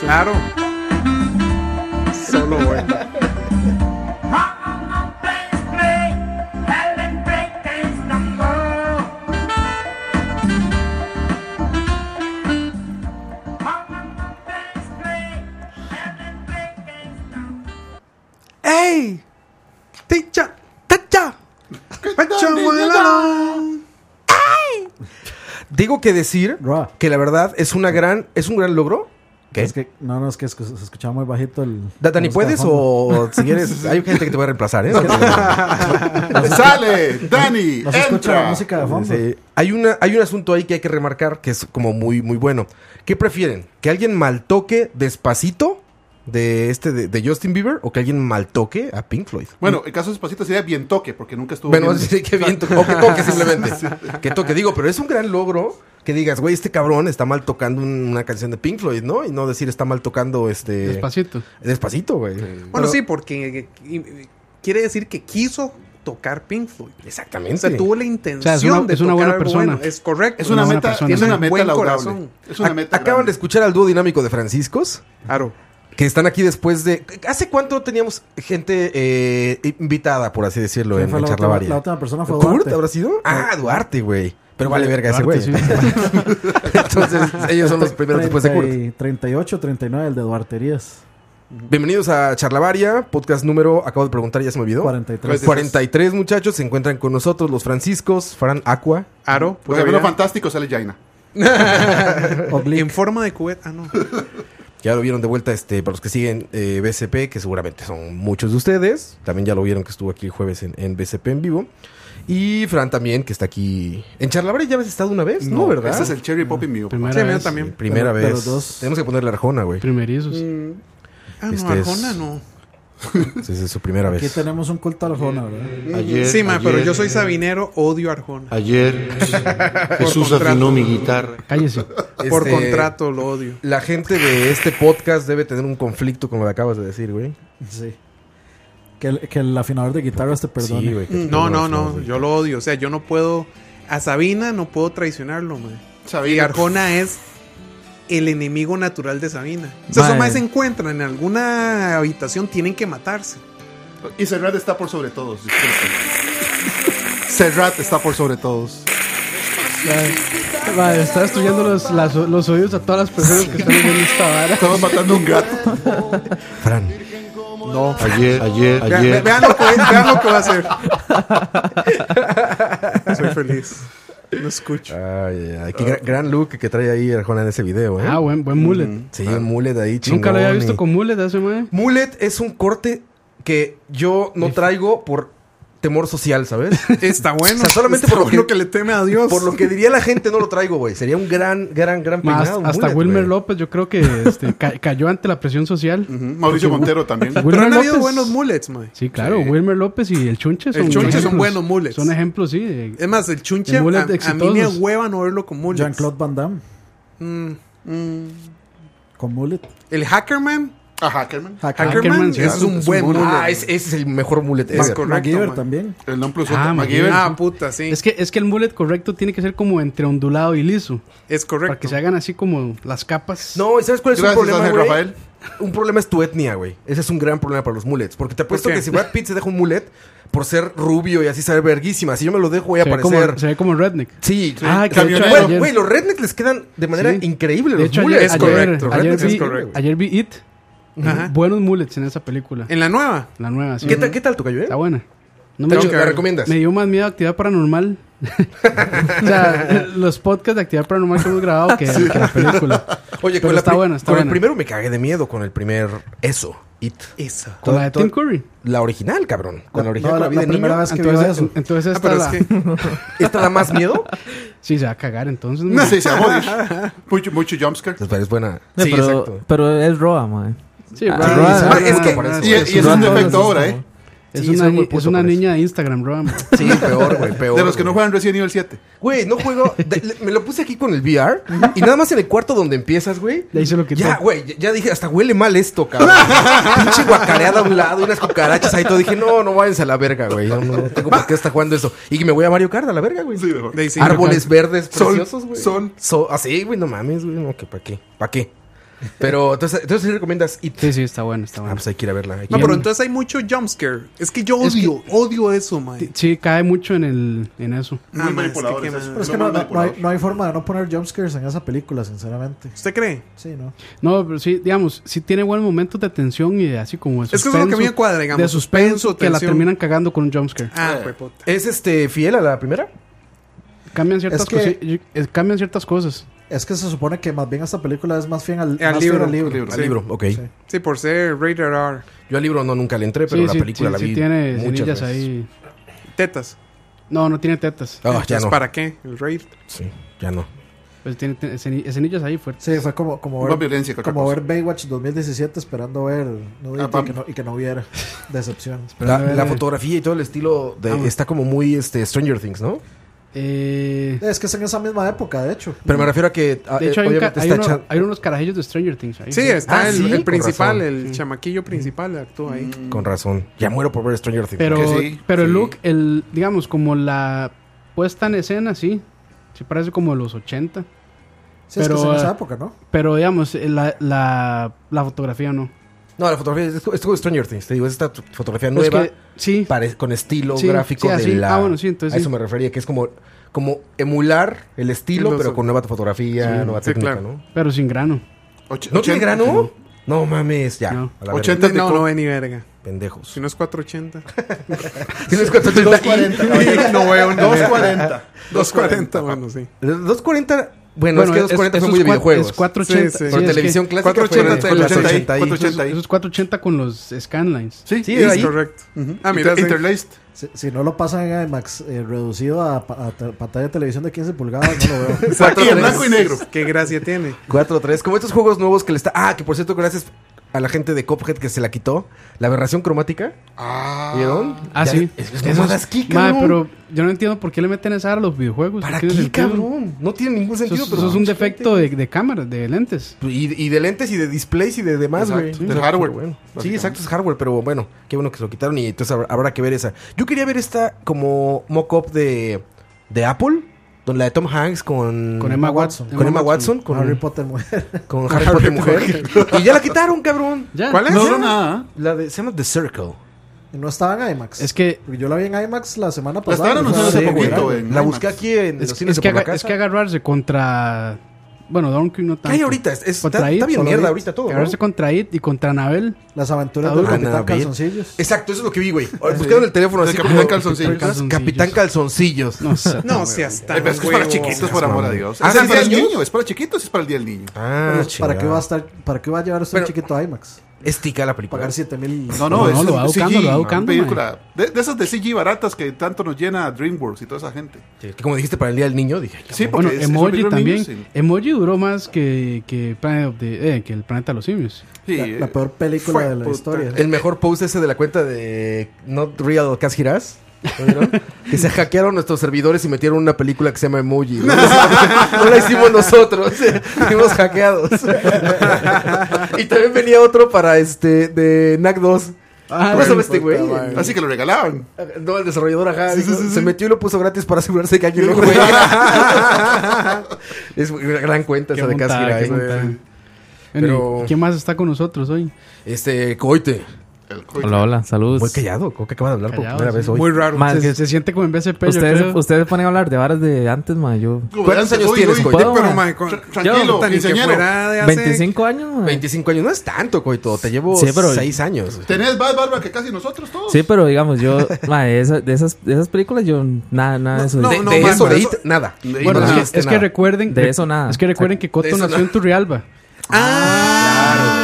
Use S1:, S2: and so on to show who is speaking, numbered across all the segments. S1: Claro. Solo bueno. ¡Ey! ¡Teacher! ¡Teacher! ¡Teacher, well alone. Digo que decir
S2: Ra.
S1: que la verdad es una gran, es un gran logro. ¿Qué?
S2: Es que, no, no, es que escu- se escuchaba muy bajito el.
S1: Datani,
S2: el
S1: ¿puedes
S2: escafón.
S1: o si quieres? Hay gente que te va a reemplazar, ¿eh?
S3: Sale, Dani,
S2: No se escucha la
S3: entra.
S2: música de fondo.
S1: Sí. Hay, una, hay un asunto ahí que hay que remarcar que es como muy, muy bueno. ¿Qué prefieren? ¿Que alguien maltoque despacito de este de, de Justin Bieber o que alguien maltoque a Pink Floyd?
S3: Bueno, el caso de Despacito sería bien toque, porque nunca estuvo
S1: Bueno,
S3: bien.
S1: así que bien to- o que toque simplemente. Que toque, digo, pero es un gran logro que digas, güey, este cabrón está mal tocando un- una canción de Pink Floyd, ¿no? Y no decir está mal tocando este.
S4: Despacito.
S1: Despacito, güey.
S5: Bueno, sí, porque eh, quiere decir que quiso tocar Pink Floyd.
S1: Exactamente.
S5: O sea, tuvo la intención
S4: O sea, es una-
S5: de
S4: es una
S5: tocar
S4: buena
S5: algo
S4: persona.
S5: bueno. Es correcto.
S3: Es una
S4: buena
S3: meta,
S4: persona,
S3: es una
S4: sí.
S3: meta
S5: Buen
S3: laudable.
S5: corazón.
S3: Es una
S1: Ac-
S3: meta
S1: Acaban de
S3: grande.
S1: escuchar al dúo dinámico de Franciscos.
S5: Claro.
S1: Que están aquí después de. ¿Hace cuánto teníamos gente eh, invitada, por así decirlo,
S2: ¿Quién
S1: en,
S2: fue
S1: en
S2: la otra-
S1: Charlavaria?
S2: la otra persona fue
S1: ¿Kurt
S2: Duarte?
S1: habrá sido? Ah, Duarte, güey. Pero vale verga ese güey.
S4: Duarte,
S1: Entonces, ellos son los primeros después de Kurt.
S2: 30 y- 38, 39, el de Duarterías.
S1: Bienvenidos a Charlavaria, podcast número, acabo de preguntar, ya se me olvidó.
S2: 43.
S1: 43 muchachos, se encuentran con nosotros los Franciscos, Fran Aqua.
S5: Aro.
S3: Pues de lo fantástico sale Jaina.
S1: Pues,
S2: Oblique.
S5: en forma de cubeta. Ah, no.
S1: Ya lo vieron de vuelta este para los que siguen eh, BCP, que seguramente son muchos de ustedes. También ya lo vieron que estuvo aquí el jueves en, en BCP en vivo. Y Fran también, que está aquí. En Charlavaria ya habías estado una vez, ¿no? ¿Verdad?
S3: Ese Este es el cherry popping mío.
S4: Primera
S5: Sí, mío
S4: vez.
S1: Sí,
S5: también.
S1: primera
S2: De- de
S1: vez.
S2: los dos.
S1: Tenemos que ponerle Arjona, güey.
S4: Primerizos.
S5: Mm. Ah, no,
S1: Este es-
S5: Arjona no.
S1: Esa es su primera
S2: Aquí
S1: vez.
S2: tenemos un culto a la zona, ¿verdad?
S6: Ayer,
S5: sí, ma,
S6: ayer, eh,
S5: pero yo soy sabinero, odio a Arjona.
S6: Ayer Jesús
S5: contrato.
S6: afinó mi guitarra.
S4: Cállese.
S5: Por
S1: Este,
S5: contrato lo odio.
S1: La gente de este podcast debe tener un conflicto con lo que acabas de decir, güey.
S2: Sí. Que el, que el afinador de guitarras te perdone.
S1: Sí, güey. que te
S5: No, no,
S1: perdonas,
S5: no,
S1: güey.
S5: yo lo odio. O sea, yo no puedo. A Sabina no puedo traicionarlo, man. Y
S3: Sabía.
S5: Arjona es el enemigo natural de Sabina. O sea, esos
S2: Mae.
S5: más se encuentran en alguna habitación, tienen que matarse.
S3: Y Serrat está por sobre todos. disculpen. Serrat está por sobre todos.
S4: Vale, está destruyendo los, las- los oídos a todas las personas que están viendo esta vara.
S3: Estamos matando a un gato.
S1: Fran.
S5: No.
S6: Ayer, ayer,
S5: Vean, ve-
S6: ayer.
S5: vean lo que, vean lo que va a hacer. Soy feliz. No escucho.
S1: Ay, ay, qué gra- gran look que trae ahí Arjona en ese video, ¿eh?
S4: Ah, buen, buen mullet.
S1: Sí, un mullet ahí chingón. eh.
S4: Nunca lo había visto
S1: y-
S4: con mullet hace mae.
S1: Mullet es un corte que yo no traigo por temor social, ¿sabes?
S5: Está bueno.
S1: O sea, solamente
S5: Está
S1: por lo que-
S5: bueno le teme a Dios.
S1: Por lo que diría la gente, no lo traigo, güey. Sería un gran, gran, gran
S4: Ma,
S1: peinado.
S4: hasta- hasta Wilmer López, yo creo que este, ca- cayó ante la presión social.
S1: Mm.
S3: Ujú. Mauricio Montero también.
S5: Pero
S4: Wilmer
S5: han habido
S4: López-
S5: buenos mullets, mae.
S4: Sí, claro, Wilmer López y el Chunche son
S5: El Chunche son
S4: ejemplos-
S5: buenos mullets.
S4: Son ejemplos, sí. de-
S5: Es más, el chunche
S4: El
S5: a,
S4: mullet
S5: a mí
S4: exitosos.
S5: me hueva no verlo con mullets.
S2: Jean-Claude Van Damme
S5: Mm, mm.
S2: con mullet. Ah,
S5: El Hackerman.
S3: A Hackerman.
S2: Hacker.
S4: Hackerman,
S5: Hackerman
S4: sí,
S5: es un buen mullet.
S1: Ah, ese ese es el mejor mullet
S5: Más
S1: ever.
S5: correcto,
S2: MacGyver
S5: man.
S2: también.
S3: El non plus
S4: Ah,
S3: ultra.
S4: MacGyver.
S3: MacGyver.
S5: Ah, puta, sí.
S4: Es
S5: Es,
S4: que, es que el mullet correcto tiene que ser como entre ondulado y liso. Para que
S5: correcto.
S4: se hagan así como las capas.
S1: No, ¿y sabes cuál es un
S3: Gracias,
S1: problema,
S3: Ángel
S1: güey?
S3: Rafael.
S1: Un problema es tu etnia, güey. Ese es un gran problema para los mullets. Porque te apuesto
S5: qué?
S1: que si Brad Pitt se deja un mullet por ser rubio y así saber verguísima, si yo me lo dejo voy a
S4: se, ve como,
S1: aparecer...
S4: se ve como redneck.
S1: Sí,
S4: Ah, que de hecho
S1: Bueno,
S4: ayer-
S1: güey, los rednecks les quedan de manera
S4: Sí.
S1: increíble.
S4: De
S1: Los
S4: hecho, ayer,
S1: mullets,
S5: es
S4: ayer-
S5: correcto,
S4: ayer
S5: redneck
S4: vi,
S5: es correcto.
S4: ayer vi It.
S5: Ajá.
S4: Buenos mullets en esa película.
S5: En la nueva.
S4: La nueva, sí.
S1: ¿Qué, tal- ¿Qué tal tu eh?
S4: Está buena. No
S1: Tengo
S4: dio-
S1: que- ¿la recomiendas?
S4: Me dio más miedo actividad paranormal. o sea, los podcasts de actividad paranormal que hemos grabado que, que la película. Pero
S1: Oye, con, la
S4: está
S1: pri-
S4: buena, está
S1: con el
S4: buena.
S1: primero me cagué de miedo con el primer eso, it.
S5: Esa.
S4: Con la de Tim Curry.
S1: La original, cabrón. Con la original con
S2: No,
S1: la,
S2: la-
S1: vida
S2: la
S1: de
S2: primera
S1: niño.
S2: vez que veo
S4: Entonces,
S2: eso.
S4: entonces
S5: Ah,
S4: está
S5: pero
S4: la-
S5: es que.
S1: ¿Esta da más miedo?
S4: Sí, se va a cagar entonces.
S3: No
S4: man.
S3: sé, se va a morir. Mucho, mucho jumpscare.
S1: Entonces, Pues, es buena.
S7: No,
S1: Sí,
S7: pero,
S1: exacto.
S7: pero es Roa, mae.
S4: Sí, bro.
S7: Ah,
S4: es-
S7: ah,
S1: es que-
S4: bro,
S3: Y, y ese es un defecto ahora, ¿eh?
S4: es
S1: sí,
S4: una,
S1: soy muy
S4: ni-
S1: puto
S4: es una
S1: por eso.
S4: niña de Instagram, bro. man.
S1: Sí, peor, güey, peor.
S3: De los que no
S1: güey.
S3: juegan Resident Evil 7.
S1: Güey, no juego. de- le- me lo puse aquí con el VR. Y nada más en el cuarto donde empiezas, güey.
S4: Le hice lo que
S1: Ya,
S4: tú-
S1: güey, ya- ya dije, hasta huele mal esto, cabrón. Pinche guacareada a un lado, y unas cucarachas ahí todo. Dije, no, no váyanse a la verga, güey. No, no tengo por qué estar jugando eso. Y que me voy a Mario Kart a la verga, güey.
S3: Sí, mejor.
S5: de ahí sí,
S1: Árboles verdes
S3: Sol,
S1: preciosos, güey.
S3: sol.
S1: So- así, güey, no mames, güey. No, que para qué. ¿Para qué? Pero entonces, entonces sí recomiendas It.
S4: Sí, sí, está bueno, está
S1: Ah,
S4: bueno.
S1: pues hay que ir a verla. hay que
S5: No,
S1: ir a
S5: pero
S1: verla.
S5: entonces hay mucho jumpscare. Es que yo
S4: Es que-
S5: odio, odio eso, mae.
S4: Sí, cae mucho en, el, en eso.
S5: Ah,
S3: Muy
S5: mae, es que
S3: manipuladores,
S5: qué
S3: eso.
S5: mae.
S2: Pero es que
S3: No,
S2: no,
S3: no,
S2: no- no hay,
S3: por
S2: no hay forma de no poner jumpscares en esa película, sinceramente.
S5: ¿Usted cree?
S2: Sí, ¿no?
S4: No, pero sí, digamos, sí tiene buenos momentos de tensión y de así como de
S5: Es que
S4: suspenso.
S5: eso es lo que a mí me cuadra, digamos.
S4: de suspenso, que la
S5: tensión.
S4: terminan cagando con un jumpscare.
S5: Ah,
S3: Eh.
S5: pues puta.
S1: ¿Es este fiel a la primera?
S4: Cambian ciertas,
S2: Es que-
S4: cosi- eh, cambian ciertas cosas.
S2: Es que se supone que más bien esta película es más fiel al,
S5: Al
S2: más
S5: libro.
S2: fiel al libro.
S3: Al
S1: Al libro, ok.
S2: Sí.
S5: Sí, por ser rated R.
S1: Yo al libro no nunca le entré, pero
S4: sí,
S1: la
S4: sí,
S1: película
S4: sí,
S1: la vi.
S4: sí tiene
S1: muchas
S4: cerillas
S1: veces.
S4: ahí.
S5: Tetas.
S4: No, no tiene tetas.
S1: Ah, ya
S5: Entonces,
S1: no.
S5: ¿Para qué? El raid.
S1: Sí, ya no.
S4: Pues tiene te- ceni- cenillas ahí fuertes.
S2: Sí, fue como, como,
S3: Más
S2: ver,
S3: violencia que otra
S2: como
S3: cosa.
S2: ver Baywatch 2017 esperando ver nudity
S3: Ah, pa-
S2: y, que no, y que no hubiera. Decepción.
S1: La,
S4: Pero-
S1: la fotografía y todo el estilo de,
S4: Ah.
S1: está como muy este, Stranger Things, ¿no?
S4: Eh,
S2: Es que es en esa misma éca, de hecho.
S1: Pero me refiero a que a-
S4: Mm. de hecho,
S1: eh,
S4: hay, un ca-
S1: obviamente
S4: hay
S1: está
S4: uno-
S1: echan-
S4: hay unos carajillos de Stranger Things ahí.
S5: Sí, está
S1: Ah,
S5: el,
S1: sí,
S5: el
S1: con
S5: principal,
S1: razón.
S5: el chamaquillo principal actúa ahí.
S1: con razón. Ya muero por ver Stranger Things.
S4: Pero,
S6: Que sí,
S4: pero el
S6: sí.
S4: look, el, digamos, como la puesta en escena, sí. Sí parece como de los 80.
S2: Sí, es que
S4: Pero,
S2: es en esa
S4: eh,
S2: época, ¿no?
S4: Pero, digamos, eh, la, la, la fotografía no.
S1: no, la fotografía es, es como Stranger Things, te digo, es esta t- fotografía
S4: Es
S1: nueva
S4: Pues que, sí,
S1: pare- con estilo
S4: Sí, sí,
S1: gráfico
S4: así.
S1: de la
S4: Ah, bueno, sí, entonces
S1: a
S4: sí.
S1: eso me refería, que es como como emular el estilo,
S5: Los-
S1: pero con nueva fotografía, nueva
S5: sí,
S1: técnica,
S5: claro.
S1: ¿no?
S4: pero sin grano.
S3: Och-
S1: ¿No tiene
S3: 80.
S1: grano? No mames, ya.
S4: No.
S1: A la verga,
S3: 80 de
S5: no,
S3: co-
S5: no ve ni verga.
S1: pendejos.
S5: Si no es 480.
S1: Tienes 480
S5: no veo ni verga.
S3: 240.
S5: 240, bueno, sí.
S1: 240, bueno, es que 240
S4: es-
S1: fue muy de
S4: esos cua-
S1: videojuegos.
S4: Es 480.
S5: Sí, sí.
S1: Pero
S4: es
S1: televisión clásica
S5: 480
S1: fue
S5: y
S1: las
S3: 480 y-
S1: 80
S4: que
S3: 480.
S4: esos, esos 480 con los scanlines.
S1: Sí, sí,
S5: Es
S1: era ahí.
S5: correcto. Ah,
S3: Inter-
S5: mira, sí.
S3: Interlaced.
S2: Si, si no lo pasan en IMAX eh, reducido a, pa- a te- pantalla de televisión de 15 pulgadas, no lo veo.
S3: Aquí en blanco y negro.
S5: Qué gracia tiene.
S1: 4-3. Como estos juegos nuevos que le está. Ah, que por cierto, gracias a la gente de Cophead que se la quitó. La aberración cromática. ¿Vieron?
S4: Ah,
S1: Ya-
S4: sí.
S1: Es
S4: Eso
S1: que es
S4: es- Ma, pero yo no entiendo por qué le meten esa a los videojuegos. no
S1: ¿Para
S4: tiene
S1: qué,
S4: sentido.
S1: cabrón? No tiene ningún
S4: Eso, es-
S1: sentido. pero- pues,
S4: eso es un defecto de, de cámara, de lentes.
S1: Y, y de lentes y de displays y de demás, güey.
S4: Exacto.
S1: O sea,
S3: Del hardware,
S1: pero bueno. Sí, exacto, es hardware, pero bueno, qué bueno que se lo quitaron y entonces habrá, habrá que ver esa. Yo quería ver esta como mock-up de, de Apple, donde la de Tom Hanks Mm. con,
S4: Con Emma Watson.
S1: con Emma Watson, con,
S2: Harry Potter mujer.
S1: con Harry Potter mujer. y ya la quitaron, cabrón.
S4: Ya.
S5: ¿Cuál es?
S1: No,
S6: No,
S1: no,
S6: no, nada.
S1: La de, se llama The Circle.
S2: Y no estaba en IMAX.
S4: Es que,
S2: Porque yo la vi en IMAX la semana
S3: La
S2: pasada.
S3: estaban
S2: que fue
S3: anunciando hace
S2: la-
S1: güey.
S3: poquito, en
S1: La
S3: IMAX.
S1: busqué aquí en los
S4: es,
S1: cines
S4: es
S1: de
S4: que
S1: por la
S4: aga- es
S1: casa.
S4: que agarrarse contra. Bueno, Donkey no tanto.
S1: ¿Qué hay ahorita? Es- es-
S4: Contra
S1: está,
S4: It,
S1: está bien
S4: solo
S1: mierda
S4: It.
S1: ahorita todo, ¿no?
S4: Agarrarse contra It y contra Anabel.
S2: Las aventuras del
S1: Ah,
S2: Capitán
S1: Anabel.
S2: Calzoncillos.
S1: Exacto, eso es lo que vi, güey. Buscaron el teléfono así
S3: Sí,
S1: como...
S3: Capitán Calzoncillos.
S1: Capitán Calzoncillos.
S4: No, sé.
S5: No seas
S3: Ay,
S5: tan
S3: pero es que es para
S5: huevo.
S3: chiquitos, por amor a Dios.
S1: Ah,
S3: Es el
S1: ¿sí
S3: día
S1: para
S3: del
S1: niños?
S3: niño, es para chiquitos, es para el día del niño.
S1: Ah,
S2: Pero, ¿Para qué va
S1: chingada.
S2: a estar? ¿Para qué va a llevar usted
S1: Pero-
S2: un chiquito a IMAX?
S1: Es tica la película.
S2: Pagar 7 mil.
S3: No,
S4: No,
S3: no, es
S4: no, lo va
S3: un
S4: educando,
S3: CG,
S4: lo va educando,
S3: película. De, de esas de CG baratas que tanto nos llena DreamWorks y toda esa gente.
S1: Sí, que como dijiste para el Día del Niño, dije.
S3: Sí, porque
S4: Bueno,
S3: es- es una
S4: Emoji
S3: película de
S4: también.
S3: niños, sí.
S4: Emoji duró más que, que, Planet of the- eh, que el planeta de los simios.
S3: Sí,
S2: La,
S3: eh,
S2: la peor película
S3: fue
S2: de la
S3: puta.
S2: historia.
S1: El mejor post ese de la cuenta de Not Real Cas Girás. ¿no vieron? que se hackearon nuestros servidores y metieron una película que se llama Emoji. No, No la hicimos nosotros, fuimos hackeados. y también venía otro para este de NAC 2.
S3: pues,
S4: Ah,
S1: ¿Cómo se llama
S5: puta
S1: este güey?
S5: madre.
S3: Así que lo regalaban.
S1: No, el desarrollador, ajá.
S3: Sí, sí,
S1: dijo,
S3: sí,
S1: se
S3: sí.
S1: metió y lo puso gratis para asegurarse que alguien lo juega. es una gran cuenta
S4: Pues, Qué
S1: esa de Cas
S4: montada, qué
S1: Girás.
S4: montada.
S1: Pero-
S4: ¿Quién más está con nosotros hoy?
S1: Este, Coite.
S3: El coito.
S7: Hola, hola, saludos.
S1: Muy callado, creo que acaba de hablar
S4: Callado,
S1: por primera
S4: sí.
S1: vez hoy.
S5: Muy raro.
S7: Ma, es
S4: se,
S7: que
S4: se siente como en BCP. yo
S7: ustedes,
S4: creo.
S7: ustedes me ponen a hablar de varas de antes, ma. Yo.
S1: ¿Cuántos años
S3: Uy,
S1: tienes,
S3: uy,
S1: Coito?
S7: Puedo,
S5: Pero,
S7: ma.
S5: mae, con-
S3: Tranquilo,
S5: tan ni que
S3: quinceañero.
S5: fuera de hace-
S7: 25 años, ma.
S1: 25 años, no es tanto, coito. Te llevo
S7: Mm. Sí, pero-
S1: 6 años.
S3: Tenés más barba que casi nosotros todos.
S7: Sí, pero digamos, yo. ma, de esas, de esas, de esas películas, yo. Nada, nada de eso.
S5: no,
S1: de
S5: no,
S1: de
S5: man,
S1: eso,
S5: pero
S1: de
S5: eso-
S1: It, nada.
S4: Bueno,
S1: No
S4: es,
S1: dijiste
S4: que, es que
S1: nada.
S4: recuerden.
S7: De eso nada.
S4: Es que recuerden que Coto nació en Turrialba.
S5: Ah,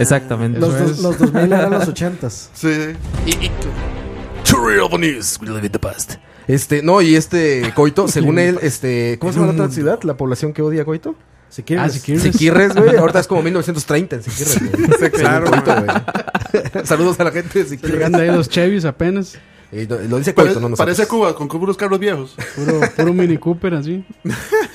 S7: Exactamente.
S2: Los,
S4: Eso
S2: dos-
S4: es.
S2: los 2000 eran los 80s.
S3: Sí.
S1: Este, no, y este coito, según él, este, ¿cómo se llama la otra ciudad? La población que odia a coito.
S2: Si quieren.
S4: Ah, si quieres.
S1: Siquirres, güey. Ahorita es como 1930 en Siquirres. güey.
S5: Sí, claro,
S1: Según Coito,
S5: man.
S1: güey. Saludos a la gente de Siquirres.
S4: Llegando ahí los Chevys apenas.
S1: Y lo, lo dice
S3: Pare-
S1: coito, no nosotros.
S3: parece Cuba con puros carros viejos.
S4: Puro, puro Mini Cooper así.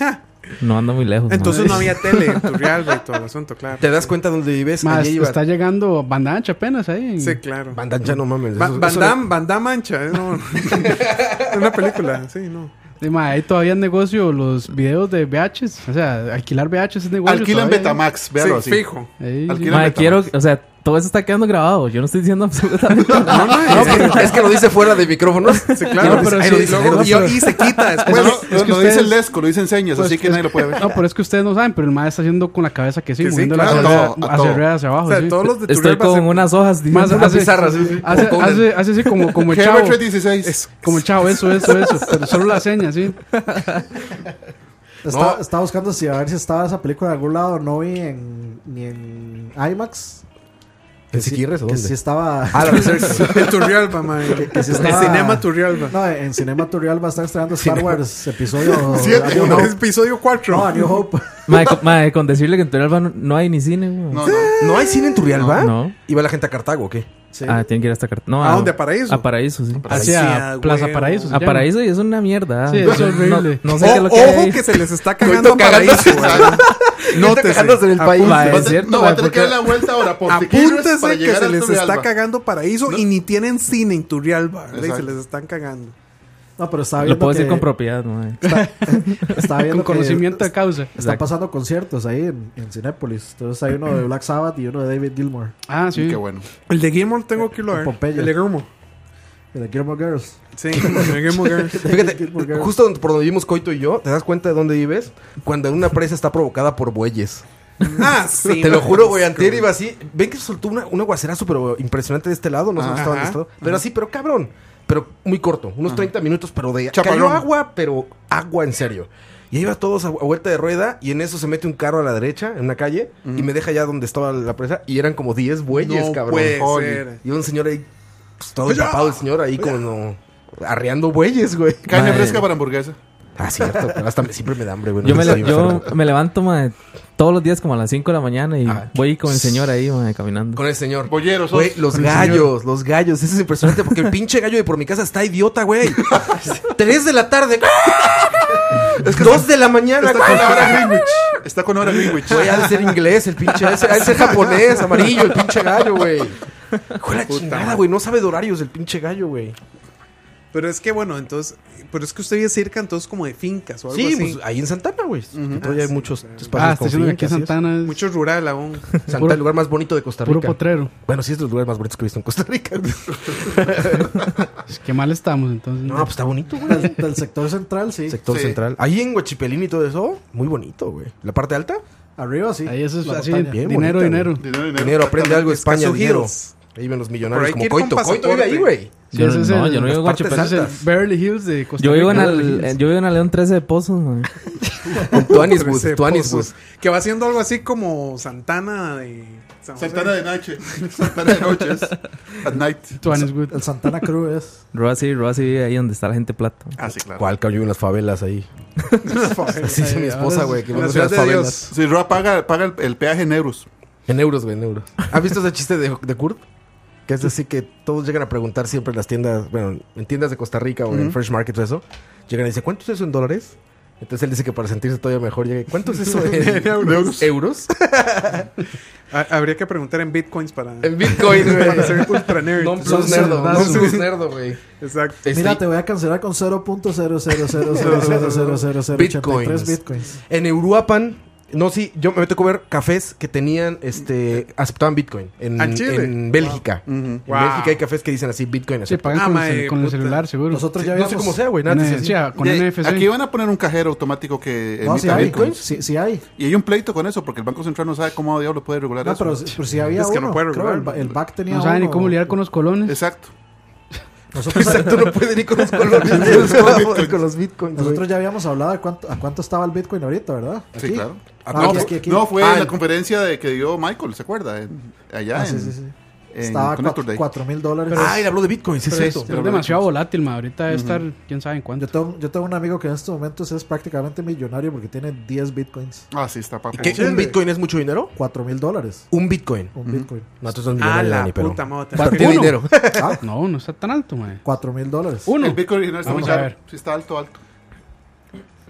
S7: Ah, No ando muy lejos. ma.
S5: Entonces no había tele en Turrialba y todo el asunto, claro.
S1: Te das cuenta dónde vives.
S4: Más
S1: Allí iba-
S4: está llegando Banda Ancha apenas ahí. en-
S5: Sí, claro.
S1: Bandan, ya no mames.
S5: Ba-
S1: eso-
S5: Van
S1: eso-
S5: Damme, Van Damme Mancha. ¿eh? No. una película, sí, no.
S4: Sí, ma, ahí todavía es negocio los videos de VHs. O sea, alquilar VHs es negocio.
S3: Alquilen
S4: todavía. eh.
S3: Betamax, véalo
S5: Sí,
S3: así.
S5: fijo.
S4: Ahí, sí.
S3: Alquilen-
S7: Mae,
S3: Betamax.
S7: quiero, o sea, todo eso está quedando grabado. Yo no estoy diciendo absolutamente nada.
S5: No, no,
S1: es, que, es que lo dice fuera de micrófonos.
S5: Sí, claro.
S4: No, pero
S5: Ahí
S4: sí,
S5: lo dice,
S1: luego-
S5: y, y se quita después.
S3: Bueno,
S4: que-
S3: lo,
S4: es que
S3: lo
S4: ustedes-
S3: dice el Lesco, lo dicen señas, así que nadie lo puede ver.
S4: No, pero es que ustedes no saben, pero el mae está haciendo con la cabeza que sí,
S5: Que sí,
S4: moviendo
S5: claro,
S4: la
S3: a
S4: cabeza
S3: todo, a
S4: hacia
S3: todo.
S4: arriba, hacia abajo.
S5: O sea,
S4: Ah, sí.
S5: todos los de
S7: Estoy
S5: Turrialba
S7: con
S5: se-
S7: unas hojas.
S4: Más
S7: diciendo-
S4: hace-
S1: pizarras, sí, sí.
S4: Hace,
S1: Con- con-
S4: hace, hace así como, como el chavo.
S3: Herbert 316.
S4: Como el chavo, eso, eso, eso. Pero solo la seña, sí.
S2: Está-
S1: No.
S2: Estaba buscando si a ver si estaba esa película en algún lado. No vi en, ni en IMAX.
S1: ¿En Siquirres o
S2: Que
S1: dónde?
S2: sí estaba.
S1: Ah, la reserva.
S5: En Turrialba, mae.
S2: que sí
S5: El
S2: estaba-
S5: cinema Turrialba.
S2: No, en Cinema Turrialba están estrenando Star Wars episodio.
S3: Siete,
S2: A New
S3: no.
S2: Hope.
S5: Episodio 4.
S2: No, a New Hope.
S7: Mae, con, mae, con decirle que en Turrialba no, no hay ni cine, weón.
S3: No, no.
S1: ¿No hay cine en Turrialba?
S7: No.
S1: ¿Iba la gente a Cartago o qué?
S2: Sí.
S7: Ah, tienen que ir hasta Cartagena. No,
S5: ¿A dónde? ¿A Paraíso?
S7: A Paraíso, sí.
S4: Hacia
S5: sí,
S4: Plaza
S5: huevo.
S4: Paraíso. se
S7: A
S4: llama.
S7: Paraíso y es una mierda.
S4: Sí,
S7: Yo
S4: es horrible.
S7: No, no sé qué es lo que hay ahí.
S5: ojo que se les está cagando a Paraíso. ¿eh?
S1: No te en el país.
S7: Mae,
S3: Va a
S7: es
S3: tener-
S7: cierto,
S3: no, va
S7: mae,
S3: a tener que
S7: porque-
S3: dar la vuelta ahora por Siquirres para
S5: Apúntese eh, que
S3: llegar
S5: se
S3: a
S5: les
S3: Turrialba.
S5: está cagando Paraíso y ni tienen cine en Turrialba. ¿verdad? Y se
S3: Exacto.
S5: les están cagando.
S2: No, pero estaba viendo.
S7: Lo puedo
S2: que-
S7: decir con propiedad, mae.
S2: estaba viendo
S4: Con
S2: que
S4: conocimiento de causa.
S2: Están
S7: Exacto.
S2: pasando conciertos ahí en, en Cinépolis. Entonces hay uno de Black Sabbath y uno de David Gilmour.
S4: Ah, sí.
S3: Qué bueno.
S5: El de Gilmore tengo que irlo a ver.
S2: Pompeya.
S5: El de Gilmore.
S2: De The Gilmore Girls.
S5: Sí, el de Gilmore. Girls.
S1: Fíjate, justo donde- por donde vivimos Coito y yo, ¿te das cuenta de dónde vives? Cuando una presa está provocada por bueyes.
S5: Ah, sí.
S1: Te lo
S5: mae.
S1: juro, güey. Antier iba así. Ven que soltó una, una aguacera súper impresionante de este lado. No sé dónde estaba
S5: Ajá,
S1: de este lado. Pero así, pero cabrón. Pero muy corto. Unos 30 minutos, pero de... Cayó
S3: Chaparrón.
S1: agua, pero agua en serio. Y ahí va todos a, a vuelta de rueda. Y en eso se mete un carro a la derecha, en una calle. Y me deja ya donde estaba la presa. Y eran como 10 bueyes,
S5: No
S1: cabrón.
S5: puede
S1: Holy.
S5: ser.
S1: Y un señor ahí... pues, todo empapado el señor ahí como... Arreando bueyes, güey.
S3: Caña
S7: Mae.
S3: fresca para hamburguesa.
S1: Ah, cierto. pero hasta me- siempre me da hambre, güey.
S7: Yo, me,
S1: sé,
S7: le-
S1: soy
S7: yo
S1: enfermo.
S7: me levanto, mae, todos los días como a las 5 de la mañana y
S1: Ah.
S7: voy con el señor ahí, mae, caminando.
S1: Con el señor.
S3: Bolleros,
S1: Güey,
S3: sos.
S1: los
S3: Con el
S1: gallos, los gallos. Eso es impresionante porque el pinche gallo de por mi casa está idiota, güey. Tres de la tarde. Dos de la mañana.
S3: Está con la hora Greenwich. Está con hora Greenwich.
S1: Güey, ha de ser inglés el pinche. Ha de ser, ha de ser japonés, amarillo, el pinche gallo, güey. Hijo de la chingada, güey. No sabe de horarios el pinche gallo, güey.
S5: Pero es que bueno, entonces. Pero es que usted vive cerca, entonces, como de fincas o algo
S1: Sí,
S5: así.
S1: pues, ahí en Santana, güey. Que Todavía hay muchos espacios
S4: Ah, está
S1: con
S4: diciendo que aquí
S1: fincas, así es.
S4: Santana es
S5: Mucho rural aún.
S1: Santana,
S4: puro-
S1: el lugar más bonito de Costa
S4: puro
S1: Rica.
S4: potrero.
S1: Bueno, sí es de los lugares más bonitos que he visto en Costa Rica.
S4: Es que mal estamos, entonces.
S1: No, pues está bonito, güey.
S2: Del, del sector central, sí.
S1: Sector
S3: Sí.
S1: central. Ahí en Huachipelín y todo eso, muy bonito, güey. La parte alta,
S2: Arriba, sí.
S4: ahí eso es
S2: La
S4: así.
S2: montaña.
S1: Bien
S4: dinero,
S1: bonita,
S4: dinero.
S3: Dinero, dinero.
S1: dinero, aprende algo, España,
S5: Escazú
S1: dinero.
S5: Hills.
S1: Ahí ven los
S5: Por
S1: millonarios
S5: ahí
S1: como
S5: hay que ir
S1: Coito.
S5: con
S1: Coito vive ahí,
S5: pasaporte.
S1: güey.
S4: Sí,
S7: Yo,
S4: ese es
S7: no,
S4: el-
S7: yo no vivo en
S1: las partes
S7: Guachipa,
S4: Ese es el
S1: altas.
S4: Beverly Hills de Costa
S7: Yo vivo en,
S4: Rica.
S7: al- yo vivo en León 13 de Pozos, mae.
S1: Con Tuanisbus,
S5: Trece
S1: Tuanisbus.
S5: pozos. Que va haciendo algo así como Santana de. San José.
S3: Santana de noche. Santana de noches. At night.
S4: Tuaneswood.
S2: El Santana Cruz es.
S7: Roa sí, Roa sí vive ahí donde está la gente plata.
S3: Ah, sí, claro.
S1: ¿Cuál cabrón? Yo en las favelas ahí. Así dice mi esposa, güey, que
S5: En la
S1: conoce las
S5: ciudad de
S1: favelas.
S3: Si Roa paga, paga el, el peaje en euros.
S1: En euros, güey, en euros. ¿Has visto ese chiste de, de Kurt? Que es así que todos llegan a preguntar siempre en las tiendas, bueno, en tiendas de Costa Rica o en Fresh Market o eso. Llegan y dicen, ¿cuánto es eso en dólares? Entonces él dice que para sentirse todavía mejor, llega, y, ¿cuánto es eso en euros? ¿Euros?
S5: Ha- Ah, Habría que preguntar en bitcoins para.
S1: En Bitcoin, güey.
S5: para ser ultra nerd.
S1: Non plus nerdo, non plus nerdo, güey.
S5: Exacto.
S2: Mira, te voy a cancelar con 0.0000000083
S1: Bitcoins.
S2: bitcoins.
S1: En Uruapan, no, sí, yo me tocó ver cafés que tenían, este, aceptaban Bitcoin. En,
S5: Ah, Chile.
S1: en Bélgica. En
S5: Wow.
S1: Bélgica hay cafés que dicen así, Bitcoin
S4: Se
S1: acepta.
S4: pagan
S5: Ah,
S4: con, el,
S5: mae,
S4: cel- con el
S5: puta.
S4: celular, seguro.
S2: Nosotros ya
S1: no sé
S2: habíamos...
S1: cómo sea, güey,
S4: Con
S1: nada,
S4: el-
S1: sí,
S4: sí,
S1: sí.
S4: con
S3: Y-
S4: NFC.
S3: Aquí van a poner un cajero automático que
S2: No, sí
S3: emita
S2: hay.
S3: bitcoins.
S2: Sí, sí hay.
S3: Y hay un pleito con eso, porque el Banco Central no sabe cómo diablo puede regular
S2: No,
S3: eso.
S2: pero, pero sí había
S5: Es que no
S2: uno.
S5: puede
S2: Creo el,
S5: regular.
S2: ba- el back tenía
S4: no saben ni
S2: uno.
S4: cómo lidiar con los colones.
S3: Exacto.
S2: Nosotros,
S1: Exacto, no pueden ir con los colores. con, los Bitcoins, güey.
S2: nosotros ya habíamos hablado de cuánto, a cuánto estaba el bitcoin ahorita, ¿verdad?
S3: Sí,
S2: Aquí.
S3: claro.
S2: Ah,
S3: no,
S2: aquí,
S3: fu-
S2: aquí, aquí.
S3: no, fue
S1: Ah,
S3: en la
S1: en-
S3: conferencia de, que dio Michael, ¿se acuerda? En- allá
S2: Ah,
S3: en,
S2: sí, sí, sí.
S3: en
S2: Estaba
S3: Connector Day.
S2: 4 mil dólares.
S1: Ah, él habló de Bitcoin, sí es
S4: Pero es,
S1: cierto.
S4: es demasiado volátil, ma. Ahorita debe estar, quién sabe en
S2: Yo
S4: cuánto.
S2: tengo, yo tengo un amigo que en estos momentos es prácticamente millonario porque tiene 10 bitcoins.
S3: Ah, sí, está papá.
S1: ¿Y qué? ¿Un Bitcoin es mucho dinero?
S2: 4 mil dólares.
S1: Un Bitcoin.
S2: Un bitcoin.
S1: No, tú
S5: A
S1: son millonarios,
S5: la
S1: Dani, pero...
S5: puta madre.
S1: Bastante
S4: Uno.
S1: dinero.
S2: Ah,
S4: No, no está tan alto, ma.
S2: 4 mil dólares.
S4: Uno.
S3: El Bitcoin original está muy
S4: Vamos a
S3: caro.
S4: ver.
S3: Sí, está alto, alto.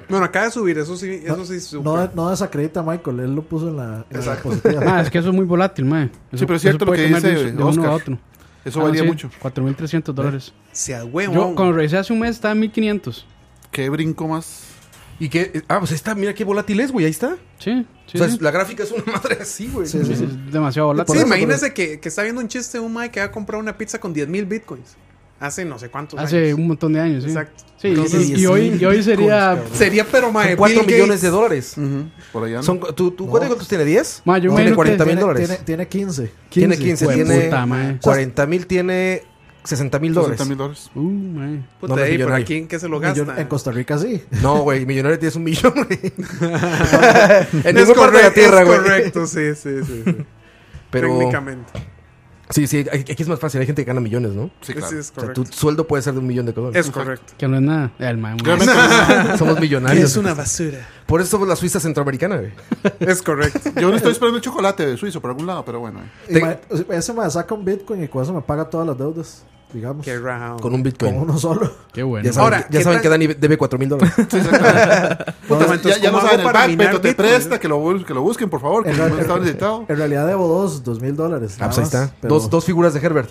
S5: Bueno, acaba de subir, eso sí, eso sí super.
S2: No, no desacredita a Michael, él lo puso en la, en la
S3: Exacto.
S2: diapositiva.
S4: Ma, es que eso es muy volátil, ma. Eso-
S3: Sí, pero es cierto
S4: eso puede
S3: lo que
S4: cambiar
S3: dice
S4: de, un- de uno
S3: Oscar.
S4: a otro. Ah,
S3: Eso varía mucho.
S4: 4.300 dólares.
S5: Se huevo.
S4: Yo cuando revisé hace un mes estaba en 1.500.
S3: Qué brinco más.
S1: Y que, ah, pues ahí está, mira qué volátil es, güey, ahí está.
S4: Sí, sí.
S1: o sea,
S4: sí.
S1: es- la gráfica es una madre así, güey.
S2: Sí, sí,
S4: Es-
S2: sí.
S4: es demasiado volátil.
S5: Sí,
S2: eso, por
S5: imagínese que, que está viendo un chiste de un mae que va a comprar una pizza con 10 mil bitcoins. Hace no sé cuántos
S4: Hace
S5: años.
S4: un montón de años, sí.
S5: Exacto.
S4: Sí, y-
S2: Entonces,
S4: y, y hoy, y hoy sería.
S5: Sería, pero mae,
S1: Son 4
S5: Bill
S1: millones
S5: Gates.
S1: de dólares.
S5: Ujú.
S3: Por allá. Mm. ¿no?
S1: Son, ¿tú, tú, ¿Cuánto cuántos tiene? ¿10?
S4: Ma, yo me
S1: tiene
S4: imagino
S1: 40 mil
S2: tiene,
S1: dólares.
S2: tiene- tiene 15.
S1: tiene 15,
S4: Jue-
S1: tiene-
S4: puta, mae.
S1: 40 mil tiene 60 mil dólares.
S3: 60 mil dólares.
S4: Uh, mae.
S1: No,
S5: Puta,
S1: no es
S5: ahí, pero
S1: millonario.
S5: aquí en qué se lo
S2: Millon-
S5: gasta.
S2: en Costa Rica sí.
S1: No, güey, millonario tienes un millón, güey. en
S5: es
S1: ninguna parte de la
S5: correcto,
S1: tierra,
S5: es
S1: güey.
S5: correcto, sí, sí, sí. sí.
S1: Pero.
S5: Técnicamente.
S1: Sí, sí, aquí es más fácil. Hay gente que gana millones, ¿no?
S3: Sí,
S5: Ese
S3: claro.
S5: es
S1: O sea,
S5: correcto.
S1: tu sueldo puede ser de un millón de dólares.
S5: Es correcto.
S4: Que no es nada. El mae, muy-
S3: Realmente,
S1: Somos millonarios.
S5: basura.
S1: Por eso somos la Suiza centroamericana, güey.
S5: Es correcto.
S3: yo no estoy esperando el chocolate de suizo por algún lado, pero bueno. eh.
S2: Y
S1: Te-
S2: ma- ese me saca un Bitcoin y con eso me paga todas las deudas, digamos.
S5: Qué rajado.
S1: Con un
S2: Con
S1: Bitcoin.
S2: uno solo.
S4: Qué bueno.
S1: Ya saben,
S5: Ahora,
S1: ya
S5: ¿qué
S1: saben
S5: tal-
S1: que Dani debe 4 mil dólares. Ah, pues
S3: Puta, ya,
S5: entonces,
S3: ya
S5: ¿cómo
S3: no
S5: hago
S3: saben el
S5: para minar
S3: backpeto, te
S5: Bitcoin?
S3: presta, que lo, bu- que lo busquen, por favor, que
S2: En, ra-
S3: no está
S2: en-
S3: necesitado.
S2: en realidad debo dos, dos mil dólares.
S1: Ah,
S2: nada
S1: pues ahí
S2: más,
S1: está.
S2: pero-
S1: Dos, dos figuras de Herbert.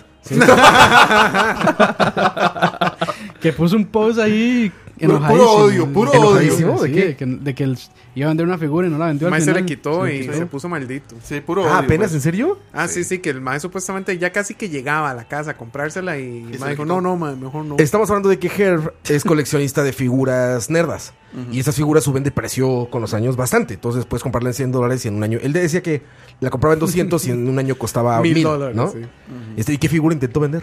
S4: Que puso un post ahí.
S3: Puro-
S4: Enojadísimo.
S3: puro odio, puro
S1: Enojadísimo,
S4: Sí,
S1: ¿de qué?
S4: de que, de que el- iba a vender una figura y no la vendió.
S5: El
S4: al
S5: mae se
S4: final.
S5: le quitó
S4: Se le
S5: y se puso maldito.
S3: Sí, puro odio,
S1: Ah, apenas,
S3: pues.
S1: ¿en serio?
S5: Ah, sí, sí, que el mae supuestamente ya casi que llegaba a la casa a comprársela y el
S3: se
S5: mae
S3: le
S5: dijo,
S3: quitó.
S5: no, no, mae, mejor no.
S1: Estamos hablando de que Herb es coleccionista de figuras nerdas. Y esas figuras suben de precio con los años bastante. Entonces puedes comprarla en 100 dólares y en un año. Él decía que la compraba en 200 y en un año costaba
S5: Mil
S1: 1000
S5: dólares,
S1: dólares. ¿no?
S5: sí.
S1: Este, ¿Y qué figura intentó vender?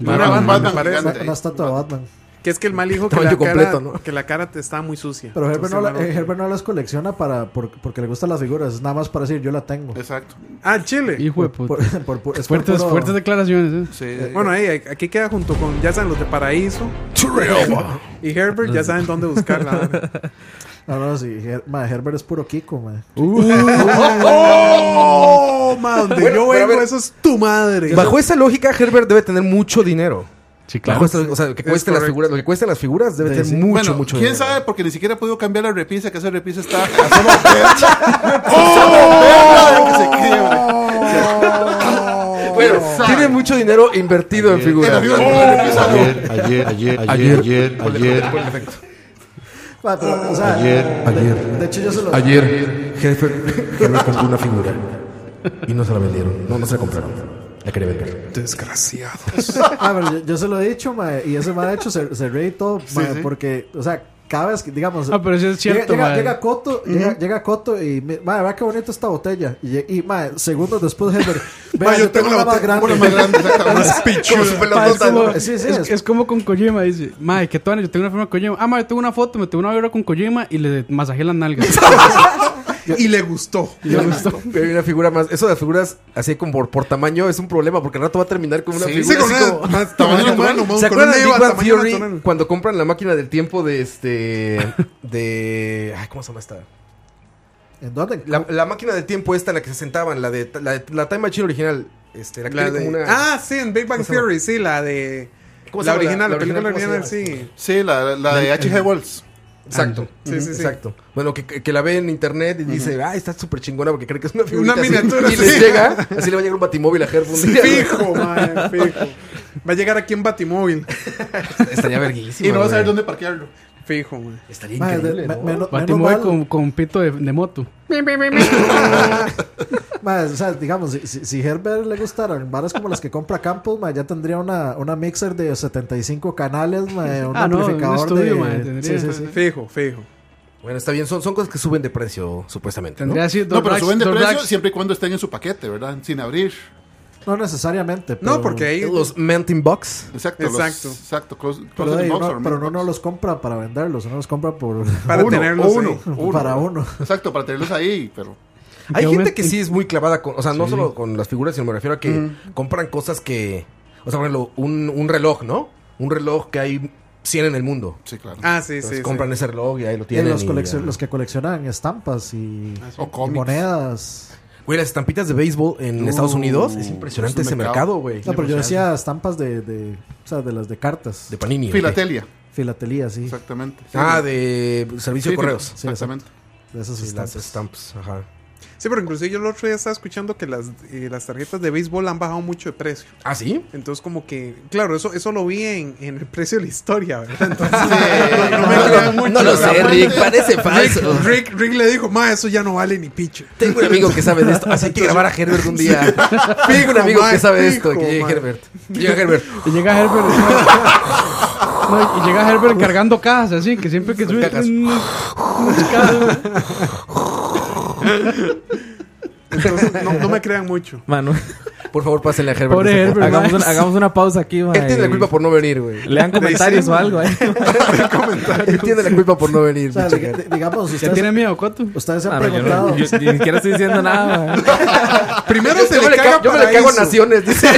S3: Una
S5: Batman,
S3: Batman
S5: me parece.
S2: Una,
S3: gigante.
S2: una estatua de Batman.
S5: Que es que el mae le dijo que
S1: Tamaño
S5: la, cara,
S1: completo, ¿no?
S5: que la cara te estaba muy sucia.
S2: Pero Herbert
S5: Entonces,
S2: no, la-
S5: el mae
S2: eh, Herbert no las colecciona para, por- porque le gustan las figuras. Es nada más para decir, yo la tengo.
S3: Exacto.
S5: Ah, Chile.
S4: Hijo de puta.
S2: Por- por- por- es por
S4: Fuertes,
S2: puro-
S4: fuertes declaraciones, ¿eh?
S3: Sí,
S5: Bueno, ahí, aquí queda junto con, ya saben, los de Paraíso. y Herbert, ya saben dónde buscarla.
S2: No, no, sí. Her- ma, Herbert es puro Kiko, ma.
S5: ¡Oh! ma, donde
S1: Bueno,
S5: yo
S1: pero a
S5: vengo,
S1: ver.
S5: eso es tu madre.
S1: Bajo esa lógica, Herbert debe tener mucho dinero.
S4: Sí,
S1: Bajo
S4: claro.
S1: esta- o sea, que cuesten las
S5: correcto.
S1: figuras, lo que cuesten las figuras debe
S2: Sí,
S1: tener
S2: sí.
S1: mucho,
S3: Bueno,
S1: mucho
S3: ¿Quién
S1: dinero.
S3: sabe? Porque ni siquiera he podido cambiar la repisa, que esa repisa está. ¡Oh! que se quiebra.
S1: Bueno, tiene mucho dinero invertido en figuras. Oh,
S3: Pero, la repisa no.
S6: Ayer, ayer, ayer, ayer, ayer, ayer,
S2: Ma, pero, o sea,
S6: ayer.
S1: Ayer,
S2: de hecho, yo se lo.
S1: ayer, jefe, Herbert compró una figura y no se la vendieron. No, no se la compraron. La quería vender.
S5: Desgraciado.
S2: Ah, pero yo, yo se lo he dicho, ma, y ese ma, de hecho, se, se ríe y todo, ma, porque, o sea, cada vez que, digamos...
S4: Ah, pero sí es
S2: llega-
S4: cierto,
S2: Llega,
S4: ma.
S2: llega Coto, llega, llega Coto y, me- ma, vea qué bonita esta botella. Y, lle- y ma, segundos después, Herbert, vea, yo, tengo la más grande.
S3: Una más grande, exactamente.
S4: Ma, es, como,
S2: Sí,
S4: es-
S2: sí, es-
S4: es como con Kojima, dice. Madre, que tono, yo tengo una forma de Kojima. Ah, madre, tuve una foto, me tuve una vibra con Kojima y le masajé las nalgas.
S5: Y le gustó.
S4: Y me gustó.
S1: Pero hay una figura más. Eso de figuras así como por, por tamaño es un problema porque al rato va a terminar con una
S3: Sí,
S1: figura.
S3: sí, con
S1: así
S3: una-
S1: como-
S3: más tamaño humano,
S1: ¿Se
S5: con una
S1: acuerdan de Big
S5: Eva,
S1: Bang
S5: tamaño
S1: Theory
S5: natural.
S1: cuando compran la máquina del tiempo de este. de. Ay, ¿cómo se llama esta?
S2: ¿En dónde?
S1: La, la máquina del tiempo esta en la que se sentaban, la de la, de- la Time Machine original. Este, la que
S5: La
S1: tiene
S5: de-
S1: como una.
S5: Ah, sí, en Big Bang
S1: ¿Cómo se llama?
S5: Theory, sí, la de.
S1: ¿Cómo se
S5: la
S1: llama la-
S5: original,
S1: la
S5: la película
S1: original,
S5: original,
S1: ¿cómo se
S5: sí.
S3: Sí, la, la de H.G. Wells.
S1: Exacto.
S5: Sí, sí, sí.
S1: Exacto. Bueno, que, que que la ve en internet y dice, ah, está súper chingona porque cree que es una figura.
S5: miniatura,
S1: Y
S5: sí.
S1: les llega, así le va a llegar un batimóvil a Herb un día, güey.
S5: Fijo, madre, fijo. Va a llegar aquí en Batimóvil.
S1: Estaría verguísima.
S3: Y no vas a
S1: güey.
S3: ver dónde parquearlo.
S5: Fijo, madre.
S1: Estaría
S2: Ma, de-
S1: increíble.
S2: me-
S1: ¿no?
S2: menos- menos
S4: Batimóvil
S2: mal,
S4: con, con pito de, de moto.
S2: ma, o sea, digamos, si, si, si Herbert le gustaran varas como las que compra Campos, ma, ya tendría una, una mixer de 75 canales, ma, un
S4: Ah, no, un
S2: amplificador
S4: estudio,
S2: de...
S4: ma, tendría.
S2: sí, sí, sí.
S5: Fijo, fijo.
S1: Bueno, está bien, son, son cosas que suben de precio, supuestamente. ¿no?
S4: Tendría así dos
S3: No, pero
S4: racks-
S3: suben de
S4: dos
S3: precio
S4: racks.
S3: siempre y cuando estén en su paquete, ¿verdad? Sin abrir.
S2: No necesariamente, pero...
S5: No, porque ahí.
S1: Los Mountain Box.
S3: Exacto.
S5: Exacto.
S3: Los, exacto. Close, close
S2: Pero,
S3: the
S2: ey,
S3: box
S2: uno-
S3: or
S2: pero
S3: mid
S2: uno no
S3: box.
S2: los compra para venderlos, uno los compra por...
S5: Para
S3: uno,
S5: tenerlos.
S3: o uno,
S5: ahí.
S2: para uno.
S3: Exacto, para tenerlos ahí, pero.
S1: Hay
S4: Yo
S1: gente
S4: me-
S1: que sí es muy clavada con, o sea, no solo con las figuras, sino me refiero a que compran cosas que, o sea, por ejemplo, un, un reloj, ¿no? Un reloj que hay 100 en el mundo.
S3: Sí, claro.
S5: Ah, sí,
S1: Entonces
S5: sí.
S1: compran ese reloj y ahí lo
S2: Y
S1: tienen.
S2: Eh, los,
S1: y
S2: coleccion-
S1: ya.
S2: los que coleccionan estampas y,
S3: Ah, o
S2: y
S3: cómics.
S2: monedas.
S1: Güey, las estampitas de béisbol en Estados Unidos
S3: es
S1: es impresionante
S3: un
S1: ese mercado,
S3: mercado.
S1: güey.
S2: No, pero yo decía estampas de, de, o sea, de las de cartas.
S1: De Panini. ¿o qué?
S3: Filatelia.
S2: filatelía, sí.
S3: Exactamente.
S1: Ah, de servicio
S3: Sí,
S1: de correos.
S3: Exactamente.
S2: De esas
S1: Sí, las
S2: estampas.
S1: stamps, ajá.
S5: Sí, pero inclusive yo el otro día estaba escuchando que las, eh, las tarjetas de béisbol han bajado mucho de precio.
S1: ¿Ah, sí?
S5: Entonces, como que, claro, eso, eso lo vi en, en el precio de la historia, ¿verdad? Entonces,
S3: no,
S5: no me crean mucho.
S7: No lo sé,
S5: ¿verdad?
S7: Rick, parece falso.
S5: Rick, Rick le dijo, ma, eso ya no vale ni picho.
S7: Tengo un amigo que sabe de esto. Así hay que grabar a Herbert un día. Tengo un amigo
S5: man,
S7: que sabe de esto.
S5: fijo,
S7: Que llegue
S5: man.
S7: Herbert. Llega Herbert.
S4: Y llega Herbert. No, y llega Herbert cargando cajas así, que siempre que sube.
S1: cajas.
S4: unas cajas.
S5: Entonces, no, no me crean mucho.
S7: Mano,
S1: Por favor, pásenle a Herbert.
S4: Pobre
S1: ese
S4: Herbert.
S1: juego.
S7: hagamos
S4: mae.
S7: una, hagamos una pausa aquí, mae.
S1: Él tiene la culpa por no venir, güey.
S7: Lean comentarios o algo, eh.
S1: Él tiene la culpa por no venir,
S2: O sea,
S1: pinche
S2: di-
S1: cara.
S2: di- digamos,
S4: ¿Ya
S2: ustedes,
S4: tiene miedo, Coto?
S2: ustedes se han
S7: Ah, no, yo
S2: preguntado.
S7: no- yo ni siquiera estoy diciendo nada, mae.
S5: Primero se
S1: Yo
S5: le
S1: me le
S5: caga
S1: cago- yo me le cago a
S5: paraíso.
S1: naciones, dice.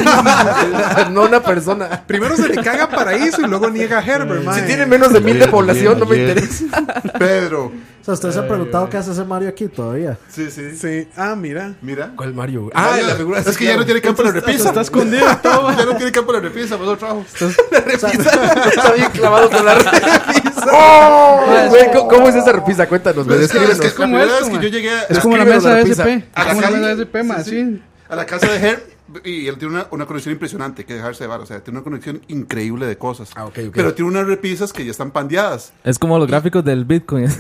S1: no una persona.
S5: Primero se le caga paraíso y luego niega a Herbert, ma.
S1: Si tiene menos de mil de
S6: Ayer,
S1: población, no me
S6: ayer.
S1: interesa.
S3: Pedro.
S2: O sea, ustedes se han preguntado qué hace ese Mario aquí todavía.
S3: Sí, sí.
S5: Sí. Ah, mira.
S3: Mira.
S1: ¿Cuál Mario? güey?
S3: Mario, Es que ya no tiene campo de repisa.
S4: Está escondido todo.
S3: Ya no tiene campo de repisa, pasó trabajo.
S1: Está bien clavado con la repisa. ¡Oh! Güey, ¿cómo, cómo es esa repisa? Cuéntanos, güey.
S3: Pero Pues es que-
S1: Descríbenos.
S3: es que la primera
S4: ¿Cómo es,
S3: vez que
S4: man?
S3: yo llegué a-
S4: Es como la
S1: Escríbelo
S4: mesa
S1: de
S4: de
S1: la pizza.
S4: SP.
S3: A
S4: Es
S3: la
S4: como la
S3: calle.
S4: mesa de SP, mae,
S3: Sí, sí.
S4: así.
S3: a la casa de Herb y él tiene una, una conexión impresionante que dejarse de bar. O sea, tiene una conexión increíble de cosas.
S1: Ah, ok, ok.
S3: Pero tiene unas repisas que ya están pandeadas.
S7: Es como los gráficos del Bitcoin.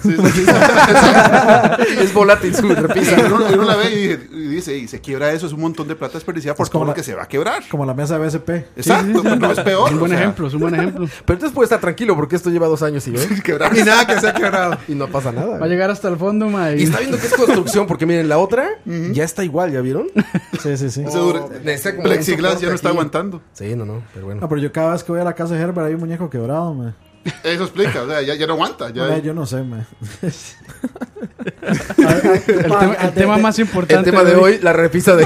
S1: Es volátil su
S3: Y
S1: repisa.
S3: uno, y uno la ve y, dice- y dice, y se quiebra eso, es un montón de plata desperdiciada por
S2: Es
S3: todo
S2: como
S3: lo
S2: la-
S3: que se va a quebrar.
S2: Como la mesa de BSP.
S3: Exacto, pero no es peor.
S4: Es un buen
S3: o sea,
S4: ejemplo, es un buen ejemplo.
S1: Pero entonces puede estar tranquilo porque esto lleva dos años y, ve,
S3: quebrar.
S5: Y nada que se ha quebrado.
S1: y no pasa nada.
S4: Va a
S1: güey.
S4: llegar hasta el fondo, mae.
S1: Y está viendo que es construcción porque miren, la otra ya está igual, ¿ya vieron? Oh,
S2: Sí, sí, sí.
S3: Ese duro-
S1: necesita como un
S3: Plexiglas ya
S1: soporte
S3: no está
S1: aquí.
S3: aguantando.
S1: Sí, no, no, pero bueno.
S2: No, pero yo cada vez que voy a la casa de Herbert hay un muñeco quebrado, me.
S3: Eso explica, o sea, ya, ya no aguanta. Ya,
S2: Mae, yo no sé, me.
S4: El tema, el tema más importante.
S1: El tema de hoy, la repisa de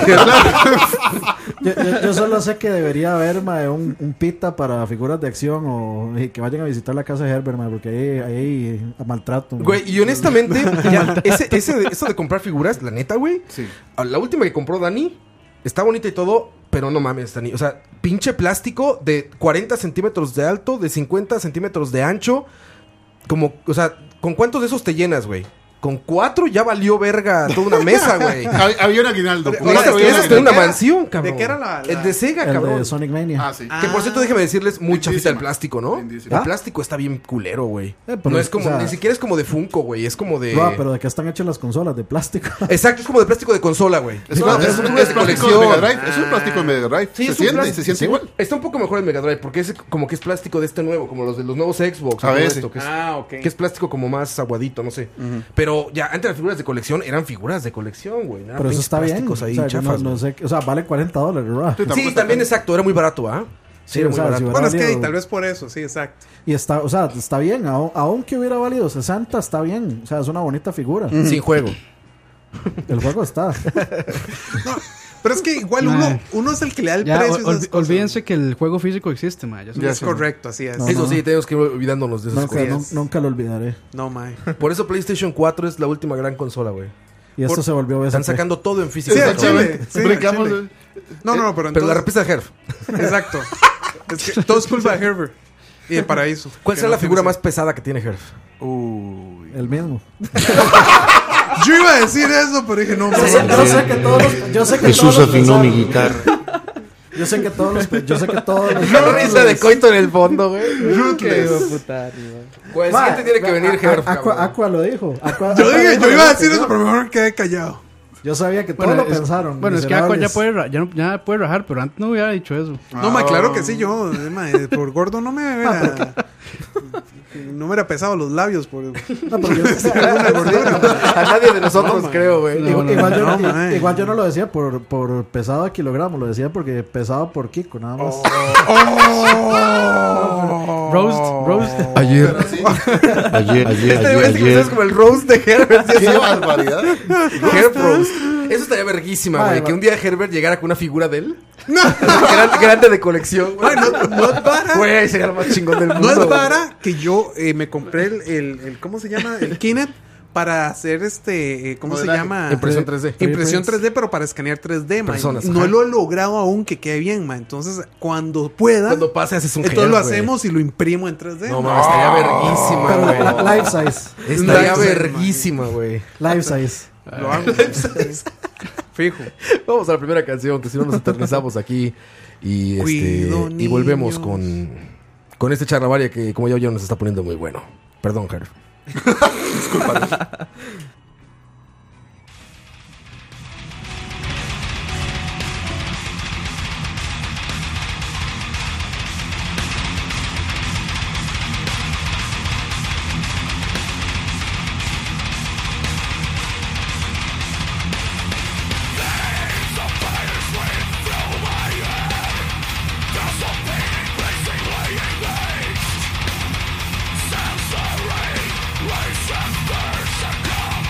S2: Yo, yo- yo solo sé que debería haber, mae, un, un pita para figuras de acción o y que vayan a visitar la casa de Herbert, mae, porque ahí ahí hay maltrato. mae.
S1: Güey, y honestamente, ya, ese, ese de- eso de comprar figuras, la neta, güey.
S3: Sí.
S1: a La última que compró Dani, está bonita y todo, pero no mames, Dani. O sea, pinche plástico de 40 centímetros de alto, de 50 centímetros de ancho. Como, o sea, ¿con cuántos de esos te llenas, güey? Con cuatro ya valió verga toda una mesa, güey.
S3: Hab- Había un aguinaldo.
S5: Pero-
S1: Con
S3: ¿Cómo
S5: Esas-
S1: esas
S3: que había un
S1: tienes
S5: esas
S1: hasta
S5: de
S3: aguinaldo?
S1: una
S5: qué era-
S1: mansión, cabrón.
S5: de qué era la- la-
S1: El de Sega,
S2: el
S1: cabrón.
S2: de Sonic Mania.
S3: Ah, sí.
S1: Que por cierto, déjame decirles, mucha fiesta
S3: Lindísima.
S1: del plástico, ¿no?
S3: Lindísima.
S1: El plástico está bien culero, güey.
S2: Eh, pero
S1: no
S2: es-
S1: es como,
S2: o sea-
S1: ni siquiera es como de Funko, güey. Es como de.
S2: No, pero de qué están hechas las consolas de plástico.
S1: Exacto, es como de plástico de consola, güey.
S3: Es,
S1: No,
S3: una- es,
S1: es
S3: un-
S1: una
S3: es
S1: de
S3: plástico de Mega
S1: colección. Ah,
S3: Drive. Es un plástico de Mega Drive. se
S1: Sí, es un
S3: siente, y
S1: plástico-
S3: se siente
S1: sí.
S3: igual.
S1: Está un poco mejor el Mega Drive porque es como que es plástico de este nuevo, como los de los nuevos Xbox. o
S3: A
S1: todo
S3: veces.
S1: esto, que, es,
S5: Ah, ok.
S1: que es plástico como más aguadito, no sé. Pero ya antes las figuras de colección eran figuras de colección, güey. Eran
S2: Pero eso
S1: pinches
S2: está bien.
S1: plásticos ahí
S2: o sea, yo
S1: chafas,
S2: no, no
S1: güey.
S2: sé, qué- o sea, vale 40 dólares, ¿verdad?
S3: Sí, tampoco
S1: Sí,
S3: está
S1: también
S3: tan-
S1: exacto, era muy barato, ¿ah? Sí,
S2: Sí,
S1: era
S2: o
S1: muy
S2: sea, si
S1: barato.
S2: hubiera
S5: Bueno, es que
S2: valido-
S5: tal vez por eso, sí, exacto.
S2: Y está, o sea, está bien, aun- aunque hubiera valido 60, está bien. O sea, es una bonita figura.
S1: Sin juego.
S2: El juego está.
S5: Pero es que igual
S4: Nah.
S5: uno, uno es el que le da el
S4: Ya,
S5: precio. a
S4: ol-
S5: esas
S4: olvi-
S5: cosas.
S4: olvídense que el juego físico existe, mae. Ya son-
S5: Es correcto, así es.
S1: Eso sí, tenemos que ir olvidándonos de esas
S2: Nunca,
S1: cosas.
S2: nun- nunca lo olvidaré.
S5: No, mae.
S1: Por eso PlayStation 4 es la última gran consola, güey.
S2: Y esto
S5: Por-
S2: se volvió
S1: Están
S2: BSP.
S1: sacando todo en físico.
S5: Sí, al
S1: cabrón.
S5: chile. Sí, al
S3: Brincamos. eh,
S5: chile. No, no, no, pero
S1: Eh, Pero la
S5: entonces.
S1: repisa de Herf.
S5: exacto. Es que todo es culpa de Herbert y de Paraíso.
S1: ¿Cuál
S5: Que
S1: será
S5: no
S1: la figura
S5: tiene
S1: más pesada que tiene Herf?
S3: Uy.
S2: El mismo.
S5: sentido. Yo iba a decir eso, pero dije, no, mae.
S2: Yo sé que todos los- yo sé que todos
S6: Jesús
S2: los
S6: afinó mi
S2: pensaron.
S6: guitarra.
S2: Yo sé que todos los pe- yo sé que todos los-
S1: La risa de coito en el fondo, güey. Ruthless. Pues
S2: Ma,
S1: siguiente tiene que venir
S2: a- a-
S1: Herf.
S2: Aqua,
S1: cabrón.
S2: Aqua lo dijo. Aqua-
S5: Yo,
S2: Aqua
S5: dije,
S2: dijo
S5: yo iba a
S2: lo
S5: decir
S2: que
S5: eso,
S2: yo-
S5: pero mejor quedé callado.
S2: Yo sabía que
S4: Bueno,
S2: todos lo
S4: es-
S2: pensaron.
S4: Bueno, es que Aqua ya
S2: miserables.
S4: puede, ra- ya, no, ya puede rajar, pero antes no hubiera dicho eso.
S5: No, mae, claro que sí, yo, eh, mae, por gordo no me hubiera. No me hubiera pesado los labios por.
S2: No, pero yo-
S1: A nadie de nosotros, creo, güey.
S4: No, no,
S2: Igual, yo,
S5: no, man.
S2: igual yo no lo decía por, por pesado a kilogramos, lo decía porque pesado por Kiko, nada más.
S6: Oh.
S5: Oh.
S4: Roast, roast.
S6: Ayer. Ayer, ayer,
S1: Este
S6: ayer,
S1: este que
S6: ayer.
S1: es como el roast de Herbert. ¿sí?
S3: Qué barbaridad.
S1: Herb roast. Eso estaría verguísima,
S2: Ay,
S1: güey.
S2: va.
S1: Que un día Herbert llegara con una figura de él. Grande, grande de colección, güey. Güey, sería el más chingón del mundo.
S5: No es
S1: güey.
S5: para que yo eh, me compré el, el, el- ¿cómo se llama? El Kinect para hacer este, eh, ¿cómo se
S8: Modelaje.
S5: llama?
S1: Impresión 3D.
S5: Impresión 3D, pero para escanear 3D, man.
S1: Personas,
S5: no
S1: ajá.
S5: lo he logrado aún que quede bien, man. Entonces, cuando pueda,
S1: Cuando pase haces un
S5: entonces lo
S1: hair, güey.
S5: hacemos ¿eh? y lo imprimo en 3D.
S1: No,
S5: man.
S1: mames, estaría verguísima,
S6: Ah,
S2: Pero
S1: güey.
S2: la- life size.
S1: Estaría
S5: Life size,
S1: verguísima, güey.
S2: Life size.
S5: Lo hago. Fijo.
S1: Vamos a la primera canción, que si no nos eternizamos aquí. Y, este,
S5: Cuido
S1: y volvemos
S5: niños.
S1: con, con este charlavaria que, como ya oyeron, nos está poniendo muy bueno. Perdón, Harry.
S9: Sunburst succumb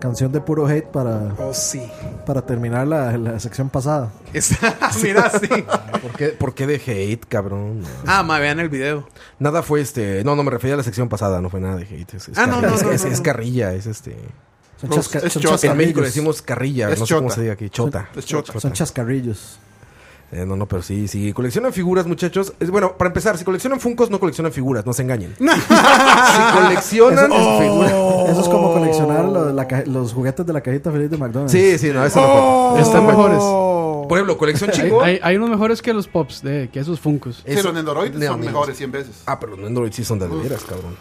S2: canción de puro hate para,
S5: Oh, sí.
S2: para terminar la, la sección pasada.
S5: Está- mira, sí.
S1: ¿Por qué, ¿Por qué de hate, cabrón?
S5: Ah, ma, vean el video.
S1: Nada fue este. No, no, me refería a la sección pasada, no fue nada de hate. Es, es
S5: Ah, no,
S1: carrilla,
S5: no,
S1: es,
S5: no,
S1: es-
S5: no,
S1: es
S5: no.
S1: carrilla, es este.
S2: Son,
S3: Bro,
S2: chasca-
S3: es
S2: son
S3: chota.
S1: En México
S2: chascarrillos.
S1: le decimos carrilla,
S3: Es
S1: no sé cómo
S3: chota.
S1: se diga aquí, chota.
S3: Es chota.
S2: Son chascarrillos.
S1: Eh, no, no, pero sí, sí. Coleccionan figuras, muchachos. Es, bueno, para empezar, si coleccionan Funcos, no coleccionan figuras, no se engañen. si coleccionan.
S4: Oh.
S2: Eso es como coleccionar lo- la caja- los juguetes de la cajita feliz de McDonald's.
S1: Sí, sí, no, eso no cuenta.
S4: Están mejores.
S1: Por ejemplo, colección
S4: Hay,
S1: chingón.
S4: hay- hay unos mejores que los pops, de, que esos Funcos.
S3: Sí, los nendoroides son mejores 100 veces.
S1: Ah, pero los Android sí son de de veras, cabrón.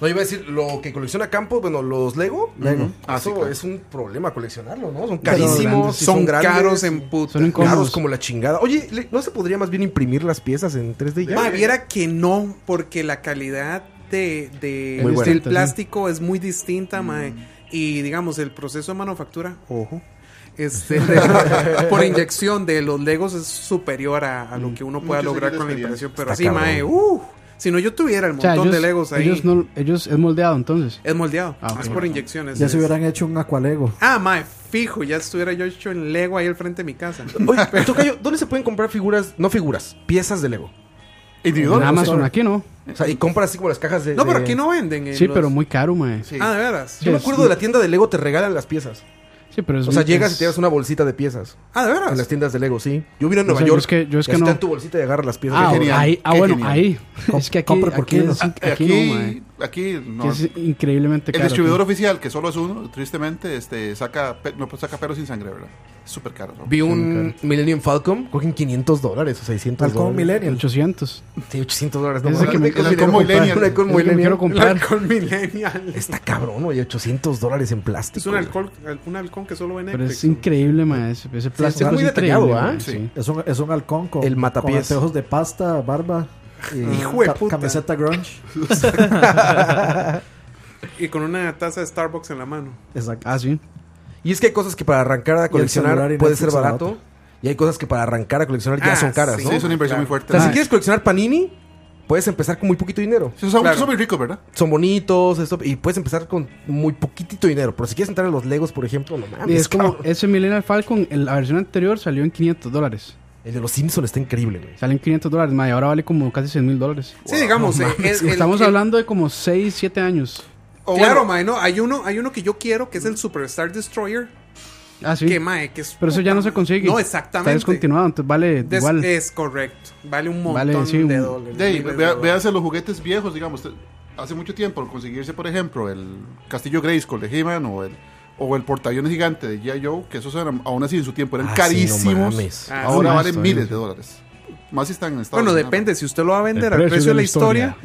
S1: No, iba a decir, lo que colecciona Campo, bueno, los Lego.
S2: Lego.
S1: Ujú.
S3: Ah, sí,
S1: Eso
S3: claro.
S1: es un problema coleccionarlo, ¿no? Son
S5: Pero
S1: carísimos, y
S5: son,
S1: son, grandes,
S5: caros en puta.
S4: Son incómodos.
S1: caros como la chingada. Oye, le- ¿no se podría más bien imprimir las piezas en Ah, 3D ya?
S5: Ma, viera que no, porque la calidad de, de
S1: Muy
S5: del
S1: buena.
S5: plástico es muy distinta, mae.
S4: Mm.
S5: Y digamos, el proceso de manufactura, ojo, este, de- por inyección de los Legos es superior a, a
S4: Mm.
S5: lo que uno pueda
S3: Muchos
S5: lograr
S3: años
S5: con
S3: de
S5: la impresión. Pero
S1: Está
S5: así, mae,
S1: cabrón.
S5: uh, si no yo tuviera el
S4: O
S5: montón
S4: sea, ellos,
S5: de Legos ahí,
S4: ellos, no, ellos es moldeado entonces.
S5: es moldeado,
S4: Ah, ok.
S5: es por inyecciones.
S2: Ya
S5: es-
S2: se hubieran hecho un aqualego.
S5: Ah, mae, fijo, ya estuviera yo hecho en Lego ahí al frente de mi casa.
S1: Oye, Tocayo, ¿dónde se pueden comprar figuras, no figuras, piezas de Lego?
S4: En
S3: Individual.
S4: Amazon aquí no.
S1: O sea, y compras así como las cajas de.
S5: No, pero
S1: de-
S5: aquí no venden. en
S4: Sí,
S5: los-
S4: pero muy caro, mae. Sí,
S3: Sí.
S5: Ah, de veras.
S1: Yo me acuerdo de la tienda de Lego, te regalan las piezas.
S4: pero es
S1: O sea,
S4: muy-
S1: llegas
S4: es-
S1: y te das una bolsita de piezas.
S5: Ah, de
S1: En
S5: veras.
S1: las tiendas de Lego, sí. Yo vine a
S4: O
S1: Nueva
S4: sea, yo
S1: York.
S4: es que- yo es
S1: y
S4: que
S1: así
S4: no.
S1: está en tu bolsita y agarras las piezas.
S4: Ah,
S1: Qué
S3: genial,
S4: ahí, ah
S3: qué
S4: bueno,
S3: genial. Ah,
S4: ahí. Es que aquí,
S2: Compre por
S4: aquí,
S2: kilo.
S4: es, aquí no, mae.
S3: Eh, Aquí, aquí no.
S4: Aquí es
S3: El
S4: increíblemente caro.
S3: distribuidor
S4: aquí.
S3: oficial, que solo es uno, tristemente, este, saca, pe- no, pues, saca pelos sin sangre, ¿verdad? Es súper caro. ¿no?
S1: Vi un Millennium Falcon, cogen 500 dólares o 600
S2: Falcón
S1: dólares.
S2: Millennial.
S4: 800.
S1: Sí, 800 dólares.
S4: Ese
S1: mames.
S4: que me-
S1: Con
S3: el combo millennial.
S1: Un alcohol
S4: Es que me
S1: millennial.
S4: quiero comprar.
S5: Alcohol millennial.
S1: Está cabrón, güey. 800 dólares en plástico.
S5: Es un
S1: güey.
S5: alcohol, un halcón que solo ven en
S4: Pero es
S5: Netflix.
S4: increíble, mae. Ese, ese plástico
S1: muy
S4: es
S1: detallado,
S4: increíble.
S1: ¿ah?
S4: mae,
S3: Sí.
S4: sí.
S2: Es un, es un halcón con,
S1: El
S2: con
S1: matapiés.
S2: anteojos de pasta, barba y
S5: Hijo de
S2: ca-
S5: puta.
S2: camiseta grunge.
S5: Y con una taza de Starbucks en la mano.
S2: Exacto.
S4: Ah, sí.
S1: Y es que hay cosas que para arrancar a
S2: celular
S1: coleccionar
S2: y
S1: puede
S2: Netflix
S1: ser
S2: a la
S1: barato. Y hay cosas que para arrancar a coleccionar ya
S5: Ah,
S1: son caras,
S5: sí.
S1: ¿no?
S3: Sí, es una inversión
S5: Claro.
S3: muy
S1: O
S3: fuerte.
S1: sea, si
S4: Ah.
S1: quieres coleccionar Panini, puedes empezar con muy poquito dinero.
S3: Sí, son,
S5: Claro.
S3: son muy ricos, ¿verdad?
S1: Son bonitos, esto, y puedes empezar con muy poquitito dinero. Pero si quieres entrar a los Legos, por ejemplo, no mames.
S4: Y es como
S1: Ah, pues, cabrón.
S4: ese Millennial Falcon, el- la versión anterior salió en 500 dólares.
S1: El de los Simpsons está increíble, güey.
S4: Salen 500 dólares, mae. Ahora vale como casi 100 mil dólares.
S5: Sí, digamos. eh, es- el-
S4: Estamos
S5: el-
S4: hablando de como 6, 7 años.
S5: o Claro, mae, no. Hay uno, hay uno que yo quiero que es el Superstar Destroyer.
S4: Ah, sí.
S5: Que mae, que es.
S4: Pero eso ya no se consigue.
S5: No, exactamente.
S4: Está descontinuado, entonces vale
S5: Des-
S4: igual.
S5: Es correcto. Vale un montón
S4: Vale, sí,
S5: de
S4: un-
S5: dólares.
S3: De ahí,
S5: miles de
S3: vea-
S5: dólares.
S3: véase los juguetes viejos, digamos. te- Hace mucho tiempo, al conseguirse, por ejemplo, el Castillo Grayskull de He-Man o el, o el portaaviones gigante de G.I. Joe, que esos eran, aún así en su tiempo eran
S1: Ah, sí, no
S3: carísimos.
S1: mames.
S5: Ah,
S3: ahora
S4: sí,
S3: valen
S4: estoy-
S3: miles de dólares. Más si están en Estados
S5: Bueno,
S3: Unidos.
S5: depende. Si usted lo va a vender al precio de la historia,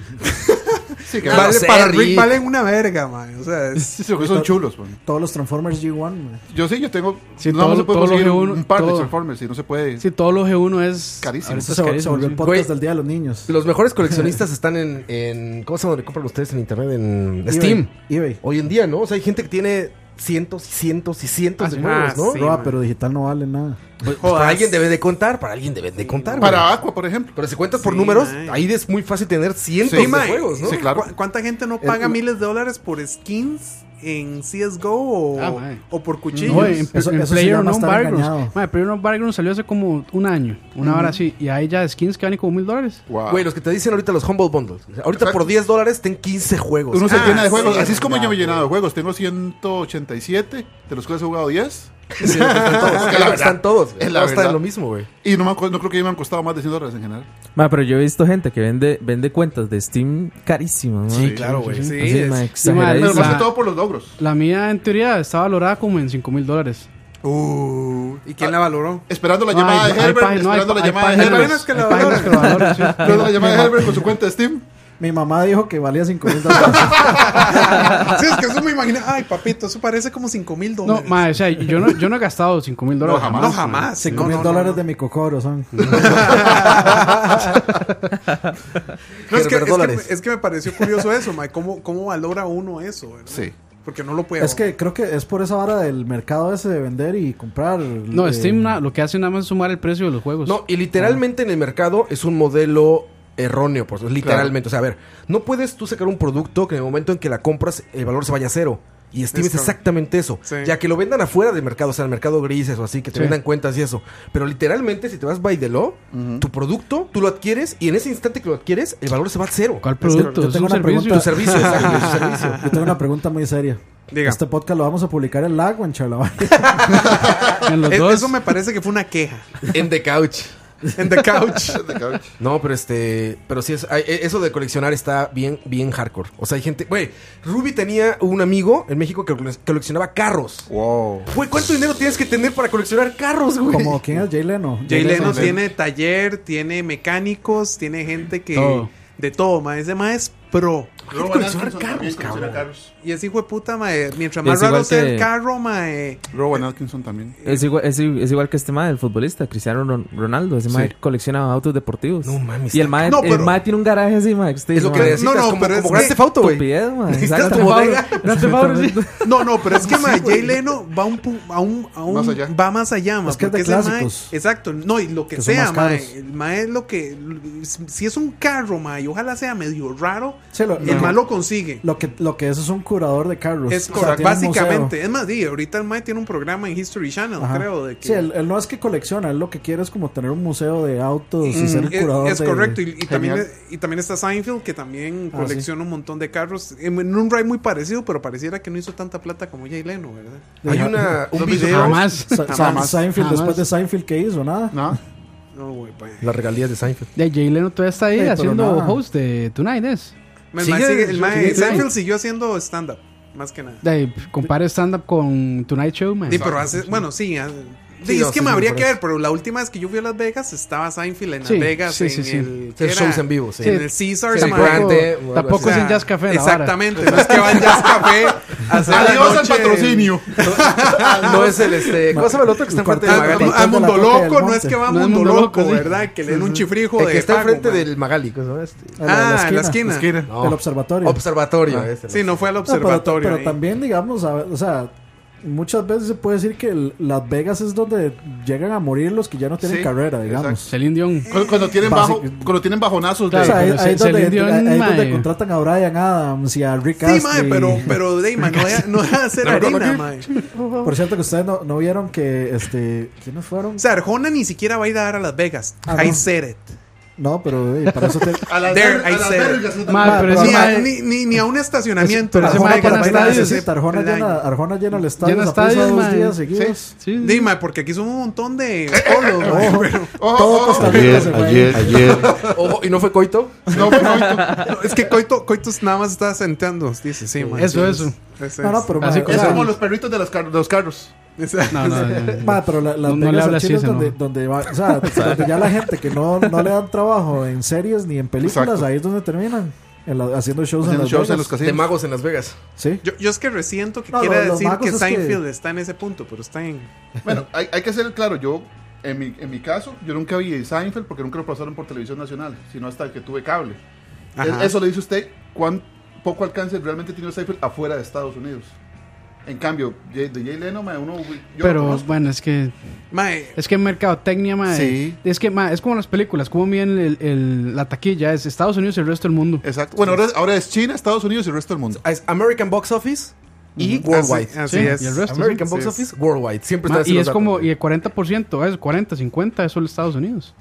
S3: Sí,
S4: Ah,
S3: que
S5: vale,
S1: No sé,
S5: para
S1: Rick.
S5: Rick valen una verga, mae. O sea, es.
S3: Sí, sí, que son chulos, man.
S2: Todos los Transformers G1. man.
S3: Yo sí, yo tengo.
S4: Sí,
S3: no
S4: todo-
S3: se puede
S4: todo lo
S3: conseguir
S4: que
S3: un,
S4: uno-
S3: un par de
S4: todo.
S3: Transformers si no se puede.
S4: Sí, todos los G1 es.
S3: Carísimo.
S4: ahorita
S2: Eso
S4: es
S2: se, se
S4: carísimo,
S2: volvió
S4: sí.
S2: el podcast
S1: Güey.
S2: del Día de los Niños.
S1: Los mejores coleccionistas están en, en. ¿Cómo se llama donde compran ustedes en internet? En
S2: eBay,
S1: Steam.
S2: eBay.
S1: Hoy en día, ¿no? O sea, hay gente que tiene cientos y cientos y cientos
S4: Ah,
S1: de
S4: sí.
S5: Ah,
S1: juegos, ¿no?
S5: sí.
S2: Roa,
S5: man.
S2: pero digital no vale nada.
S1: Pues, para alguien debe de contar, para alguien debe de contar. güey.
S3: Para Aqua, por ejemplo.
S1: Pero si cuentas por
S5: Sí,
S1: números,
S5: mae.
S1: ahí es muy fácil tener cientos
S3: Sí,
S1: de
S5: mae.
S1: juegos, ¿no?
S3: Sí, claro.
S5: ¿Cu- ¿Cuánta gente no paga
S2: El-
S5: miles de dólares por skins en CSGO o,
S4: Ah, mae.
S5: o por cuchillos?
S4: No, en,
S2: Eso-
S4: en
S2: eso se
S4: Player
S2: llama
S4: No
S2: estar engañado.
S4: Battlegrounds. Madre, Player No Battlegrounds salió hace como un año, una hora así. Y hay ya skins que valen como mil dólares.
S3: Wow.
S1: Güey, los que te dicen ahorita los Humble Bundles. Ahorita
S3: Exacto.
S1: por 10 dólares ten 15 juegos.
S3: Uno se
S5: Ah,
S3: llena de juegos.
S5: sí,
S3: Así es como yo me he
S5: güey.
S3: llenado de juegos. Tengo 187, de los cuales he jugado 10.
S1: Sí, no, están todos.
S3: Es la
S1: Están
S3: verdad.
S1: todos. güey.
S3: Es la
S1: Todos están
S3: verdad.
S1: en lo mismo, güey.
S3: Y no, me, acu- no creo que me han costado más de 100 dólares en general.
S7: Ma, pero yo he visto gente que vende, vende cuentas de Steam carísimas, ¿no?
S1: Sí, claro, güey.
S5: Sí,
S7: Así,
S5: es-
S7: ma,
S4: Ahí
S3: Pero
S7: exageradísimas.
S4: está.
S3: más que todo por los logros.
S4: La mía, en teoría, está valorada como en 5 mil dólares.
S5: Uh, ¿Y quién la valoró?
S3: Esperando la
S4: Ay,
S3: llamada
S4: hay
S3: de Herbert.
S4: páginas- no, hay
S3: esperando la
S4: pa- hay
S3: llamada de
S4: páginas-
S3: Herbert.
S5: Apenas que la
S4: hay páginas que lo valoran, sí.
S3: Esperando la llamada de Herbert con su cuenta de Steam.
S2: Mi mamá dijo que valía 5 mil dólares.
S5: Sí, es que eso me imagino. Ay, papito, eso parece como 5 mil
S4: No,
S5: dólares.
S4: madre, o sea, yo no, yo no he gastado 5 mil dólares.
S3: jamás.
S5: No,
S4: mae.
S5: jamás.
S2: 5
S5: No,
S2: mil
S5: no,
S2: dólares
S5: no,
S2: de mi cocoro son.
S5: No, es, que, es,
S1: Gerber dólares.
S5: que, es que me pareció curioso eso, Mae. ¿Cómo, ¿Cómo valora uno eso? verdad?
S3: Sí.
S5: Porque no lo puede.
S2: es que creo que es por esa vara del mercado ese de vender y comprar.
S4: No,
S2: eh,
S4: Steam na- lo que hace nada más es sumar el precio de los juegos.
S1: No, y literalmente en el mercado es un modelo erróneo, por supuesto, literalmente. O sea, a ver, no puedes tú sacar un producto que en el momento en que la compras el valor se vaya a cero. Y Steam es,
S5: Es como-
S1: exactamente eso.
S5: Sí.
S1: Ya que lo vendan afuera del mercado, o sea, en el mercado grises o así, que te
S4: Sí.
S1: vendan cuentas y eso. Pero literalmente, si te vas by the law, tu producto, tú lo adquieres y en ese instante que lo adquieres, el valor se va a cero.
S4: ¿Cuál producto?
S2: yo
S4: Es
S2: tengo
S4: un
S2: una
S4: servicio.
S1: Tu servicio, exacto, tu servicio.
S2: Yo tengo una pregunta muy seria.
S5: Diga.
S2: Este podcast lo vamos a publicar en Lago, en Charlavaria.
S4: En los
S5: Es-
S4: dos.
S5: E, Eso me parece que fue una queja.
S1: En The Couch.
S5: En The Couch.
S3: De couch.
S1: No, pero este, pero sí es, hay- eso de coleccionar está bien, bien hardcore. O sea, hay gente, güey, Ruby tenía un amigo en México que cole- coleccionaba carros.
S3: Wow.
S1: Güey, ¿cuánto dinero tienes que tener para coleccionar carros, güey?
S2: Como, ¿quién es Jay Leno?
S5: Jay Leno
S3: Leno.
S5: tiene taller, tiene mecánicos, tiene gente que.
S4: Todo.
S5: De todo, ma. Ese ma es pro.
S1: Rowan colecciona Atkinson carros, también colecciona cabrón.
S5: Y ese hijo de puta, ma. eh, Mientras
S7: Y
S5: más
S7: es
S5: raro
S7: igual
S5: sea el
S7: que-
S5: carro, ma. eh,
S3: Rowan Atkinson también.
S7: Es igual, es, i- es igual que este mae, el futbolista, Cristiano Ron- Ronaldo. Ese mae colecciona autos deportivos.
S1: No mames,
S7: Y el
S1: está
S7: mae,
S5: ca- No,
S7: el
S5: pero-
S7: mae tiene un garaje así, mae. usted
S1: es lo
S7: dice,
S1: que
S7: mae,
S1: necesitas,
S5: no, no,
S1: como,
S5: pero es
S1: como Grand
S5: que-
S1: Theft Auto, güey. Este
S7: estupidez, mae.
S1: Necesitas
S7: Exacto. Este
S1: tu bodega.
S7: Grande Theft Auto, sí.
S5: No, no, pero es que ma, Jay Leno va un, pu- a un, a un-
S3: Más allá.
S5: va más allá, ma,
S2: Es que es de
S5: porque ese ma-
S2: clásicos.
S5: exacto, no, y lo que,
S2: Que son
S5: sea,
S2: más
S5: ma,
S2: caros.
S5: el ma es lo que si es un carro, ma, y ojalá sea medio raro,
S2: Sí, lo-
S5: el
S2: lo-
S5: ma lo consigue.
S2: Lo que, lo que es es un curador de carros.
S5: es
S2: O sea,
S5: correcto,
S2: tiene un
S5: básicamente,
S2: museo.
S5: es más, di, ahorita el ma tiene un programa en History Channel,
S2: Ajá.
S5: creo, de que
S2: Sí, él, él no es que colecciona, él lo que quiere es como tener un museo de autos y ser el
S5: Mm, es,
S2: curador
S5: es
S2: de-
S5: correcto, y, y también,
S3: Genial.
S5: y también está Seinfeld, que también
S2: Ah,
S5: colecciona un montón de carros, en, en un ride muy parecido, pero pareciera que no hizo tanta plata como Jay Leno, ¿verdad?
S1: Hay una, un
S3: Los
S1: video.
S3: videos.
S4: Jamás.
S2: Sa- Sa-
S3: Jamás.
S2: Seinfeld,
S4: Jamás.
S2: después de Seinfeld, ¿qué hizo? Nada.
S3: No,
S5: No, güey, pues. pa.
S1: Las regalías de Seinfeld.
S4: Ya, Jay Leno todavía está ahí
S2: Sí, pero
S4: haciendo
S2: nada.
S4: host de Tonight, ¿es?
S5: El
S1: Sigue-
S5: ma sigue- el ma-
S1: sigue-
S5: Seinfeld siguió haciendo stand-up, más que nada.
S4: De ahí, compare stand-up con Tonight Show, man.
S5: Sí, pero hace, bueno, sí. hace-
S1: Sí,
S5: sí,
S1: no,
S5: es que
S1: sí,
S5: me
S1: sí,
S5: habría
S1: por
S5: que
S1: eso.
S5: ver, pero la última vez que yo fui a Las Vegas estaba Seinfeld en Las
S4: Sí,
S5: Vegas,
S4: sí,
S5: en
S4: sí, sí.
S5: el...
S1: Hacer
S5: ¿qué
S1: shows
S5: era?
S1: en vivo, sí.
S5: En el Caesars,
S1: Sí,
S5: ma,
S1: Grand
S5: o
S4: tampoco,
S1: Grande, o algo
S4: tampoco
S1: así.
S4: es
S5: sea,
S4: en Jazz Café. la vara.
S5: Exactamente, no es que va en Jazz Café. a hacer la
S3: Adiós al
S5: noche-
S3: patrocinio.
S1: no es el este. ¿Cómo se llama el otro que está enfrente de
S5: A-
S1: Magali?
S5: A, a Mundo Loco, no es que va a
S4: No es
S5: Mundo
S4: Mundo Loco,
S5: Loco,
S4: sí.
S5: ¿verdad? Que le den un chifrijo
S1: El
S5: de
S1: que está
S5: pago,
S1: enfrente
S5: ma.
S1: del Magali. ¿cómo se llama este?
S2: A
S5: Ah, en la esquina.
S3: Esquina.
S1: No.
S2: El observatorio.
S1: Observatorio.
S2: Ah.
S1: ese,
S5: Sí, no fue al
S2: No, pero-
S5: observatorio.
S2: pero,
S5: ahí.
S2: también, digamos, a- o sea, muchas veces se puede decir que el- Las Vegas es donde llegan a morir los que ya no tienen
S3: Sí,
S2: carrera, digamos.
S4: Celine Dion.
S3: Cuando, cuando tienen bajo,
S2: Basic-
S3: cuando tienen bajonazos de
S2: O sea,
S4: Claro.
S2: ahí,
S4: pero
S2: ahí
S4: Se-
S2: donde,
S4: Celine Dion,
S2: ahí donde
S4: mae.
S2: contratan a Brian Adams y a Rick
S5: Sí,
S2: Astley.
S5: mae, pero, pero, de, ma, no deja- no deja de hacer
S1: La verdad,
S5: harina,
S1: no
S5: mae.
S2: Por cierto, que ustedes no, no vieron que, este, ¿quiénes fueron?
S5: O sea, Arjona ni siquiera va a ir a dar a Las Vegas.
S2: Ah,
S5: I
S2: no.
S5: said it.
S2: No, pero eh, para eso te...
S3: A las
S5: There,
S3: ver- a
S5: I
S3: las
S5: said it.
S3: vergas, no te-
S4: Ma, pero
S2: Pero
S4: ese
S5: ni, a,
S4: mae-
S5: ni, ni, ni a un estacionamiento.
S4: Pero ese
S5: mae
S4: que
S2: Arjona,
S5: para
S2: para
S4: las
S5: bailar
S2: llena,
S4: estadios,
S5: ese
S2: necesita, Arjona,
S5: plan.
S2: llena, Arjona llena el estadio.
S4: Llena
S2: se puso
S4: estadios,
S2: dos
S4: mae.
S2: días seguidos.
S4: Sí, sí.
S5: Sí, mae, porque aquí son un montón de polos, mae, pero-
S3: Oh,
S2: Todo
S3: oh,
S2: Costa Rica
S6: Ayer,
S2: se fue.
S6: ayer, ayer.
S1: Ojo, ¿y no fue coito?
S3: No, fue coito.
S5: No, Oh, es que Coito, Coitos nada más está sentando. Dice, sí, mae.
S4: Eso,
S5: Sí,
S4: eso.
S5: es- es-
S2: No, no, pero
S4: Así
S2: mae, o
S4: como
S3: Es
S2: sea,
S3: como los perritos de los, car- de los carros.
S5: es-
S4: No, no, no, no.
S2: mae, pero la- las
S4: No- no le
S2: Vegas al
S4: hablas
S2: Chile
S4: así,
S2: es donde,
S4: no.
S2: donde va, o sea, donde ya la gente que no, no le dan trabajo en series ni en películas,
S3: Exacto.
S2: ahí es donde terminan, en la- haciendo shows
S3: Hacen
S2: en las
S3: shows en los
S2: Vegas.
S1: De
S3: casinos.
S1: magos en Las Vegas.
S2: Sí.
S5: Yo, yo es que resiento que
S2: No,
S5: quiera
S2: lo- los
S5: decir
S2: magos
S5: que
S2: es que-
S5: Seinfeld está en ese punto, pero está en.
S3: Bueno, hay, hay que ser claro, yo, en mi, en mi caso, yo nunca vi Seinfeld porque nunca lo pasaron por televisión nacional, sino hasta que tuve cable.
S5: Ajá.
S3: Es- Eso le dice usted cuán poco alcance realmente tiene Seinfeld afuera de Estados Unidos. En cambio, Jay- de Jay Leno, mae, uno, yo lo
S4: Pero
S3: conozco.
S4: bueno, es que
S5: Mae,
S4: es que mercadotecnia, mae.
S3: Sí.
S4: Es que mae, es como las películas, como miden el- el- la taquilla, es Estados Unidos y el resto del mundo.
S3: Exacto. Bueno, ahora, ahora es China, Estados Unidos y el resto del
S5: Ah,
S3: mundo.
S1: Es American Box Office y Worldwide.
S5: así, así
S4: Sí,
S5: es.
S4: y el resto,
S1: American
S5: sí.
S1: Box
S5: Sí,
S1: Office, Worldwide. Siempre
S4: Ma,
S1: está
S4: y es como y el 40%, es 40, 50, eso es Estados Unidos.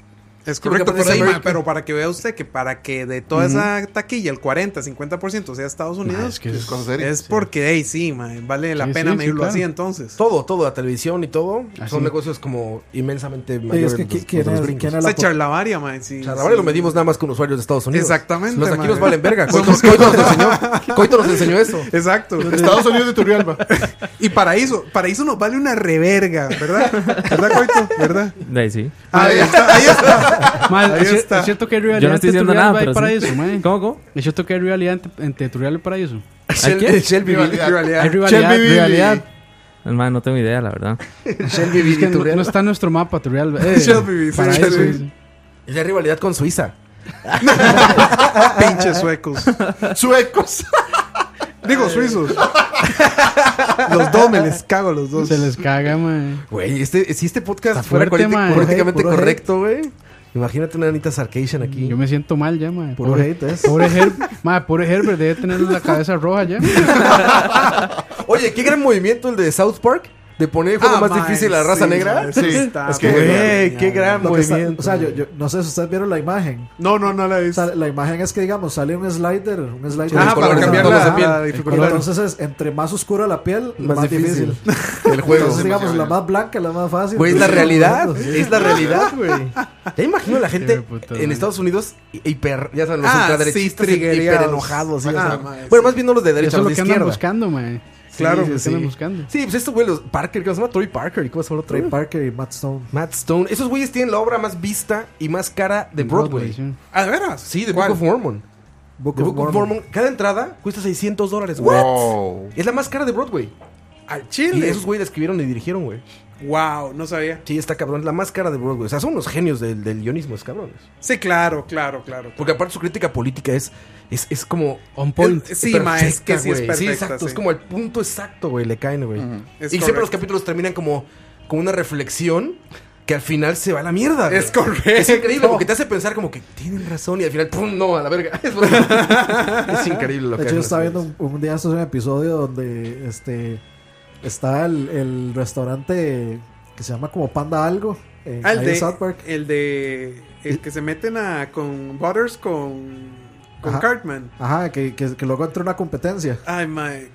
S5: Es
S1: porque
S5: correcto,
S1: parece
S5: por ahí, mae,
S1: American.
S5: pero para que vea usted que para que de toda esa taquilla el 40, 50% sea Estados Unidos,
S4: es que
S3: Es cosa seria.
S5: es porque, hey, sí, mae, vale la
S4: Sí, sí,
S5: pena
S4: sí,
S5: medirlo
S4: claro.
S5: así entonces.
S1: Todo, todo, la televisión y todo.
S4: Así.
S1: Son negocios como inmensamente
S2: Sí,
S1: mayores.
S2: es que
S1: los-
S2: qui- ¿quién
S1: los
S2: es,
S1: gringos.
S2: quién es la
S5: Esa charlavaria, mae, sí.
S1: O sea, ahora lo
S5: sí.
S1: medimos nada más con usuarios de Estados Unidos.
S5: Exactamente,
S1: Los de aquí
S5: madre.
S1: nos valen verga. Coito,
S5: Somos-
S1: Coito nos enseñó, Coito nos enseñó eso.
S5: Exacto.
S3: Estados Unidos de Turrialba.
S5: Y Paraíso, Paraíso nos vale una reverga, ¿verdad? ¿Verdad, Coito? ¿Verdad?
S7: De ahí sí.
S5: Ahí está, ahí está.
S4: Ma,
S5: Ahí
S4: es, cier-
S5: está.
S4: es cierto que hay rivalidad
S7: Yo no estoy
S4: entre
S7: diciendo
S4: Turrialba
S7: nada,
S4: y
S7: pero
S4: Paraíso,
S7: sí.
S4: mae.
S7: ¿Cómo, cómo?
S4: Es cierto que hay rivalidad ent- entre Turrialba y Paraíso.
S1: Shelby,
S7: quién?
S1: Shelby,
S3: Rivalidad.
S4: Hay
S1: eh, rivalidad.
S4: rivalidad,
S3: Shelby Billy.
S4: rivalidad.
S7: El mae, no tengo idea, la verdad.
S1: Shelby,
S4: Es que no,
S1: Turrialba.
S4: no está en nuestro mapa, Turrialba. Eh,
S5: Shelby, sí,
S4: Paraíso,
S5: Shelby.
S4: sí.
S1: Es de rivalidad con Suiza.
S5: Pinches suecos.
S3: Suecos.
S5: Digo, suizos. Los dos, me les cago a los dos.
S4: Se les caga, mae.
S1: Güey, este, si este podcast
S4: Está
S1: fuera
S4: fuerte,
S1: politi-
S4: man.
S1: políticamente
S2: Puro hate, puro
S1: correcto, güey. Imagínate una Anitas Arcation aquí.
S4: Yo me siento mal ya, mae.
S2: Puro
S4: Pobre,
S2: hate es.
S4: pobre, Her mae, pobre Herbert debe tener la cabeza roja ya.
S1: Oye, qué gran movimiento el de South Park. De poner el juego
S5: Ah,
S1: más
S5: mae,
S1: difícil a la
S5: sí,
S1: raza negra.
S5: mae,
S3: Sí,
S5: está
S3: es que-
S5: muy
S1: Güey,
S5: genial,
S1: qué gran
S2: Lo que está-
S1: movimiento.
S2: o sea, yo, yo no sé si ustedes vieron la imagen.
S3: No, no, no la
S2: O
S3: es.
S2: sea, la imagen es que, digamos, sale un slider. Un slider
S5: Ah, para
S1: Los colores
S5: cambiar
S1: de
S5: la,
S1: piel.
S5: la dificultad.
S2: Entonces es entre más oscura la piel, más, difícil.
S1: El juego.
S2: Entonces, digamos, la
S3: demasiado
S2: más blanca, la más fácil.
S1: Güey, es la
S2: Sí,
S1: realidad.
S2: sí.
S1: Es la realidad, güey. Ya imagino a la gente
S4: me puto,
S1: en
S4: güey.
S1: Estados Unidos hi- hiper, ya saben, los
S5: Ah,
S1: ultraderechistas
S5: sí,
S1: hiper
S5: trigueados.
S1: enojados. sí, ya
S5: Ah,
S1: saben.
S5: mae,
S1: bueno,
S5: sí.
S1: más bien no los de derecha,
S4: Eso es
S1: los
S4: lo
S1: de
S4: que andan
S1: izquierda.
S4: buscando, mae. Sí,
S1: Claro, sí,
S4: lo que andan
S1: sí.
S4: buscando.
S1: Sí, pues estos güey, los Parker, ¿cómo se llama? Troy Parker, ¿y cómo se llama
S2: Trey
S1: Troy
S2: Parker y Matt Stone.
S1: Matt Stone. Esos güeyes tienen la obra más vista y más cara de
S4: En
S1: Broadway.
S4: sí.
S5: Ah, ¿de veras?
S1: Sí, de Book
S5: ¿Cuál?
S1: of Mormon.
S2: Book,
S1: The
S2: of,
S1: Book of
S2: Mormon.
S1: Mormon. Cada entrada cuesta 600 dólares. What?
S3: Wow.
S1: Es la más cara de Broadway.
S5: Al
S1: Y
S5: chile.
S1: esos güeyes la escribieron y dirigieron, güey.
S5: Wow, no sabía.
S1: Sí, está cabrón. Es la más cara de Broadway. O sea, son unos genios del, del guionismo, es cabrones.
S5: Sí, claro, claro, claro.
S1: Porque aparte su crítica política es, es, es como...
S4: On point.
S5: Es- sí,
S1: perfecta,
S5: ma, es que sí es
S1: güey.
S5: perfecta.
S1: exacto.
S5: sí.
S1: Es como el punto exacto, güey. Le caen, güey.
S3: Ujú.
S1: Y
S5: Es
S1: siempre los
S5: correcto.
S1: capítulos terminan como, como una reflexión que al final se va a la mierda. güey.
S5: Es correcto.
S1: Es increíble porque te hace pensar como que tienen razón y al final, ¡pum! No, a la verga. Es, es increíble lo
S2: De
S1: que
S2: hecho,
S1: hacen
S2: yo estaba
S1: los
S2: viendo un, un día, esto es un episodio donde este está el, el restaurante que se llama como Panda Algo. eh,
S5: Ah, el
S2: ahí
S5: de,
S2: en South Park.
S5: el de. El que se meten a. Con Butters con. Con
S2: Ajá.
S5: Cartman.
S2: Ajá, que, que, que luego entra una competencia.
S5: Ay, mae.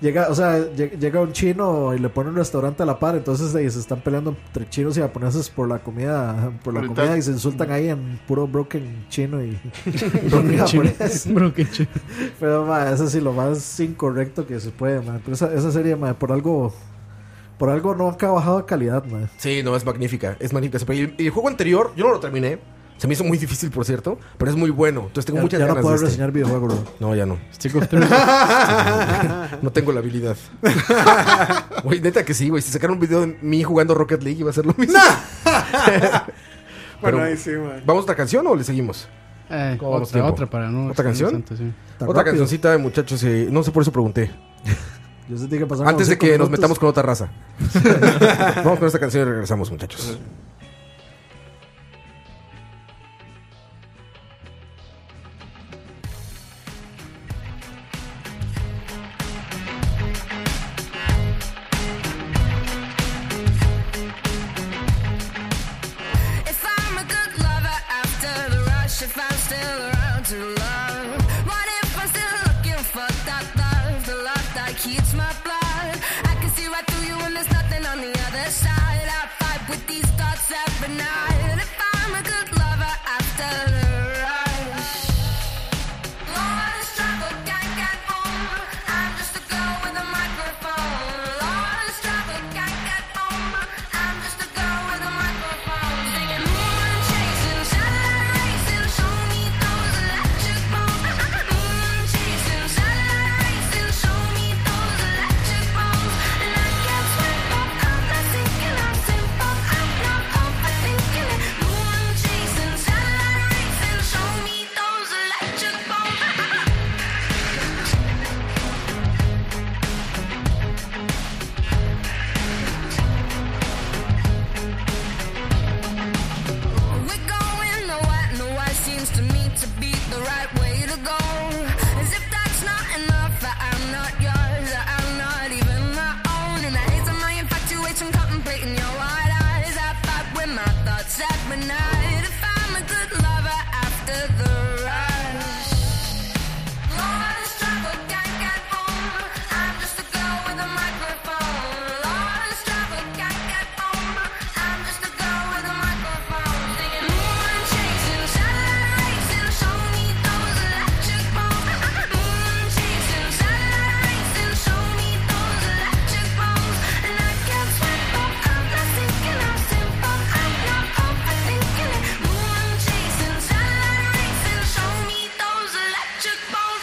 S2: Llega, o sea, lle- llega un chino y le pone un restaurante a la par, entonces eh, se están peleando entre chinos y japoneses por la comida, por la
S3: Ahorita-
S2: comida y se insultan ahí en puro broken chino y, broken japonés.
S4: Bro, qué chido.
S2: Pero ma, eso sí lo más incorrecto que se puede, ma. Pero esa, esa serie, ma, por algo por algo nunca ha bajado de calidad, ma.
S1: Sí, no, es magnífica. Es magnífica. Pero el, el juego anterior, yo no lo terminé. Se me hizo muy difícil, por cierto. Pero es muy bueno. Entonces tengo
S2: Ya,
S1: muchas
S2: ya no
S1: ganas
S2: puedo
S1: de este.
S2: reseñar videojuegos, bro.
S1: No, ya no.
S4: Stick of Truth.
S1: No tengo la habilidad. Güey, neta que sí, güey. Si sacaron un video de mí jugando Rocket League, iba a ser lo mismo.
S5: Bueno,
S1: Pero-
S5: ahí sí, mae.
S1: ¿Vamos a otra canción o le seguimos?
S4: Eh,
S1: ¿Cómo vamos
S4: otra,
S1: tiempo?
S4: otra para no.
S1: ¿Otra canción?
S4: tanto, sí.
S2: Tan
S1: otra
S2: rápido.
S1: cancioncita de muchachos. eh, no sé por eso pregunté.
S2: Yo sentí que pasaron
S1: Antes
S2: como
S1: de que
S2: cinco
S1: nos
S2: minutos.
S1: metamos con otra raza. Vamos con esta canción y regresamos, muchachos.
S10: If I'm a good lover after the rush, if I'm still around to love, what if I'm still looking for that love, the love that heats my blood? I can see right through you, and there's nothing on the other side. I fight with these thoughts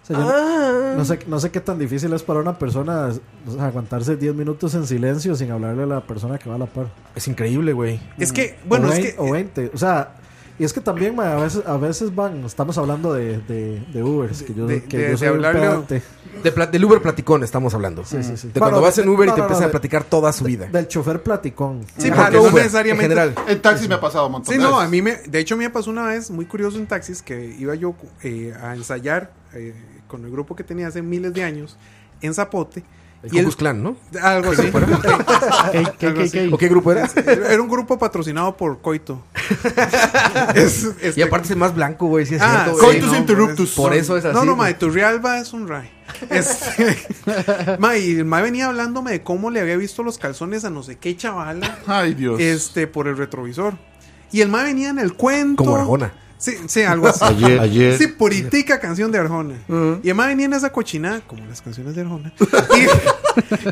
S2: O sea, yo no-
S5: Ah.
S2: no, sé, no sé qué tan difícil es para una persona o sea, aguantarse 10 minutos en silencio sin hablarle a la persona que va a la par.
S1: Es increíble, güey.
S5: Es que, bueno,
S2: o
S5: es
S2: vein-
S5: que. eh,
S2: O 20. O sea, y es que también, mae, a, veces, a veces van. Estamos hablando de, de, de Ubers. que yo,
S5: de-
S2: que
S5: de-
S2: yo
S5: de
S2: soy un
S5: hablarle a-
S2: pedante.
S1: De pla- del Uber platicón estamos hablando.
S2: Sí, sí, sí.
S1: De cuando
S2: Bueno,
S1: vas en Uber y
S2: no,
S1: te
S2: no, no,
S1: empiezan a
S2: de-
S1: platicar toda su vida.
S2: Del chofer platicón.
S5: Sí,
S1: Ajá,
S5: porque
S1: de
S5: no
S1: Uber,
S5: necesariamente-
S1: En general.
S3: En taxi me ha pasado un montón.
S5: Sí,
S3: de
S5: no,
S3: veces.
S5: a mí me. De hecho, a mí me pasó una vez muy curioso en taxis que iba yo eh, a ensayar eh, con el grupo que tenía hace miles de años en Zapote.
S1: El
S5: y el-
S1: Cucus Clan, ¿no?
S5: algo así.
S4: ¿Qué, qué, qué, qué?
S1: ¿O qué grupo era?
S5: Era un grupo patrocinado por Coito. Es- este-
S1: Y aparte es el más blanco, güey. Sí, es
S5: Ah,
S1: cierto,
S5: sí,
S1: güey.
S3: Coitus
S5: no,
S3: interruptus.
S1: Por eso es así.
S5: No, no,
S1: güey.
S5: mae, Turrialba es un ray. Este, mae, y el mae venía hablándome de cómo le había visto los calzones a no sé qué chavala
S3: Ay, Dios.
S5: este, por el retrovisor. Y el mae venía en el cuento.
S1: Como Arjona.
S5: Sí, sí, algo así.
S6: Ayer, ayer.
S5: Sí, puritica canción de Arjona. Y el mae venía en esa cochinada, como las canciones de Arjona.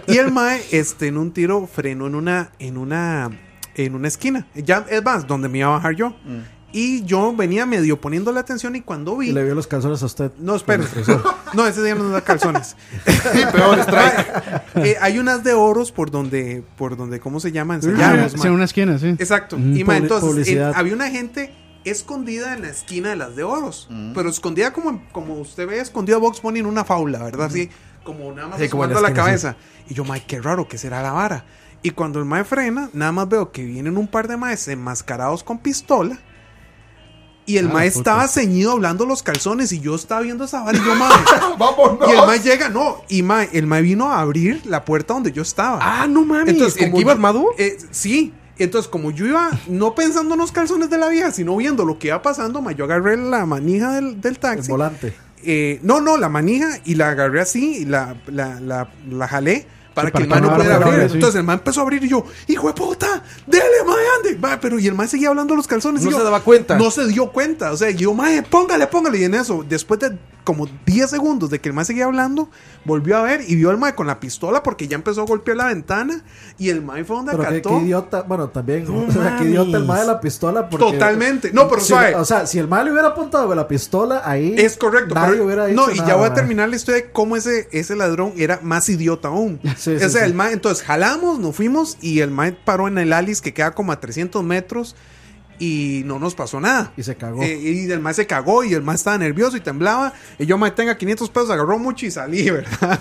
S5: Y, y el mae, este, en un tiro frenó en una, en una, en una esquina. Ya, es más, donde me iba a bajar yo. Y yo venía medio poniendo la atención y cuando vi...
S2: Y le vio los calzones a usted.
S5: No, espera. No, ese día no nos da calzones.
S3: Sí, peor strike.
S5: Eh, hay unas de oros por donde, por donde, ¿cómo se llama?
S4: Ya,
S5: Enseñaros,
S4: sí, en una esquina, sí.
S5: Exacto.
S4: Mm,
S5: y ma,
S2: publi-
S5: entonces en-
S2: publicidad.
S5: había una gente escondida en la esquina de las de oros. Pero escondida como, como usted ve escondido a Box Bunny en una faula, ¿verdad? Así, como nada más
S1: Sí, como en la
S5: asomando la,
S1: esquina,
S5: cabeza. Y yo, Mike, qué raro que será la vara. Y cuando el mae frena, nada más veo que vienen un par de maes enmascarados con pistola. Y el
S4: Ah,
S5: mae
S4: puta.
S5: estaba ceñido hablando los calzones y yo estaba viendo esa vara y yo, mae,
S3: Vámonos.
S5: y el mae llega, no, y mae, el mae vino a abrir la puerta donde yo estaba.
S1: Ah, no mames.
S5: Entonces,
S1: ¿El
S5: como
S1: que iba
S5: yo-
S1: armado?
S5: Eh, sí. Entonces, como yo iba no pensando en los calzones de la vieja, sino viendo lo que iba pasando, mae, yo agarré la manija del, del
S2: El
S5: taxi.
S2: volante.
S5: Eh, no, no, la manija y la agarré así y la, la, la, la jalé para
S4: Sí,
S5: que
S4: para
S5: el man
S4: que
S5: no
S4: no
S5: pudiera
S4: abra,
S5: abrir.
S4: sí.
S5: Entonces el man empezó a abrir y yo, hijo de puta, dele, mae, ande. Mae, pero y el man seguía hablando los calzones. y
S1: No
S5: yo,
S1: se daba cuenta.
S5: No se dio cuenta. O sea, yo, mae, póngale, póngale. Y en eso, después de como 10 segundos de que el man seguía hablando, volvió a ver y vio al mae con la pistola porque ya empezó a golpear la ventana y el mae fue donde
S2: Pero qué,
S5: acató.
S2: qué idiota. Bueno, también. o sea, qué idiota el mae de la pistola. porque-
S5: Totalmente. No, pero
S2: si-
S5: suave.
S2: O sea, si el mae le hubiera apuntado con la pistola, ahí.
S5: Es correcto,
S2: nadie
S5: pero-
S2: hubiera
S5: no,
S2: dicho
S5: y ya
S2: nada,
S5: voy a
S2: mae.
S5: terminar la historia de cómo ese, ese ladrón era más idiota aún.
S2: Sí,
S5: o
S2: sí,
S5: sea,
S2: sí.
S5: el ma- entonces jalamos, nos fuimos y el mae paró en el Alice que queda como a 300 metros y no nos pasó nada.
S2: Y se cagó.
S5: Eh, y el mae se cagó y el mae estaba nervioso y temblaba. Y yo, mae, tenga 500 pesos, agarró mucho y salí, ¿verdad?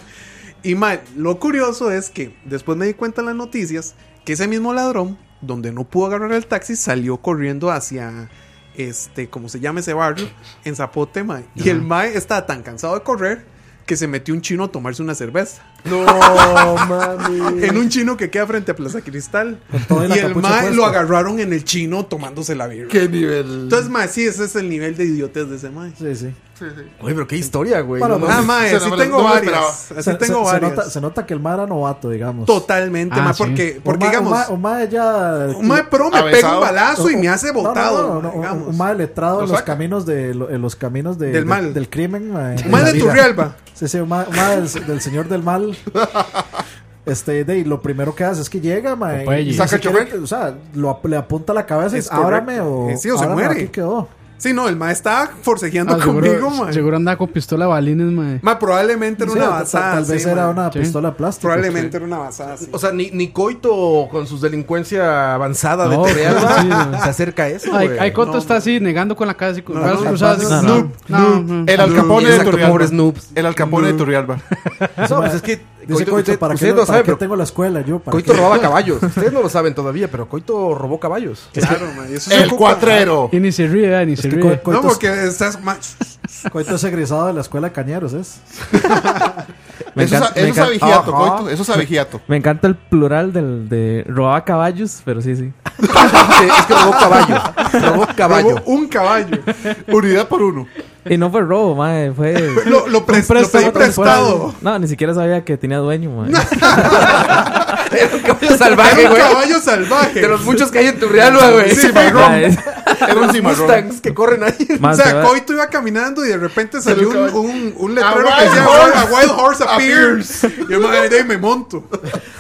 S5: Y mae, lo curioso es que después me di cuenta en las noticias que ese mismo ladrón, donde no pudo agarrar el taxi, salió corriendo hacia este, como se llama ese barrio, en Zapote, mae. Y el mae estaba tan cansado de correr que se metió un chino a tomarse una cerveza.
S2: No, mami.
S5: En un chino que queda frente a Plaza Cristal.
S2: todo y la
S5: Y el
S2: capucha
S5: mae
S2: puesta.
S5: lo agarraron en el chino tomándose la birra.
S3: Qué nivel.
S5: Entonces, mae, sí, ese es el nivel de idiotez de ese mae.
S2: Sí, sí.
S3: Sí, sí.
S1: Güey, pero qué historia, güey.
S2: Bueno,
S1: no
S2: pues,
S5: Ah,
S1: mames.
S5: mae,
S3: se
S5: así
S3: me-
S5: tengo
S3: no me
S5: varias.
S3: esperaba.
S5: Así
S2: Se-
S5: tengo
S2: se- se
S5: varias.
S2: nota- se nota que el mae era novato, digamos.
S5: Totalmente,
S4: Ah,
S5: mae,
S4: sí.
S5: porque,
S2: Un
S5: porque
S2: mae- un
S5: digamos,
S2: mae- Un mae ya.
S5: un mae pro me pega
S3: Avesado.
S5: un balazo y me hace
S2: No, no, no,
S5: botado.
S2: no, un-
S5: digamos.
S2: un mae letrado
S3: Lo
S2: en los
S3: saca.
S2: caminos de lo- en los caminos de-
S5: Del
S2: de-
S5: mal.
S2: del crimen, mae.
S5: Un mae
S2: En la
S5: de
S2: vida.
S5: Turrialba.
S2: Sí, sí, un mae un mae del, del señor del mal. Este, de, y lo primero que hace es que llega, mae.
S4: Popeye.
S2: y ni
S3: Saca el
S2: siquiera-
S3: chofer.
S2: O sea, lo ap- le apunta la cabeza y
S5: Es
S2: dice, ábrame
S5: correcto.
S2: o.
S5: Eh, sí, o se
S2: ábrame,
S5: muere.
S2: Aquí quedó.
S5: Sí, no, el mae estaba forcejeando
S4: Ah,
S5: conmigo,
S4: seguro,
S5: mae.
S4: seguro andaba con pistola de balines, mae.
S5: Mae, probablemente era
S2: Sí,
S5: una
S2: tal-
S5: basada.
S2: tal vez
S5: sí,
S2: era
S5: mae.
S2: una
S4: Sí.
S2: pistola plástica.
S5: Probablemente era una basada. sí.
S1: O sea, ni, ni Coito con sus delincuencia avanzada
S4: No,
S1: de Torreal
S4: sí, güey.
S1: se acerca a eso,
S4: Ay,
S1: güey.
S4: ay, Coto
S5: no,
S4: está así, negando con la cara así, con
S5: No,
S4: las
S5: no,
S4: cruzadas.
S5: no,
S4: No,
S3: Snoop,
S4: no, no.
S3: El alcapone de
S1: Exacto,
S3: Turrialba.
S1: pobre Snoop.
S3: El alcapone de Turrialba.
S1: No, pues es que
S2: Dice
S1: Coito,
S2: Coito,
S1: usted-
S2: ¿para qué
S1: ustedes
S2: no-
S1: lo
S2: para
S1: saben,
S2: qué
S1: pero
S2: tengo la escuela yo? ¿Para
S1: Coito
S2: qué?
S1: robaba caballos. Ustedes no lo saben todavía, pero Coito robó caballos.
S5: Claro, mae. Eso se
S3: El
S5: ocupa.
S3: cuatrero.
S4: Y ni se ríe, eh, ni se
S2: Es que
S4: ríe.
S2: Co-
S5: No,
S2: Coito es-
S5: porque estás. mae,
S2: Coito es egresado de la escuela de Cañeros, ¿es?
S7: Me
S3: Eso
S7: encanta-
S3: sa-
S7: me
S3: eso sabe
S7: encanta-
S3: hiato,
S7: Ajá.
S3: coito. Eso sabe hiato.
S7: Me encanta el plural del de robaba caballos, pero sí, sí.
S1: Sí, es que robó caballos. Robó caballo.
S5: robó un caballo.
S3: Unidad por uno.
S7: Y no fue robo, mae, fue.
S5: Lo, lo, pres-
S7: un
S5: lo pedí prestado.
S7: No, ni siquiera sabía que tenía dueño, mae.
S1: Era un caballo
S5: Era
S1: salvaje,
S5: un
S1: güey.
S5: caballo salvaje.
S1: De los muchos que hay en Turrialba, güey.
S5: Sí,
S7: Ya, es-
S3: Era un cimarrón.
S1: Mustangs que corren ahí.
S5: O
S7: Mae, te
S5: sea,
S7: va-
S5: Coito iba caminando y de repente salió un,
S3: Salió un caballo.
S5: un, un letrero
S3: A
S5: que
S3: wild
S5: decía
S3: horse
S5: "A Wild Horse
S3: appears".
S5: Appears. Y yo me, y me monto.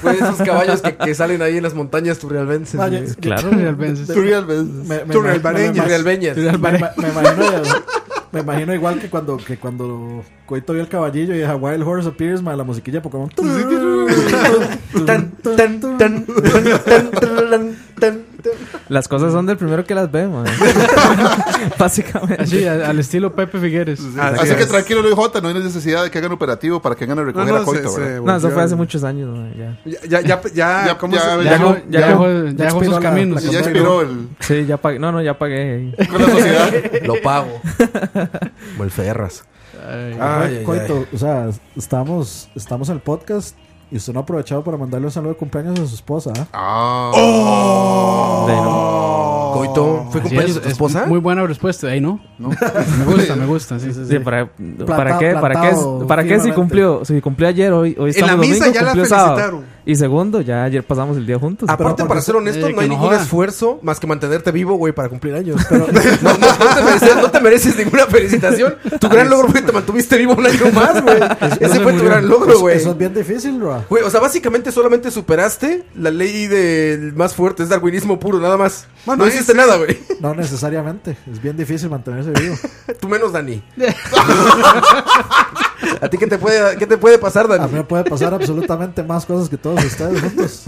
S1: Güey, esos caballos que, que salen ahí en las montañas turrialbenses.
S2: Ah,
S1: güey.
S2: yo-
S7: Claro.
S4: Realmente.
S3: Turrialba.
S2: Me, me,
S5: Turrialbareño,
S2: me- me-
S1: Turrialbeñas.
S2: me- me imagino, Me imagino igual que cuando, que cuando Coito vio el caballillo y a Wild Horse Appears, ma, la musiquilla de Pokémon.
S1: Tan, tan, tan, tan, tan, tan, tan.
S7: Las cosas son del primero que las ve, man. Básicamente.
S4: Así, al, al estilo Pepe Figueres.
S3: Así que tranquilo, Luis J, no hay necesidad de que hagan operativo para que vengan a
S5: No,
S3: recoger
S5: no,
S3: a Coito,
S5: se- se
S3: ¿verdad?
S7: No, eso
S5: volvió-
S7: fue hace muchos años, man, ya.
S5: Ya, ya, ya, ya,
S3: Ya-
S5: ¿cómo
S3: ya-
S5: se-
S3: ya-
S5: ya-
S4: dejó-
S7: ya-
S4: ya dejó, ya
S2: ya
S4: dejó
S2: expiró
S4: sus
S2: la-
S4: caminos.
S2: la-
S3: Ya expiró el,
S7: Sí, ya pagué. No, no, ya pagué. eh.
S3: con la sociedad.
S1: Lo pago. Como el Ferras.
S4: Ay.
S1: Ay, ay,
S2: Coito, o sea, estamos, estamos en el podcast y usted no ha aprovechado para mandarle un saludo de cumpleaños a su esposa. ¿ah?
S3: Ah. Oh.
S7: De ahí no.
S1: Coito, Oh. ¿fue
S4: Así
S1: cumpleaños
S4: es,
S1: de tu
S4: es
S1: esposa?
S4: Muy buena respuesta, ahí no.
S3: No.
S4: Me gusta, me gusta. Sí, sí, sí.
S7: Sí, ¿para, ¿para qué? ¿Para qué?
S2: plantado
S7: ¿Para qué si
S2: firmemente.
S7: cumplió? Si cumplió ayer, hoy, hoy
S5: En
S7: estamos
S5: la
S7: domingo,
S5: misa ya la
S7: cumplió sábado.
S5: felicitaron.
S7: Y segundo, ya ayer pasamos el día juntos.
S1: Aparte, para ser honesto,
S4: eh,
S1: no
S4: que
S1: hay
S4: no
S1: ningún
S4: joda.
S1: esfuerzo más que mantenerte vivo, güey, para cumplir años. Pero no, no- no te mereces, no te mereces ninguna felicitación. Tu gran logro fue que te mantuviste vivo un año más, güey. Ese
S4: se
S1: fue tu
S4: murió.
S1: gran logro, güey.
S2: Eso es bien difícil, Roa.
S1: Güey, o sea, básicamente solamente superaste la ley del más fuerte, es darwinismo puro, nada más.
S5: Bueno,
S1: no hiciste
S5: es-
S1: nada, güey.
S2: No necesariamente. Es bien difícil mantenerse vivo.
S1: Tú menos, Dani. ¿A ti qué te puede, qué te puede pasar,
S2: A mí
S1: Dani?
S2: me puede pasar absolutamente más cosas que todos ustedes juntos.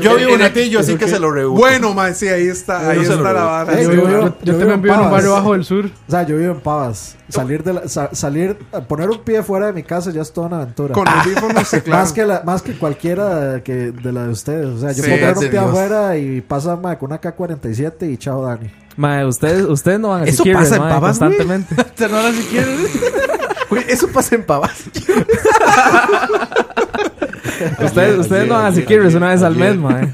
S3: Yo vivo en Atillo, así que se lo reúno.
S5: Bueno, man, sí, ahí está, ahí
S3: Yo se
S5: está
S3: lo
S5: la
S3: veo.
S5: vara.
S4: Yo,
S2: Eh, yo
S4: vivo-
S2: vivo-
S4: yo-
S2: yo
S4: yo
S2: vivo en
S4: también vivo en un
S2: Pavas.
S4: barrio bajo del sur.
S2: O sea, yo vivo en Pavas. Salir de la, sa- salir, poner un pie fuera de mi casa ya es toda una aventura. Ah,
S5: Con audífonos, sí, claro.
S2: Más que, la, más que cualquiera que de la de ustedes. O sea, yo
S5: Sí,
S2: puedo poner
S1: de
S2: un pie
S1: Dios.
S2: afuera y pasa ma, con una K-47 y chao, Dani.
S7: Mae, ustedes, ustedes no van a
S1: Eso
S7: Siquirres,
S1: pasa en
S7: mae,
S1: Pavas, güey.
S7: constantemente.
S1: Güey, eso pasa en pavas.
S7: ustedes ustedes no van a Siquirres una vez al mes, eh. mae.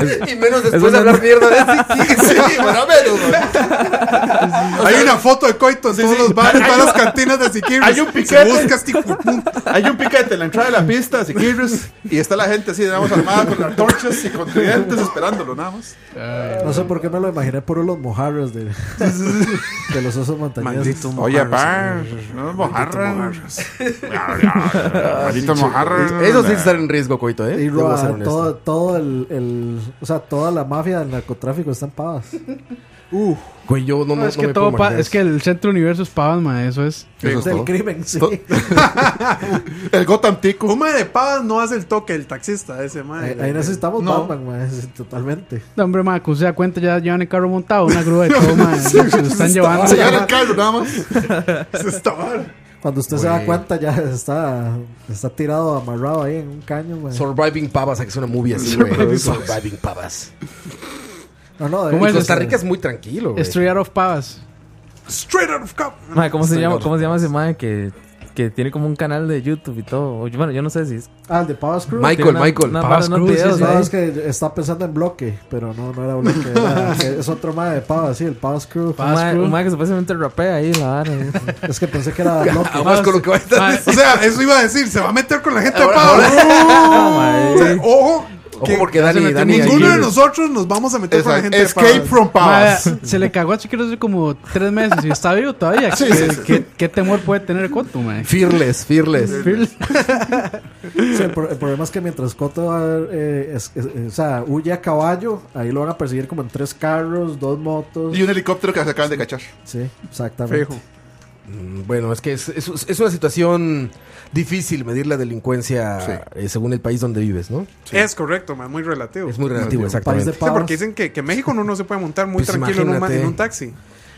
S1: Y menos
S7: Eso
S1: después
S7: no-
S1: de hablar mierda de sí, sí, sí, bueno, menos, güey.
S5: Hay una foto de Coito en todos los bares, todas las cantinas de Siquirres.
S3: Hay un
S5: Se
S3: piquete.
S5: busca este hijo de puta.
S3: Hay un piquete en la entrada de la pista, Siquirres, y está la gente así, digamos, armada con antorchas y con tridentes esperándolo, nada más.
S2: No sé por qué me lo imaginé por los mojarros de, de los osos montañeses.
S5: Maldito
S3: Oye,
S5: mojarras,
S3: par, no mojarras. Maldito mojarras.
S1: Eso sí es estar en riesgo, coito, ¿eh?
S2: Y
S1: Debo
S2: Roa,
S1: ser honesto.
S2: todo, todo el, el- O sea, toda la mafia del narcotráfico está en Pavas.
S1: Güey, yo no,
S4: No,
S1: no-
S4: es
S1: no
S4: que
S1: me
S4: todo
S1: puedo
S4: pa-
S1: imaginar
S4: es que el centro universo es Pavas, ma, eso es.
S3: Eso
S2: Es
S3: es
S2: del
S3: todo.
S2: crimen, sí.
S3: Todo. El Gotham Tico.
S5: Kuma de pavas no hace el toque el taxista ese,
S2: Ahí,
S5: madre.
S2: ahí necesitamos
S3: No.
S2: Batman, ma, es- totalmente.
S4: No, hombre, ma, que usted se da cuenta, ya llevan el carro montado, una grúa de todo, ma, se lo están llevando.
S3: Se llevan el carro, nada más.
S5: Se está vara.
S2: Cuando usted se
S1: Güey.
S2: da cuenta, ya está, está tirado, amarrado ahí en un caño. ma.
S1: Surviving Pavas, que es una movie así, güey. Surviving Pavas.
S2: No, no, de-
S4: ¿Cómo
S1: Y
S4: es?
S1: Costa Rica es muy tranquilo, güey.
S4: Straight out of Pavas.
S5: Straight out of cup.
S7: Mae, ¿cómo se
S1: Estoy
S7: llama,
S1: loco.
S7: cómo se llama ese mae que, que tiene como un canal de YouTube y todo? O yo- Bueno, yo no sé si es.
S2: Ah, el de Pavas Crew.
S1: Michael,
S7: tiene una-
S1: Michael,
S7: una
S4: Pavas
S7: vara, unos
S4: Cruz,
S7: videos,
S4: sí,
S7: ¿no?
S2: No, es que estaba pensando en bloque, pero no, no era bloque. era- es otro más de Pavas, sí, el Pavas Crew.
S4: Pavas
S7: Un mae-
S4: Cruz.
S7: Un mae que supuestamente rapea ahí, la vara. ¿no?
S2: Es que pensé que era bloque.
S1: Aguas Ah, con lo que va a estar.
S4: Ma,
S5: O sea, eso iba a decir, se va a meter con la gente de
S1: Ahora-
S5: pavas.
S7: Ah, Mae,
S5: O sea, Ojo,
S1: Ojo,
S5: que
S1: porque Dani,
S4: metió
S1: Dani.
S5: ninguno
S1: ahí-
S5: de nosotros nos vamos a meter con la
S3: Exacto.
S5: gente de
S3: Escape
S5: pavas.
S3: from
S4: Ma,
S3: Pavas.
S4: se le cagó a Chiquero hace como tres meses y está vivo todavía. ¿Qué, qué- qué temor puede tener Coto, ma?
S1: Fearless, fearless.
S2: Sí, el, pro- el problema es que mientras Coto va, eh, es- es- eh, o sea, huye a caballo, ahí lo van a perseguir como en tres carros, dos motos.
S3: Y un helicóptero que se acaban de cachar.
S2: Sí, exactamente.
S5: Fijo.
S1: Mm, Bueno, es que es, es, es una situación difícil medir la delincuencia eh, según el país donde vives, ¿no?
S5: Es correcto, man, muy relativo.
S1: Es muy relativo,
S2: País de
S1: exactamente.
S5: Sí,
S2: Pavas.
S5: porque dicen que, que en México uno no se puede montar muy
S1: Pues
S5: tranquilo en un, ma-
S1: imagínate.
S5: en un taxi.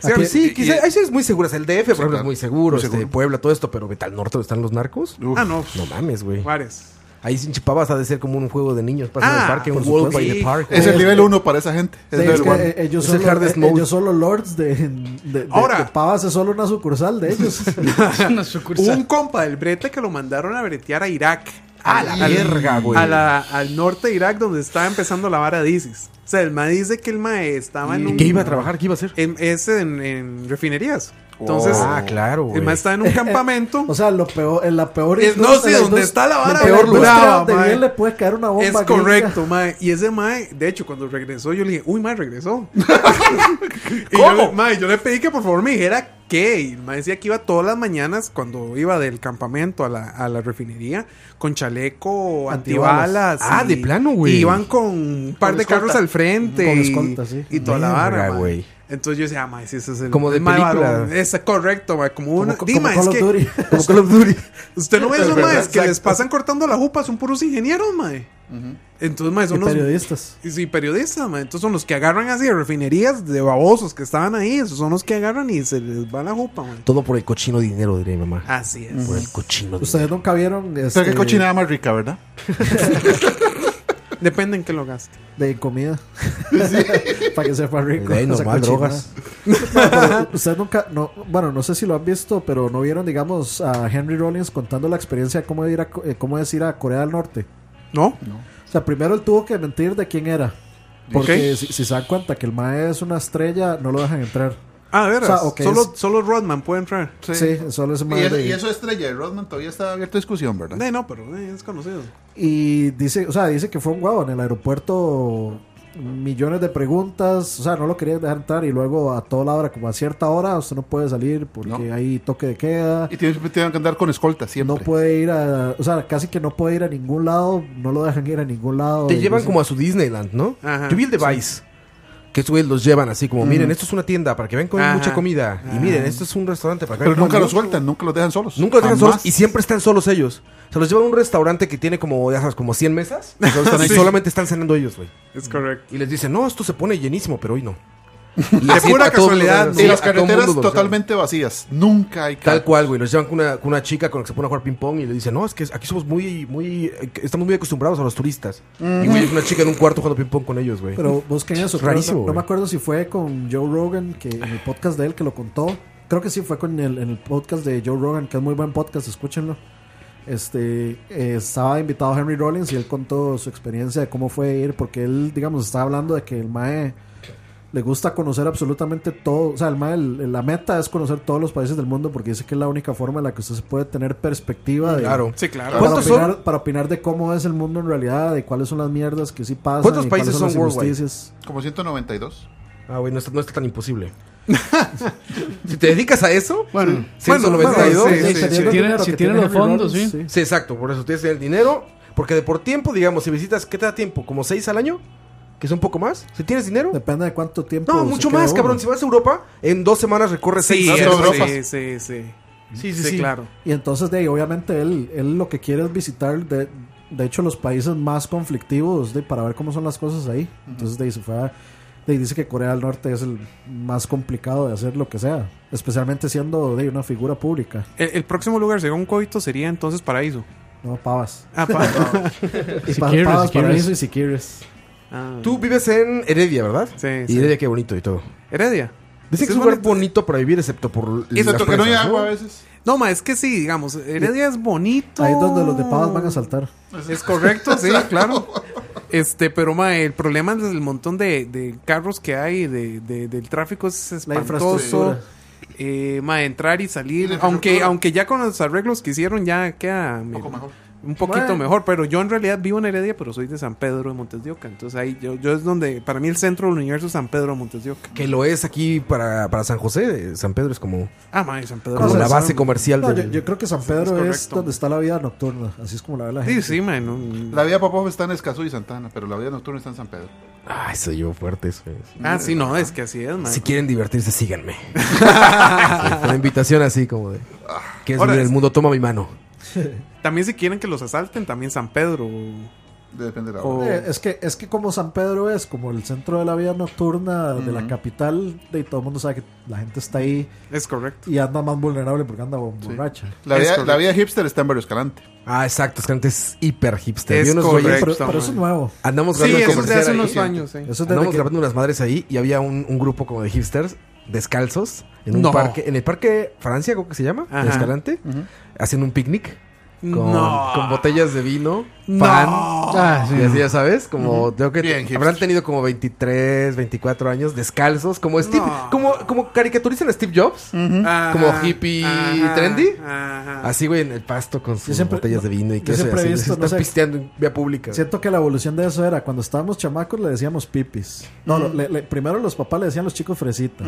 S5: O sea,
S1: Aquí, pues, sí,
S5: y-
S1: quizá,
S5: y-
S1: hay ciudades muy seguras. El DF, por ejemplo, es
S3: claro.
S1: muy seguro.
S3: Muy
S1: este,
S3: seguro.
S1: Puebla, todo esto, pero vete al norte donde están los narcos.
S5: Ah, no.
S1: No mames, güey.
S5: Juárez.
S1: Ahí sin chipabas ha de ser como un juego de niños. Pasan
S5: Ah,
S1: al parque, un
S5: por
S1: World by the
S5: supuesto.
S1: Park.
S3: Es el nivel 1 para esa gente. Es
S2: Sí, es
S3: nivel
S2: que,
S3: uno.
S2: eh, ellos,
S1: Es el
S2: solo,
S1: hardest
S2: eh,
S1: mode.
S2: ellos solo lords de, de- de-
S5: Ahora.
S2: de Pavas es solo una sucursal de ellos.
S4: Una
S5: Hubo
S4: sucursal.
S5: un compa del Brete que lo mandaron a bretear a Irak.
S1: A la verga, güey.
S5: a la- al norte de Irak, donde estaba empezando la vara de ISIS. O sea, el ma dice que el ma estaba en un.
S1: ¿Qué iba a trabajar? ¿Qué iba a hacer?
S5: En, es en, en refinerías. Entonces,
S1: ah, claro, güey.
S5: el ma estaba en un campamento.
S2: o sea, lo peor, en la peor
S5: Es- no
S2: industria-
S5: sé,
S2: la
S5: donde
S2: indust-
S5: está la vara
S2: peor
S5: del
S2: industria
S5: Brava,
S2: donde
S5: mae.
S2: bien le puede caer una bomba.
S5: es
S2: gringa.
S5: correcto, mae. Y ese mae, de hecho, cuando regresó, yo le dije, uy, mae, regresó. y
S1: ¿Cómo?
S5: Yo, mae, yo le pedí que por favor me dijera qué. Y el mae decía que iba todas las mañanas, cuando iba del campamento a la, a la refinería, con chaleco, antibalas.
S2: Antibalas.
S1: Ah,
S5: y-
S1: de plano, güey.
S5: Y iban con un par
S3: Con
S5: de
S3: escolta.
S5: carros al frente.
S2: Con
S5: y-
S2: escolta, sí.
S5: Y toda la
S1: Verga,
S5: vara, mae.
S1: güey.
S5: Entonces yo decía, ah, mae, sí, ese es el.
S1: Como de
S5: el mae
S1: película.
S5: varón". Es correcto, mae. Como una.
S2: Como-
S5: Di,
S2: como
S5: mae,
S2: Call
S5: es
S2: of
S5: que.
S2: Duty.
S1: Como Call of Duty.
S5: Usted no ve
S3: Es
S5: esos
S3: verdad,
S5: maes que
S3: exacto.
S5: les pasan cortando la jupa, son puros ingenieros, mae. Entonces, mae,
S2: Y
S5: son los.
S2: periodistas.
S5: Y sí, periodistas, mae. Entonces son los que agarran así de refinerías de babosos que estaban ahí. Esos son los que agarran y se les va la jupa, mae.
S1: Todo por el cochino dinero, diría mi mamá.
S5: Así Ah, es.
S1: Por el cochino dinero.
S2: Ustedes nunca vieron
S3: Pero qué
S2: este,
S3: cochinada más rica, ¿verdad?
S5: Depende en qué lo gaste.
S2: de comida para que sepa rico.
S1: De ahí
S2: esa
S1: normal,
S2: cochinada.
S1: drogas.
S2: Pero Ustedes nunca, no, bueno, no sé si lo han visto, pero no vieron, digamos, a Henry Rollins contando la experiencia de cómo, ir a, co- eh, cómo es ir a Corea del Norte.
S5: ¿No?
S2: O sea, primero él tuvo que mentir de quién era. Porque
S5: Ok.
S2: si, si se dan cuenta que el Mae es una estrella, no lo dejan entrar.
S5: Ah, veras.
S2: O sea, ok,
S5: solo, solo Rodman puede entrar.
S2: Sí, solo ese
S3: Y,
S2: Mae.
S3: eso,
S2: de-
S3: y eso de estrella de Rodman todavía está abierta a discusión, ¿verdad?
S5: Eh, no, pero eh, es conocido.
S2: Y dice, o sea, dice que fue un guau en el aeropuerto millones de preguntas, o sea, no lo querían dejar entrar y luego a toda la hora, como a cierta hora, usted no puede salir porque
S3: No.
S2: hay toque de queda,
S3: Y tienen, tienen que andar con escolta siempre.
S2: no puede ir a, o sea, casi que no puede ir a ningún lado, no lo dejan ir a ningún lado.
S1: Te
S2: Y
S1: llevan
S2: dice-
S1: como a su Disneyland, ¿no?
S5: Ajá,
S1: Yo vi el de Vice. Que esos güeyes los llevan así como, miren, esto es una tienda para que vengan con
S5: Ajá.
S1: mucha comida. Y miren, esto es un restaurante para que
S3: Pero
S1: vengan
S3: nunca
S1: con
S3: los sueltan, nunca los dejan solos.
S1: Nunca los dejan
S3: Jamás.
S1: solos y siempre están solos ellos. Se los llevan a un restaurante que tiene como, ya sabes, como 100 mesas. Y solo están ahí- solamente están cenando ellos, güey.
S5: Es correcto.
S1: Y les dicen, no, esto se pone llenísimo, pero hoy no. Y así
S5: pura
S1: a todo
S5: casualidad,
S1: mundo,
S5: ¿no?
S1: sí,
S3: Y las
S1: a todo mundo
S3: carreteras
S1: los llevan.
S3: totalmente vacías. Nunca hay
S1: Tal
S3: carros.
S1: cual, güey. Los llevan con una, con una chica con la que se pone a jugar ping-pong y le dicen, no, es que aquí somos muy, muy, eh, estamos muy acostumbrados a los turistas. Y, güey, una chica en un cuarto jugando ping-pong con ellos, güey.
S2: Pero busquen eso, creo-
S1: rarísimo,
S2: no, no me
S1: güey.
S2: acuerdo si fue con Joe Rogan, que en el podcast de él que lo contó, creo que sí fue con el, en el podcast de Joe Rogan, que es muy buen podcast, escúchenlo. Este eh, estaba invitado Henry Rollins y él contó su experiencia de cómo fue ir, porque él, digamos, estaba hablando de que el Mae le gusta conocer absolutamente todo. O sea, el Mae, el- la meta es conocer todos los países del mundo porque dice que es la única forma en la que usted se puede tener perspectiva de,
S1: Claro.
S5: Sí, claro.
S2: para
S1: ¿Cuántos son?
S2: opinar, para opinar de cómo es el mundo en realidad, de cuáles son las mierdas que sí pasan.
S1: ¿Cuántos
S2: y cuáles
S1: países
S2: las
S1: son worldwide?
S2: injusticias.
S3: Como 192.
S1: Ah, güey, no está, no está tan imposible. si te dedicas a eso,
S4: Bueno,
S1: 192.
S5: bueno,
S1: sí,
S5: sí, sí,
S2: Teniendo el
S4: Tiene-
S2: dinero
S4: si
S2: que
S4: tiene
S2: tiene
S4: los
S2: Henry
S4: fondos,
S2: Rollins,
S4: sí.
S1: sí, exacto. Por eso tienes que tener dinero. Porque de por tiempo, digamos, si visitas, ¿qué te da tiempo? ¿Como seis al año? Que es un poco más. Si tienes dinero.
S2: Depende de cuánto tiempo.
S1: No,
S2: se
S1: mucho
S2: quede
S1: más,
S2: uno.
S1: cabrón. Si vas a Europa, en dos semanas recorres seis.
S5: Sí,
S1: seis
S5: eso
S1: Europas.
S5: sí, sí, sí.
S1: Sí, sí,
S5: Sí,
S1: sí.
S5: claro.
S2: Y entonces, de ahí, obviamente, él, él lo que quiere es visitar, de, de hecho, los países más conflictivos de, para ver cómo son las cosas ahí. Entonces, de ahí se fue a- de ahí dice que Corea del Norte es el más complicado de hacer lo que sea, especialmente siendo de una figura pública,
S5: El, el próximo lugar, según Coito, sería entonces Paraíso.
S2: no pavas.
S5: Ah, pa-
S2: Y
S4: Si
S2: pa-
S4: quieres,
S2: pavas
S4: si
S2: para
S4: quieres.
S2: eso y si quieres.
S5: ah.
S1: Tú vives en Heredia, ¿verdad?
S5: Sí,
S1: Y
S5: sí.
S1: Heredia, qué bonito y todo.
S5: Heredia. Sí,
S1: Dicen que es
S5: es
S1: un lugar
S5: bonito.
S1: bonito para vivir, excepto por.
S3: Y se
S1: las
S3: toca, no hay
S1: presas,
S3: agua a veces.
S5: No, ma, es que sí, digamos, Heredia es bonito.
S2: Ahí es donde los de pavas van a saltar.
S5: Es correcto, sí, claro. Este, pero ma, el problema del montón de, de carros que hay, de, de- del tráfico es
S2: La infraestructura.
S5: espantoso. Eh, ma, entrar y
S3: Y la
S5: salir, aunque,
S3: infraestructura.
S5: aunque ya con los arreglos que hicieron ya queda
S3: Un poco mejor.
S5: un poquito
S2: Bueno.
S5: mejor, pero yo en realidad vivo en Heredia, pero soy de San Pedro de Montes de Oca, entonces ahí yo, yo es donde, para mí el centro del universo es San Pedro de Montes de Oca.
S1: Que lo es aquí para, para San José. eh, San Pedro es como,
S5: Ah, ma, San Pedro. de
S1: como
S2: no,
S1: la
S5: Montes de
S1: base
S5: Oca.
S1: comercial
S2: No, yo,
S1: del-
S2: yo creo que San Pedro es,
S5: correcto.
S2: donde está la vida nocturna, así es como la ve la gente.
S5: Sí, sí, ma, no-
S3: La vida Popov está en Escazú y Santana, pero la vida nocturna está en San Pedro.
S1: Ay, se yo fuerte eso. es.
S5: Ah, sí, no, es que así es, ma.
S1: Si quieren divertirse, síganme. Sí, una invitación así como de. ¿Quieres
S5: Ahora
S1: vivir el
S5: es-
S1: mundo? Toma mi mano.
S5: También si quieren que los asalten, también San Pedro. o-
S3: Depende de la
S5: O-
S3: hora.
S2: Eh, Es que, es que como San Pedro es como el centro de la vida nocturna de la capital, de todo el mundo sabe que la gente está ahí
S5: Es correcto.
S2: y anda más vulnerable porque anda bo- borracha.
S3: La
S5: es
S3: vida,
S5: correcto.
S3: la vida hipster está en Barrio Escalante.
S1: Ah, exacto. Es que antes es hiper hipster.
S5: Es
S1: Vi unos
S5: correcto.
S1: güeyes-
S2: Pero,
S5: Está
S2: pero eso es
S5: mal.
S2: nuevo.
S1: Andamos
S5: Sí,
S1: grabando un
S5: eso es de
S1: comercial
S5: hace
S1: ahí.
S5: unos años, sí.
S2: Eso es desde
S1: Andamos
S2: que-
S1: grabando unas madres ahí y había un, un grupo como de hipsters descalzos en un
S5: No.
S1: parque, en el parque Francia, creo que se llama, en
S5: Ajá.
S1: Escalante, haciendo un picnic con,
S5: No.
S1: con botellas de vino,
S5: No.
S1: pan.
S4: Ah, sí.
S1: Y así ya sabes, como creo que
S3: Bien,
S1: habrán
S3: hipster.
S1: tenido como 23, 24 años descalzos, como Steve,
S5: No.
S1: como, como caricaturizan a Steve Jobs,
S5: Ajá,
S1: como hippie
S5: ajá,
S1: trendy.
S5: ajá.
S1: Así güey en el pasto con sus
S2: siempre-
S1: botellas de vino y
S2: yo
S1: que eso y
S2: siempre he
S1: así,
S2: visto,
S1: se
S2: no
S1: están
S2: sé-
S1: pisteando en vía pública.
S2: Siento que la evolución de eso era cuando estábamos chamacos le decíamos pipis. No, lo- le- le- primero los papás le decían los chicos fresita.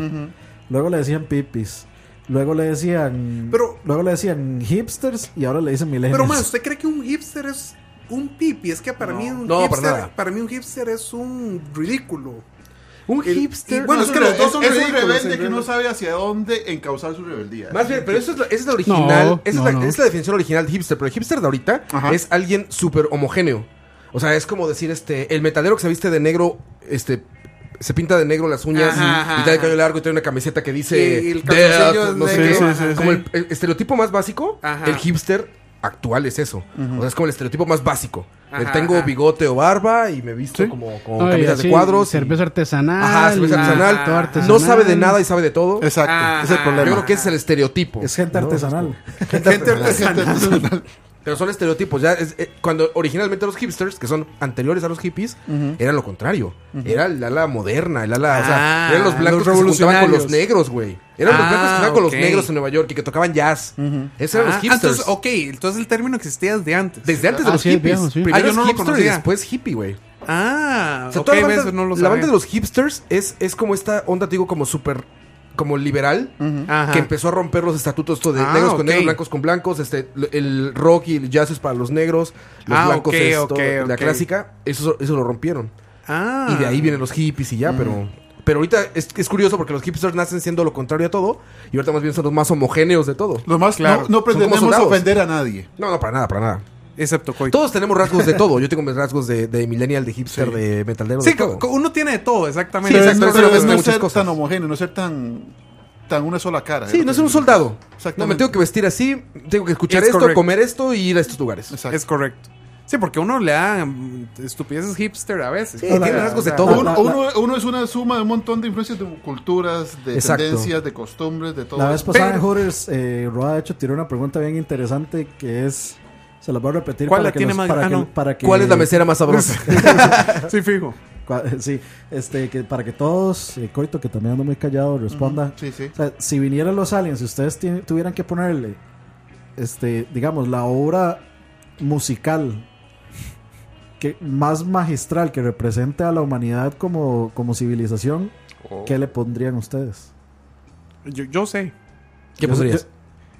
S2: Luego le decían pipis. Luego le decían.
S5: Pero-
S2: luego le decían hipsters y ahora le dicen millennials.
S5: Pero, man, ¿usted cree que un hipster es un pipi? Es que para mí un
S1: No, para
S5: hipster,
S1: nada.
S5: para mí un hipster es un ridículo.
S1: Un
S3: El-
S1: hipster.
S3: y bueno,
S1: No,
S3: es que los dos son es, ridículos, un rebelde el que no rebelde. sabe hacia dónde encauzar su rebeldía.
S1: Más bien, pero eso es la, esa es la original.
S4: No,
S1: esa
S4: no,
S1: es,
S4: no.
S1: la, esa es la definición original de hipster. Pero el hipster de ahorita
S3: Ajá.
S1: es alguien súper homogéneo. O sea, es como decir, este, el metalero que se viste de negro, este, se pinta de negro las uñas
S5: Ajá, ajá,
S1: y trae el
S5: ajá.
S1: cabello largo y trae una camiseta que dice
S5: Y el
S1: "Death",
S5: calzoncillo
S1: no sé
S5: negro,
S1: qué.
S5: Sí, sí, sí,
S1: como
S5: sí.
S1: El, el estereotipo más básico,
S5: Ajá.
S1: el hipster actual es eso. O sea, es como el estereotipo más básico. El
S5: Ajá,
S1: tengo
S5: ajá.
S1: bigote o barba y me visto como con
S4: Ay,
S1: camisas
S4: sí,
S1: de cuadros. y-
S4: Cerveza artesanal.
S1: Ajá, cerveza
S4: y
S1: artesanal.
S4: todo
S1: No sabe de nada y sabe de todo.
S3: Exacto,
S5: Ajá.
S3: ese es el
S1: ah, Yo
S3: problema.
S1: creo que ese es el estereotipo.
S2: Es gente artesanal.
S5: Gente artesanal.
S1: Pero son estereotipos, ya es- eh, cuando originalmente los hipsters, que son anteriores a los hippies, eran lo contrario. Era el ala moderna, el ala, o sea,
S5: Ah,
S1: eran los blancos
S5: los
S1: que se juntaban con los
S5: revolucionarios.
S1: negros, güey. Eran los
S5: Ah,
S1: blancos que se juntaban con los
S5: ok.
S1: negros en Nueva York y que tocaban jazz. Esos eran
S5: Ah,
S1: los hipsters.
S5: entonces, ok, entonces el término existía desde antes.
S1: Desde antes de
S4: Ah,
S1: los
S4: sí,
S1: hippies.
S4: viejo, sí.
S1: Primero
S5: Ah, yo
S1: es
S5: no lo
S1: hipster y
S5: conocía.
S1: después hippie, güey.
S5: Ah,
S1: O sea,
S5: ok,
S1: toda la,
S5: ve,
S1: banda,
S5: eso no lo
S1: la banda de
S5: sabía.
S1: los hipsters es, es como esta onda, te digo, como súper, como liberal,
S5: Ajá.
S1: que empezó a romper los estatutos todo de
S5: Ah,
S1: negros con
S5: ok.
S1: negros, blancos con blancos, este, lo- el rock y el jazz es para los negros, los
S5: Ah, ok,
S1: blancos es
S5: ok,
S1: todo- la
S5: ok.
S1: clásica, eso, eso lo rompieron.
S5: Ah. Mm.
S1: Y de ahí vienen los hippies y ya, pero... Pero ahorita es, es curioso porque los hipsters nacen siendo lo contrario a todo y ahorita más bien son los más homogéneos de todo.
S3: Lo más
S1: Claro,
S3: no,
S1: son
S3: no
S1: como
S3: pretendemos
S1: soldados.
S3: ofender a nadie.
S1: No, no, para nada, para nada.
S5: Excepto Coito.
S1: Todos tenemos rasgos de todo. Yo tengo mis rasgos de, de millennial, de hipster,
S3: Sí.
S1: de metalero,
S5: Sí,
S1: de todo.
S5: co- co- uno tiene de todo,
S1: Sí,
S5: exactamente.
S3: Pero, no-
S1: exacto, eso
S3: pero
S1: lo
S3: es
S1: ves
S3: no
S1: muchas
S3: ser
S1: cosas.
S3: tan homogéneo, no ser tan, tan una sola cara.
S1: Sí,
S3: es
S1: no
S3: lo
S1: ser
S3: que-
S1: un soldado.
S3: Exactamente.
S1: No, me tengo que vestir así, tengo que escuchar
S5: Es
S1: esto,
S5: correcto.
S1: comer esto y ir a estos lugares.
S3: Exacto.
S5: Es correcto. Sí, porque uno le da mm, estupideces hipster a veces.
S1: Sí,
S5: O sea,
S1: tiene rasgos de
S5: o sea,
S1: todo.
S3: Uno,
S2: La- la-
S3: uno- uno es una suma de un montón de influencias de culturas, de
S1: Exacto.
S3: tendencias, de costumbres, de todo.
S2: La vez
S3: eso.
S2: pasada en
S5: Pero-
S2: Hooters, eh, Roa de hecho tiró una pregunta bien interesante que es. Se las voy a repetir
S5: ¿Cuál
S2: para
S5: la
S2: que
S5: tiene
S2: los-
S5: más-
S2: para
S5: ah,
S2: que-
S5: no.
S2: para que-
S1: ¿Cuál es la mesera más sabrosa?
S5: sí, fijo.
S2: cua- Sí, este, que para que todos, eh, Coito, que también ando muy callado, responda.
S3: Sí, sí.
S2: O sea, si vinieran los aliens, si ustedes tien- tuvieran que ponerle, este, digamos, la obra musical que más magistral que represente a la humanidad como, como civilización,
S1: Oh.
S2: ¿qué le pondrían ustedes?
S5: Yo, yo sé.
S1: ¿Qué pondrías?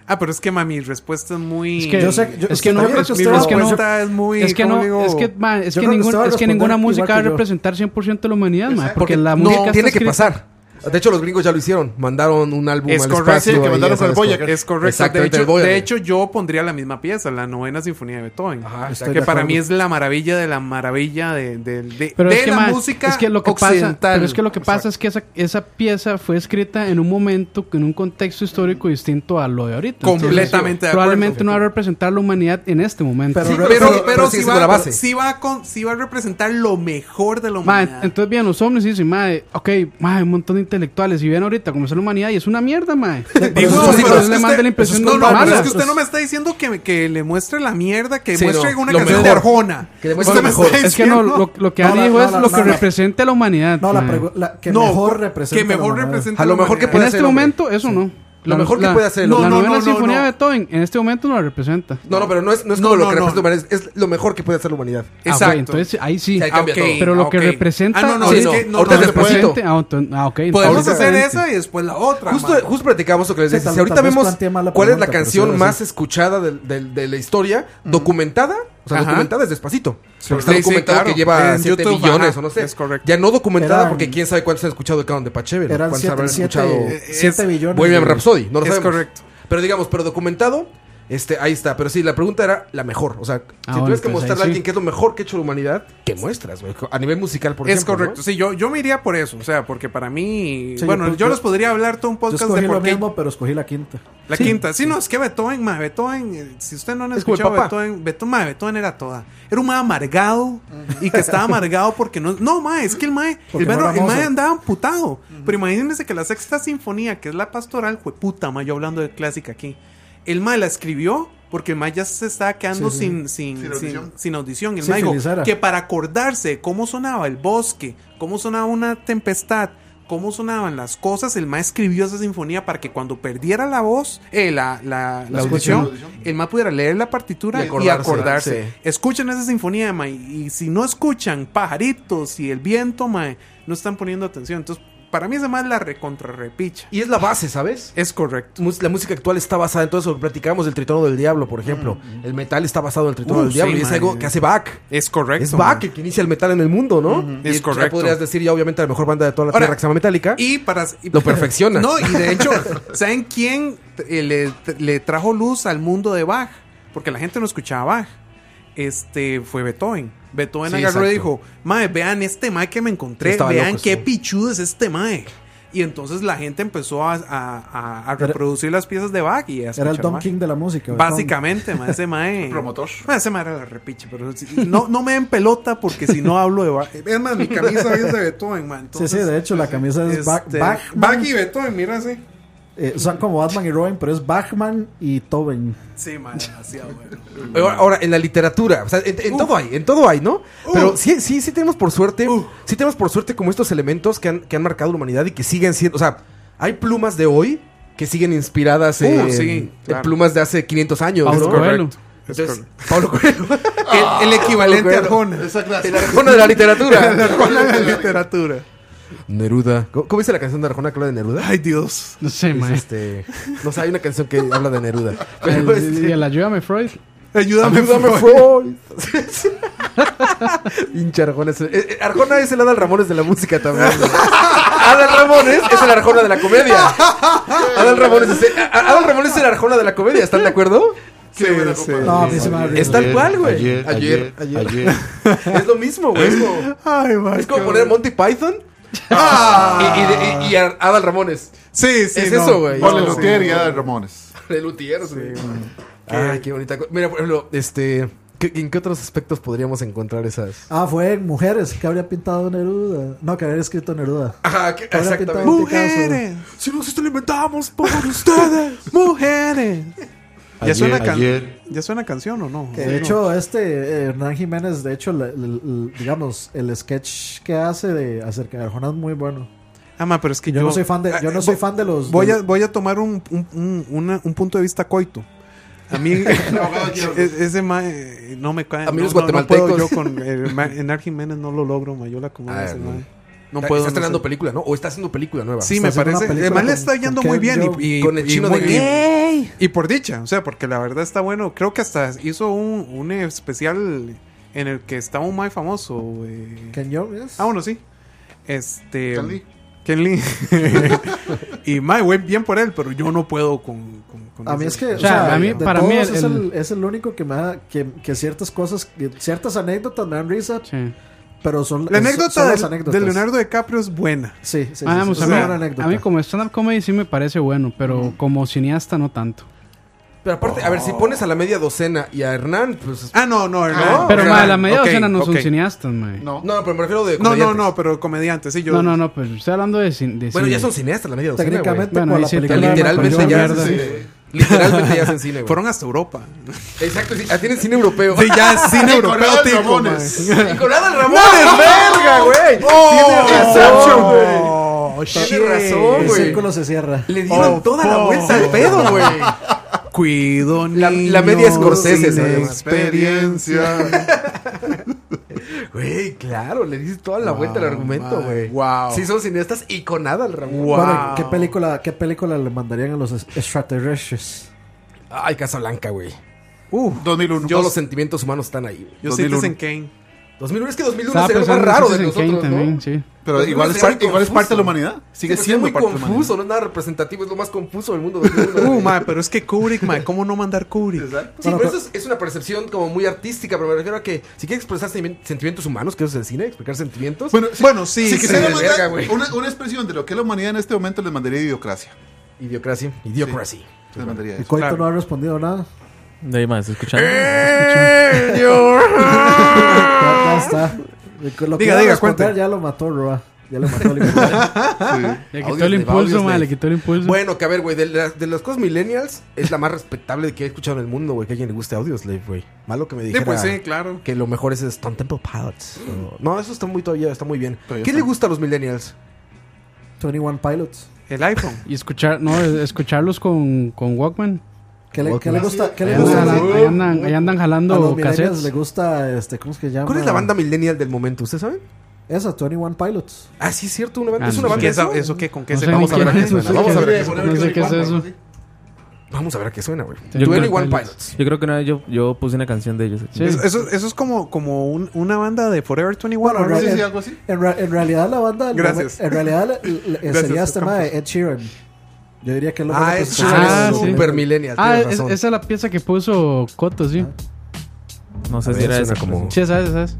S5: Ah, pero es que, mami, mi respuesta es muy.
S4: Es que,
S2: Yo sé- yo-
S4: es que
S2: está
S4: no,
S2: bien,
S4: es
S2: pero
S4: que
S5: mi
S2: usted-
S4: no, es que no,
S5: respuesta es muy.
S4: es que
S5: ¿cómo
S4: no,
S5: digo?
S4: es que, ma, es
S2: Yo
S4: que
S2: creo que
S4: ningún-
S2: usted va
S4: es
S2: a
S4: que
S2: responder
S4: ninguna
S2: igual
S4: música va a
S2: que yo.
S4: representar 100% la humanidad, ma, porque
S1: Porque
S4: la
S1: no,
S4: música está
S1: tiene que
S4: escrita-
S1: pasar. De hecho, los gringos ya lo hicieron. Mandaron un álbum
S5: Es
S1: al
S5: correcto,
S1: espacio.
S3: sí, que
S1: ahí,
S3: mandaron
S1: ya sabes,
S3: con el
S1: con-
S5: Es correcto. De
S1: Exactamente,
S5: hecho,
S1: el Voyager.
S5: de hecho, yo pondría la misma pieza, la novena sinfonía de Beethoven.
S1: Ajá,
S2: Estoy
S5: que
S2: de
S5: para
S2: acuerdo.
S5: mí es la maravilla de la maravilla de, de, de-
S4: Pero
S5: de
S4: es que,
S5: la
S4: ma,
S5: música
S4: es que lo que
S5: occidental.
S4: Pasa, pero es que lo que pasa es que esa, esa pieza fue escrita en un momento, en un contexto histórico distinto a lo de ahorita. Entonces,
S5: Completamente de acuerdo.
S4: probablemente no va a representar la humanidad en este momento.
S2: Pero-
S5: Sí,
S1: Pero-
S5: pero,
S1: pero-
S5: pero,
S1: pero
S5: sí,
S1: sigue
S5: va,
S1: siendo la base.
S5: sí va con, sí va a representar lo mejor de la
S4: Ma,
S5: humanidad.
S4: entonces bien, los hombres dicen, madre, ok, madre, un montón de intelectuales y ven ahorita cómo es la humanidad y es una mierda, madre. Entonces,
S5: Digo, pero
S4: entonces
S5: es
S4: le
S5: que
S4: manda
S5: usted-
S4: la impresión
S5: no,
S4: de
S5: no, pero
S4: mala.
S5: es que usted no me está diciendo que, que le muestre la mierda, que
S1: Sí,
S5: muestre
S1: no,
S5: una
S1: lo
S5: canción de
S1: mejor.
S5: Arjona.
S1: Que le muestre
S5: Usted
S1: lo
S5: me
S1: mejor.
S5: está
S4: Es que no,
S5: diciendo-
S4: lo, lo que
S2: No,
S4: Ari
S2: la-
S4: dijo
S2: no,
S4: es
S2: la-
S4: lo
S2: no,
S4: que
S2: la-
S4: representa la humanidad.
S2: No, la,
S4: ma.
S2: pregu- la- que
S5: No,
S2: mejor representa.
S5: que mejor
S2: la humanidad.
S5: representa
S1: A lo mejor que
S5: la
S1: puede
S4: En
S5: humanidad.
S1: hacer
S4: este
S1: el hombre.
S4: momento, eso no.
S1: Lo mejor que puede hacer el
S4: la, La
S5: hombre. No, no,
S4: novena
S5: no, no,
S4: sinfonía
S5: no.
S4: de Beethoven, en este momento no la representa.
S1: No, no, pero no es, no es
S5: No,
S1: como lo
S5: no,
S1: que
S5: no.
S1: representa la humanidad. Es, es lo mejor que puede hacer la humanidad.
S4: Ah, güey,
S5: Exacto.
S4: entonces ahí sí. Ah,
S1: Sí, ahí cambia
S5: ok.
S1: todo.
S4: Pero lo que
S5: ok.
S4: representa-
S5: Ah, no, no,
S1: Sí,
S5: es
S1: no.
S5: que no,
S1: Ahorita
S5: no,
S1: te
S5: no,
S1: puedo-
S4: Presente, ah, ento- ah, ok.
S5: Podemos
S1: Ahorita-
S5: hacer esa y después la otra.
S1: Justo,
S5: man.
S1: justo platicamos lo que les
S2: Sí,
S1: decía.
S2: tal-
S1: si ahorita
S2: tal vez
S1: vemos
S2: planteé mal la
S1: cuál es la
S2: pregunta, pero
S1: canción
S2: sí, sí.
S1: más escuchada del- del- de, la historia, documentada. O sea,
S5: Ajá.
S1: documentada es despacito. Porque está
S5: Sí, sí,
S1: documentado
S5: claro.
S1: que lleva
S5: En
S1: 7
S5: YouTube,
S1: millones
S5: ajá,
S1: o no sé.
S5: es correcto.
S1: Ya no documentada
S2: Eran-
S1: porque quién sabe cuántos han escuchado de Canon de Pacheve.
S2: Eran
S1: Cuántos habrán
S2: 7
S1: escuchado.
S5: Es-
S2: billones.
S1: Bohemian
S2: de-
S1: Rhapsody, no lo
S5: Es
S1: sabemos.
S5: correcto.
S1: Pero digamos, pero documentado, este, ahí está. Pero sí, la pregunta era la mejor. O sea, si
S4: Ah,
S1: tuvieras
S4: bueno,
S1: que
S4: pues
S1: mostrarle a
S4: ahí
S1: alguien
S4: sí.
S1: qué es lo mejor que ha hecho la humanidad, ¿qué muestras, güey? A nivel musical, por
S5: Es
S1: ejemplo.
S5: correcto.
S1: ¿no?
S5: Sí, yo, yo me iría por eso. O sea, porque para mí.
S2: Sí, yo
S5: bueno, yo,
S2: pues- yo-
S5: les podría hablar todo un
S2: Yo
S5: podcast
S2: escogí
S5: de
S2: lo
S5: por qué.
S2: mismo, pero escogí la quinta.
S5: La quinta. Sí, no, es que Beethoven, ma, Beethoven. eh, Si usted no han
S1: Es como el
S5: escuchado
S1: papá.
S5: Beethoven, Beethoven, ma, Beethoven era toda. Era un ma amargado. y que estaba amargado porque no. No, ma, es que el ma.
S2: Porque
S5: el
S2: no
S5: ma-
S2: era
S5: el ma
S2: Mozart.
S5: andaba amputado. Pero imagínense que la sexta sinfonía, que es la pastoral, fue puta, ma. Yo hablando de clásica aquí. El ma la escribió. Porque el ma ya se estaba quedando
S2: Sí, sí.
S5: sin, sin,
S3: Sin
S5: sin,
S3: audición.
S5: sin audición. El
S2: Sí,
S5: ma dijo
S2: Felizara.
S5: que para acordarse de cómo sonaba el bosque, cómo sonaba una tempestad, cómo sonaban las cosas, el ma escribió esa sinfonía para que cuando perdiera la voz, eh, la, la, la
S3: audición.
S5: audición, el ma pudiera leer la partitura
S1: Y
S5: y
S1: acordarse,
S5: acordarse.
S1: sí.
S5: Escuchen esa sinfonía, ma, y, y si no escuchan pajaritos y el viento, ma, no están poniendo atención. Entonces, para mí esa más la recontrarrepicha.
S1: Y es la base, ¿sabes?
S5: Es correcto.
S1: Mus- La música actual está basada en todo eso. Platicábamos del Tritono del Diablo, por ejemplo. El metal está basado en el Tritono
S5: Uh,
S1: del
S5: Mm. sí,
S1: Diablo y es
S5: man.
S1: algo que hace Bach.
S5: Es correcto.
S1: Es Bach
S5: man. Mm-hmm.
S1: el que inicia el metal en el mundo, ¿no? Y
S5: Es
S1: ya
S5: correcto.
S1: podrías decir ya obviamente la mejor banda de toda la
S5: Ahora,
S1: tierra que se llama Metallica.
S5: Y para. y-
S1: Lo perfecciona.
S5: No, y de hecho, ¿saben quién eh, le, le trajo luz al mundo de Bach? Porque la gente no escuchaba Bach. Este fue Beethoven. Beethoven
S1: Sí,
S5: agarró y
S1: exacto.
S5: dijo: Mae, vean este mae que me encontré.
S1: Estaba
S5: vean
S1: loco,
S5: qué
S1: sí.
S5: pichudo es este mae. Y entonces la gente empezó a, a- a- a reproducir las piezas de Bach y a
S2: Era el
S5: escuchar
S2: Don
S5: Bach.
S2: King de la música. ¿verdad?
S5: Básicamente, mae, ese mae.
S3: Promotor.
S5: Mae, ese mae era la repiche, pero si- no, no me den pelota porque si no hablo de Bach. Es más, mi camisa hoy es de Beethoven, mae.
S2: Sí,
S5: entonces-
S2: sí, de hecho, la camisa es Bach-
S5: este,
S2: Bachman.
S5: Bach y Beethoven, mira así.
S2: Eh, son como Batman y Robin, pero es Bachman y Tobin.
S5: Sí, man, demasiado bueno.
S1: Ahora, ahora, en la literatura, o sea, en, en todo hay, en todo hay, ¿no? Pero sí, sí, sí tenemos por suerte, sí tenemos por suerte como estos elementos que han, que han marcado la humanidad y que siguen siendo, o sea, hay plumas de hoy que siguen inspiradas
S5: Uh,
S1: en,
S5: sí,
S1: en
S5: claro.
S1: plumas de hace 500 años,
S4: Paulo
S1: ¿no?
S4: Coelho.
S1: Entonces, Pablo Coelho,
S5: El, el equivalente a
S1: Bueno.
S5: Arjona.
S3: Esa clase.
S1: el Arjona de la literatura.
S5: Arjona de la literatura.
S1: Neruda. ¿Cómo, cómo dice la canción de Arjona que habla de Neruda?
S5: Ay, Dios.
S4: No sé,
S1: Dice,
S4: mae.
S1: este, no sé, hay una canción que habla de Neruda. Pero, este,
S4: El- Y el ayúdame, Freud.
S5: Ayúdame,
S1: Ayúdame,
S5: Freud.
S1: Freud. Hincha Arjona. Es el- eh, eh, Arjona es el Adal Ramones de la música también. güey. Adal Ramones es el Arjona de la comedia. Adal Ramones es el, a- a- Adal Ramones es el Arjona de la comedia. ¿Están de acuerdo?
S3: Qué buena comparación.
S2: No, a mí se me
S1: Es
S2: va
S1: tal cual, güey.
S6: Ayer, ayer,
S1: Ayer,
S6: ayer.
S1: ayer. Es lo mismo, güey. Es como,
S5: Ay, man.
S1: es como
S5: qué
S1: poner
S5: bueno.
S1: Monty Python y, y- y- y a- Adal Ramones.
S5: Sí, sí.
S1: Es
S5: no.
S1: eso, güey.
S3: Ponle
S1: No,
S5: sí.
S3: Luthier y Ada Ramones.
S1: De Luthiers, güey. Ay, qué bonita. co- Mira, por ejemplo, este. ¿qué- ¿En qué otros aspectos podríamos encontrar esas?
S2: Ah, fue en mujeres que habría pintado Neruda. No, que habría escrito Neruda.
S1: Ajá, que-
S2: Ahora
S1: exactamente.
S2: pintado.
S5: Mujeres. Si nosotros lo inventamos por ustedes. Mujeres. Ya suena, can-
S6: ayer.
S5: ¿Ya suena canción o no?
S2: Que
S5: Sí,
S2: de hecho, este eh, Hernán Jiménez, de hecho, la- la- la- digamos, el sketch que hace de acerca de Arjona es muy bueno.
S5: no. Ah, ma, pero es que yo,
S2: Yo no soy fan de, yo no soy
S5: Ah,
S2: fan de los.
S5: Voy
S2: de-
S5: a, voy a tomar un, un, un- una- un punto de vista coito. A mí, es- ese ma, eh, no me cae.
S1: A mí
S5: no,
S1: los
S5: no- no puedo
S1: guatemaltecos.
S5: yo con eh, ma- Enar Jiménez no lo logro, ma, yo la acomodo a
S1: Ah,
S5: ese ma.
S1: no.
S5: No
S1: Está-
S5: puedo. no
S1: Está estrenando
S5: sé.
S1: película, ¿no? O está haciendo película nueva.
S5: Sí, me
S2: haciendo una
S5: parece.
S2: película
S5: Además le
S2: con-
S5: está yendo
S2: con
S5: muy bien.
S2: Kevin
S5: y-
S2: Joe.
S5: Y,
S1: Con el
S5: y
S1: chino
S5: muy
S1: de
S5: bien. Y por dicha, o sea, porque la verdad está bueno. Creo que hasta hizo un, un especial en el que estaba un mae famoso. eh.
S2: Ken Jeong, ¿es?
S5: Ah, bueno, sí. Este.
S3: Ken Lee.
S5: Ken Lee. y mae, güey, bien por él, pero yo no puedo con. con- con
S2: A mí
S5: ese-
S2: es que, o
S4: sea,
S2: sea,
S4: a mí-
S2: de
S4: para
S2: todos
S4: mí el-
S2: es, el,
S4: el-
S2: es el único que me da, que, que ciertas cosas, que ciertas anécdotas me dan risa,
S4: Sí.
S2: pero son
S5: La
S2: es-
S5: anécdota
S2: son
S5: de,
S2: las anécdotas.
S5: de Leonardo DiCaprio es buena.
S2: Sí, sí, sí,
S4: Ah,
S2: sí,
S4: pues,
S2: es
S4: a,
S2: una
S4: mí,
S2: buena
S4: a mí
S2: anécdota.
S4: como stand-up comedy sí me parece bueno, pero como cineasta no tanto.
S1: Pero aparte, a ver, si pones a la media docena y a Hernán, pues.
S5: Ah, no, no, Hernán.
S4: Pero,
S5: Hernán,
S4: mae, la media
S5: ok,
S4: docena no
S5: ok.
S4: son cineastas, mae.
S3: No.
S1: No, pero me refiero de.
S5: No, no,
S1: comediantes.
S5: no, pero comediante, sí, yo.
S4: No, no, no, pero estoy hablando de, cin- de
S1: Bueno,
S4: cine.
S1: ya son cineastas la media docena.
S2: Técnicamente,
S4: Bueno,
S2: con
S4: ahí
S2: la
S4: sí,
S2: película
S1: güey.
S2: de
S1: Literalmente
S2: Napoleón,
S1: ya
S2: sí.
S1: hacen cine. Literalmente ya hacen cine, güey.
S5: Fueron hasta Europa.
S1: Exacto, sí, ah, tienen cine europeo.
S5: Sí, ya es cine
S3: Y
S5: europeo,
S3: Corral
S5: tico,
S3: Ramones.
S5: mae.
S1: Y con Adal Ramones, verga, güey. Tiene razón, güey.
S5: Oh, shit.
S1: Tiene razón,
S2: El
S1: güey.
S2: círculo se cierra.
S1: Le dieron
S5: Oh,
S1: toda la
S5: oh.
S1: vuelta al pedo, güey.
S5: Cuido,
S1: La- la media Scorsese, se llama.
S5: experiencia.
S1: Güey, claro, le dices toda la
S5: Wow,
S1: vuelta al argumento,
S5: man.
S1: güey.
S5: Wow.
S1: Sí, son cineastas y con Adal Ramones.
S5: Wow.
S2: Bueno, ¿qué película, ¿qué película le mandarían a los es- extraterrestres?
S1: Ay, Casablanca, güey.
S5: Uh,
S3: 2001.
S1: Todos los sentimientos humanos están ahí, güey.
S5: yo
S3: 2001.
S5: Citizen Kane.
S1: 2001 es que 2001
S4: Estaba
S1: sería
S4: pensando
S1: lo más
S4: pues, en
S1: raro de
S4: Citizen Kane
S1: nosotros, ¿no?
S4: también, sí.
S3: Pero
S1: Pero
S3: igual
S1: es
S3: es, par-
S1: algo
S3: igual es parte de la
S1: confuso.
S3: humanidad. Sigue
S1: Sí, pero es
S3: siendo
S1: muy
S3: parte de la
S1: confuso,
S3: humanidad.
S1: no es nada representativo, es lo más confuso del mundo. del mundo,
S5: Uh,
S1: güey.
S5: ma, pero es que Kubrick, ma, ¿cómo no mandar Kubrick?
S3: Exacto.
S1: Sí, pero
S2: Bueno, pero-
S1: eso es, es una percepción como muy artística, pero me refiero a que si quieres expresar sentimi- sentimientos humanos, que eso es el cine, explicar sentimientos.
S5: Bueno, bueno, sí,
S3: Si
S5: sí,
S3: quisiera
S1: sí,
S3: mandar
S1: verga, güey.
S3: una, una expresión de lo que es la humanidad en este momento, les mandaría idiocracia.
S1: Idiocracia. Idiocracia.
S3: Les mandaría
S2: Y
S3: eso.
S2: Coito
S5: claro.
S2: no ha respondido nada.
S7: De ahí más, escuchando.
S5: Eh.
S2: Ya, ya está. Lo
S5: Diga,
S2: que iba a
S5: diga,
S2: responder
S5: cuente.
S2: Ya lo mató Roa. Ya lo mató el hijo de-
S4: Le
S1: Audios
S4: quitó el
S1: de-
S4: impulso,
S1: audios
S4: mae,
S1: de-
S4: le quitó el impulso.
S1: Bueno, que a ver, güey, de, las- de las cosas millennials, es la más respetable que he escuchado en el mundo, güey, que a alguien le guste Audioslave, güey. Malo que me
S5: Sí,
S1: dijera
S5: pues sí, claro.
S1: que lo mejor es Stone Temple Pilots. o- No, eso está muy todavía, está muy bien.
S3: Todavía
S1: ¿Qué
S3: está.
S1: le gusta a los millennials?
S2: 21 Pilots.
S5: El iPhone.
S4: Y escuchar, no, es- escucharlos con, con Walkman.
S2: ¿Qué le, qué le gusta? ¿Qué
S4: Ahí
S2: le
S4: andan,
S2: gusta?
S4: ahí andan, ahí andan
S2: A los
S4: jalando
S2: millennials
S4: cassettes.
S2: le gusta, este, ¿cómo es que se llama?
S1: ¿Cuál es la banda millennial del momento? ¿Ustedes saben?
S2: Esa, 21 Pilots.
S1: Ah, sí, es cierto. Una banda,
S4: Ah,
S1: es
S4: no sé.
S1: una banda.
S5: ¿Qué es
S1: eso?
S5: eso qué? ¿Con qué
S4: No
S5: se
S4: sé
S5: vamos
S4: ni
S5: a
S4: qué
S5: ver?
S4: es,
S1: suena.
S4: no
S1: Vamos
S4: sé
S1: a ver
S4: qué
S1: qué
S4: es.
S1: suena.
S4: No sé qué es eso.
S1: Vamos a ver a qué suena, güey.
S4: Yo creo
S1: 21
S4: que-
S1: Pilots.
S7: Yo creo que una vez yo, yo puse una canción de ellos.
S4: Sí.
S5: Eso, eso- eso es como, como un- una banda de Forever 21.
S2: Bueno,
S5: ¿no?
S2: en
S3: Sí, sí,
S2: realidad-
S3: algo así.
S2: En, ra- en realidad la banda... del
S5: Gracias.
S2: momen- En realidad la- la- sería
S5: Gracias,
S2: este tema de Ed Sheeran. Yo diría que es lo más
S1: Ah, es
S2: representativo.
S4: Sheeran. Ah, sí.
S1: super millennial.
S4: Ah,
S1: tienes
S4: es-
S1: razón. Ah.
S4: esa es la pieza que puso Coto, sí.
S7: No
S1: A
S7: sé si
S1: ver,
S7: era
S1: suena
S7: esa.
S1: como-
S4: Sí, esa es, esa es.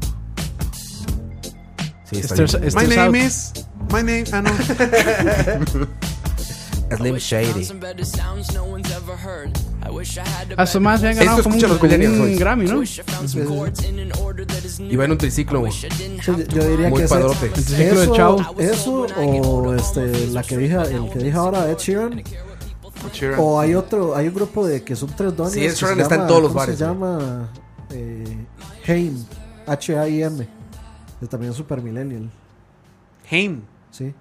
S1: Sí, está
S4: Esther-
S1: bien.
S4: Esther
S5: My name
S4: South.
S5: is. My name. Ah, no.
S1: Slim Shady.
S10: Some better sounds no one's ever heard. I wish I had a
S4: A su más se han
S1: Esto
S4: ganado como un,
S1: escucha los millennials
S4: un
S1: hoy.
S4: Grammy, ¿no?
S10: wish I found some chords in an order that is new.
S1: Y va en un triciclo, güey.
S10: Wish I didn't
S2: Yo,
S10: have to
S2: yo diría
S1: Muy
S2: que es
S1: padrote.
S4: El ciclo de Chao.
S2: eso, eso o este, la que dije, el que dije ahora Ed Sheeran.
S3: Sheeran.
S2: O hay otro, hay un grupo de que son tres dones.
S1: Sí, Ed Sheeran está en todos los bares,
S2: Se
S1: güey.
S2: llama eh, Haim, H-A-I-M. Es También es super millennial,
S5: Haim.
S2: sí.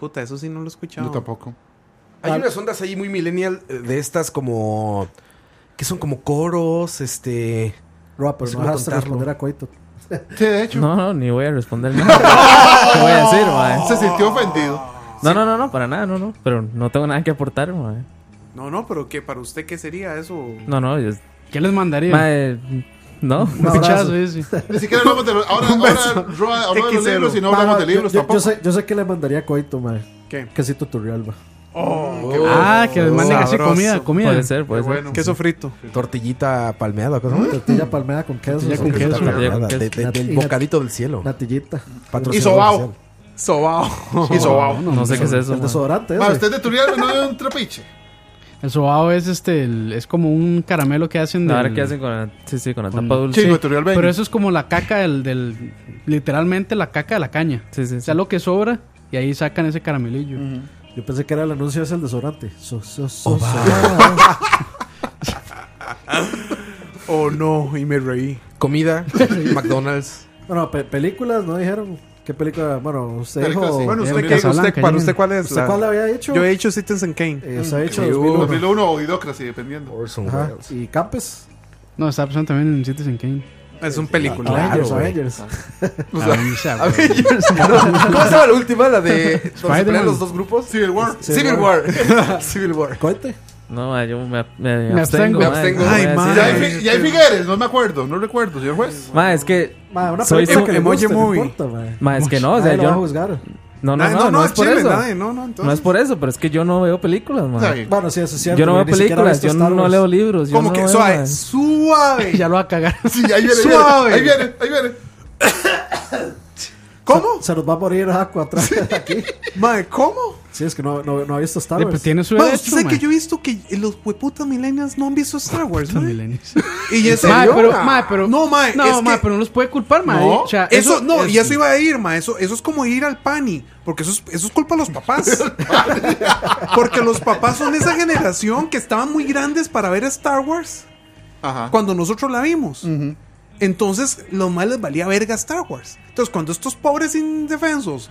S5: Puta, eso sí no lo he escuchado.
S3: Yo tampoco.
S1: Hay unas ondas ahí muy millennial eh, de estas como. que son como coros, este.
S2: Roa, pero
S1: Es
S2: no
S1: como
S2: dejaste
S1: contarlo.
S2: responder a Coito.
S3: Sí, de hecho.
S7: No, no, ni voy a responder nada. ¿Qué voy a decir, mae?
S3: Se sintió ofendido.
S7: No, no, no, no, para nada, no, no. Pero no tengo nada que aportar, mae.
S5: No, no, pero que para usted, ¿qué sería eso?
S7: No, no, yo-
S4: ¿Qué les mandaría?
S7: mae, no.
S4: Un pichazo,
S2: abrazo.
S4: sí, sí.
S3: Ni siquiera hablamos de los. Ahora, ahora Roa habló de los
S5: XL.
S3: libros y no
S2: Ma,
S3: hablamos
S2: ma,
S3: de libros
S2: yo, yo- yo
S3: tampoco.
S2: sé, yo sé que le mandaría a Coito, ma.
S5: ¿Qué?
S2: Quesito Turrialba.
S4: Ah, que les manden así
S5: sabroso.
S4: comida, comida.
S7: Puede ser, puede
S3: Qué
S7: ser.
S3: bueno.
S5: Queso frito.
S1: Tortillita palmeada, cosa. ¿no?
S2: Tortilla palmeada con queso.
S4: Tortilla con
S2: sí.
S4: queso.
S7: Tortilla con
S1: Palmeada, de- de-
S2: queso.
S1: del
S2: Y-
S1: bocadito del cielo.
S2: Natillita.
S1: Patrocinador
S3: sobao.
S1: oficial.
S5: Sobao.
S3: Y sobao.
S7: No sé qué es eso.
S2: El
S7: mae.
S2: desodorante,
S3: Ma,
S2: ese.
S3: usted de Turialba no es un trapiche.
S4: El sobao es este, el- es como un caramelo que hacen.
S7: Ahora
S4: del-
S7: qué hacen con la, sí, sí, con la
S4: con-
S7: tapa dulce.
S3: Chico, Turrialbeño.
S4: Pero eso es como la caca del, del- literalmente la caca de la caña.
S7: Sí, sí,
S4: O
S7: sí.
S4: sea, lo que sobra y ahí sacan ese caramelillo.
S2: Yo pensé que era el anuncio ese el desodorante. So, so, so, so.
S5: Oh, no. Y me reí.
S1: Comida, McDonald's.
S2: Bueno, pe- películas, ¿no dijeron? ¿Qué película? Bueno, usted
S3: Películas,
S2: dijo...
S3: sí.
S5: Bueno,
S4: ya
S5: usted,
S4: me
S5: ¿qué-
S4: las hablan,
S5: usted-
S4: que
S5: ¿para
S4: ya.
S5: usted cuál es?
S2: ¿Usted
S5: la-
S2: cuál le había hecho?
S5: Yo he hecho Citizen Kane.
S2: Eh, se ha hecho
S1: Sí,
S2: 2001.
S3: 2001 o Idocracy, dependiendo.
S1: Orson
S2: Ajá.
S1: Welles.
S2: Y Campes.
S4: No, está pasando también en Citizen Kane.
S5: Es un película.
S1: Claro,
S2: Avengers,
S1: güey.
S2: Avengers.
S1: ¿Cómo se llama la última? La de. donde se
S4: Spider-Man.
S1: pelean los dos grupos?
S3: Civil War.
S1: Civil War. Civil War.
S2: Coite.
S7: No, mae, yo me, me
S4: Me abstengo.
S7: abstengo. mae.
S1: Me
S7: No
S1: abstengo.
S7: voy a decir
S5: Ay, mae.
S3: Y
S7: nada.
S3: hay, fi- y hay Figueres, no me acuerdo, no recuerdo, señor juez.
S7: Mae, es que.
S2: Ma, una
S7: Soy
S2: película
S5: su-
S2: que le
S5: Emoji
S2: guste, no
S5: Movie.
S2: importa, ma.
S7: mae, es que no, o sea,
S2: Nadie lo va a
S7: yo.
S2: juzgar.
S7: No, no,
S5: Nadie-
S7: no, no es por
S5: chile,
S7: eso.
S5: nadie, no, no, entonces.
S7: No es por eso, pero es que yo no veo películas,
S3: Está
S7: mae.
S3: bien.
S2: Bueno, sí, eso es cierto.
S7: Yo no
S2: ma,
S7: veo
S2: ni siquiera he
S7: películas,
S2: visto
S7: yo
S2: Star
S7: no
S2: Wars.
S7: leo libros. yo
S5: Como
S7: no
S5: que
S7: veo, mae.
S5: suave. Suave.
S4: ya lo va a cagar.
S3: Sí, ahí viene,
S5: Suave.
S3: ahí viene, ahí viene.
S5: ¿Cómo?
S2: Se nos va a morir Aqua atrás aquí.
S5: Mae, ¿cómo?
S2: Sí, es que no, no, no ha visto Star
S4: Eh, pues
S2: Wars.
S4: tiene su
S5: Mae,
S4: derecho,
S5: usted sabe
S4: mae.
S5: que yo he visto que los hueputas millennials no han visto Star Wars,
S4: Puta
S5: mae?
S4: millennials.
S5: Y eso,
S4: Mae, pero, mae, pero-
S5: No, mae,
S4: No,
S5: es
S4: mae,
S5: que-
S4: pero no los puede culpar, mae.
S3: No,
S4: O sea,
S5: eso, no,
S4: es-
S5: y eso iba a ir, ma. Eso, eso es como ir al pani. Porque eso es, eso es culpa de los papás. porque los papás son esa generación que estaban muy grandes para ver Star Wars
S4: Ah.
S3: Ajá.
S5: cuando nosotros la vimos. Entonces, los más les valía verga Star Wars. Entonces, cuando estos pobres indefensos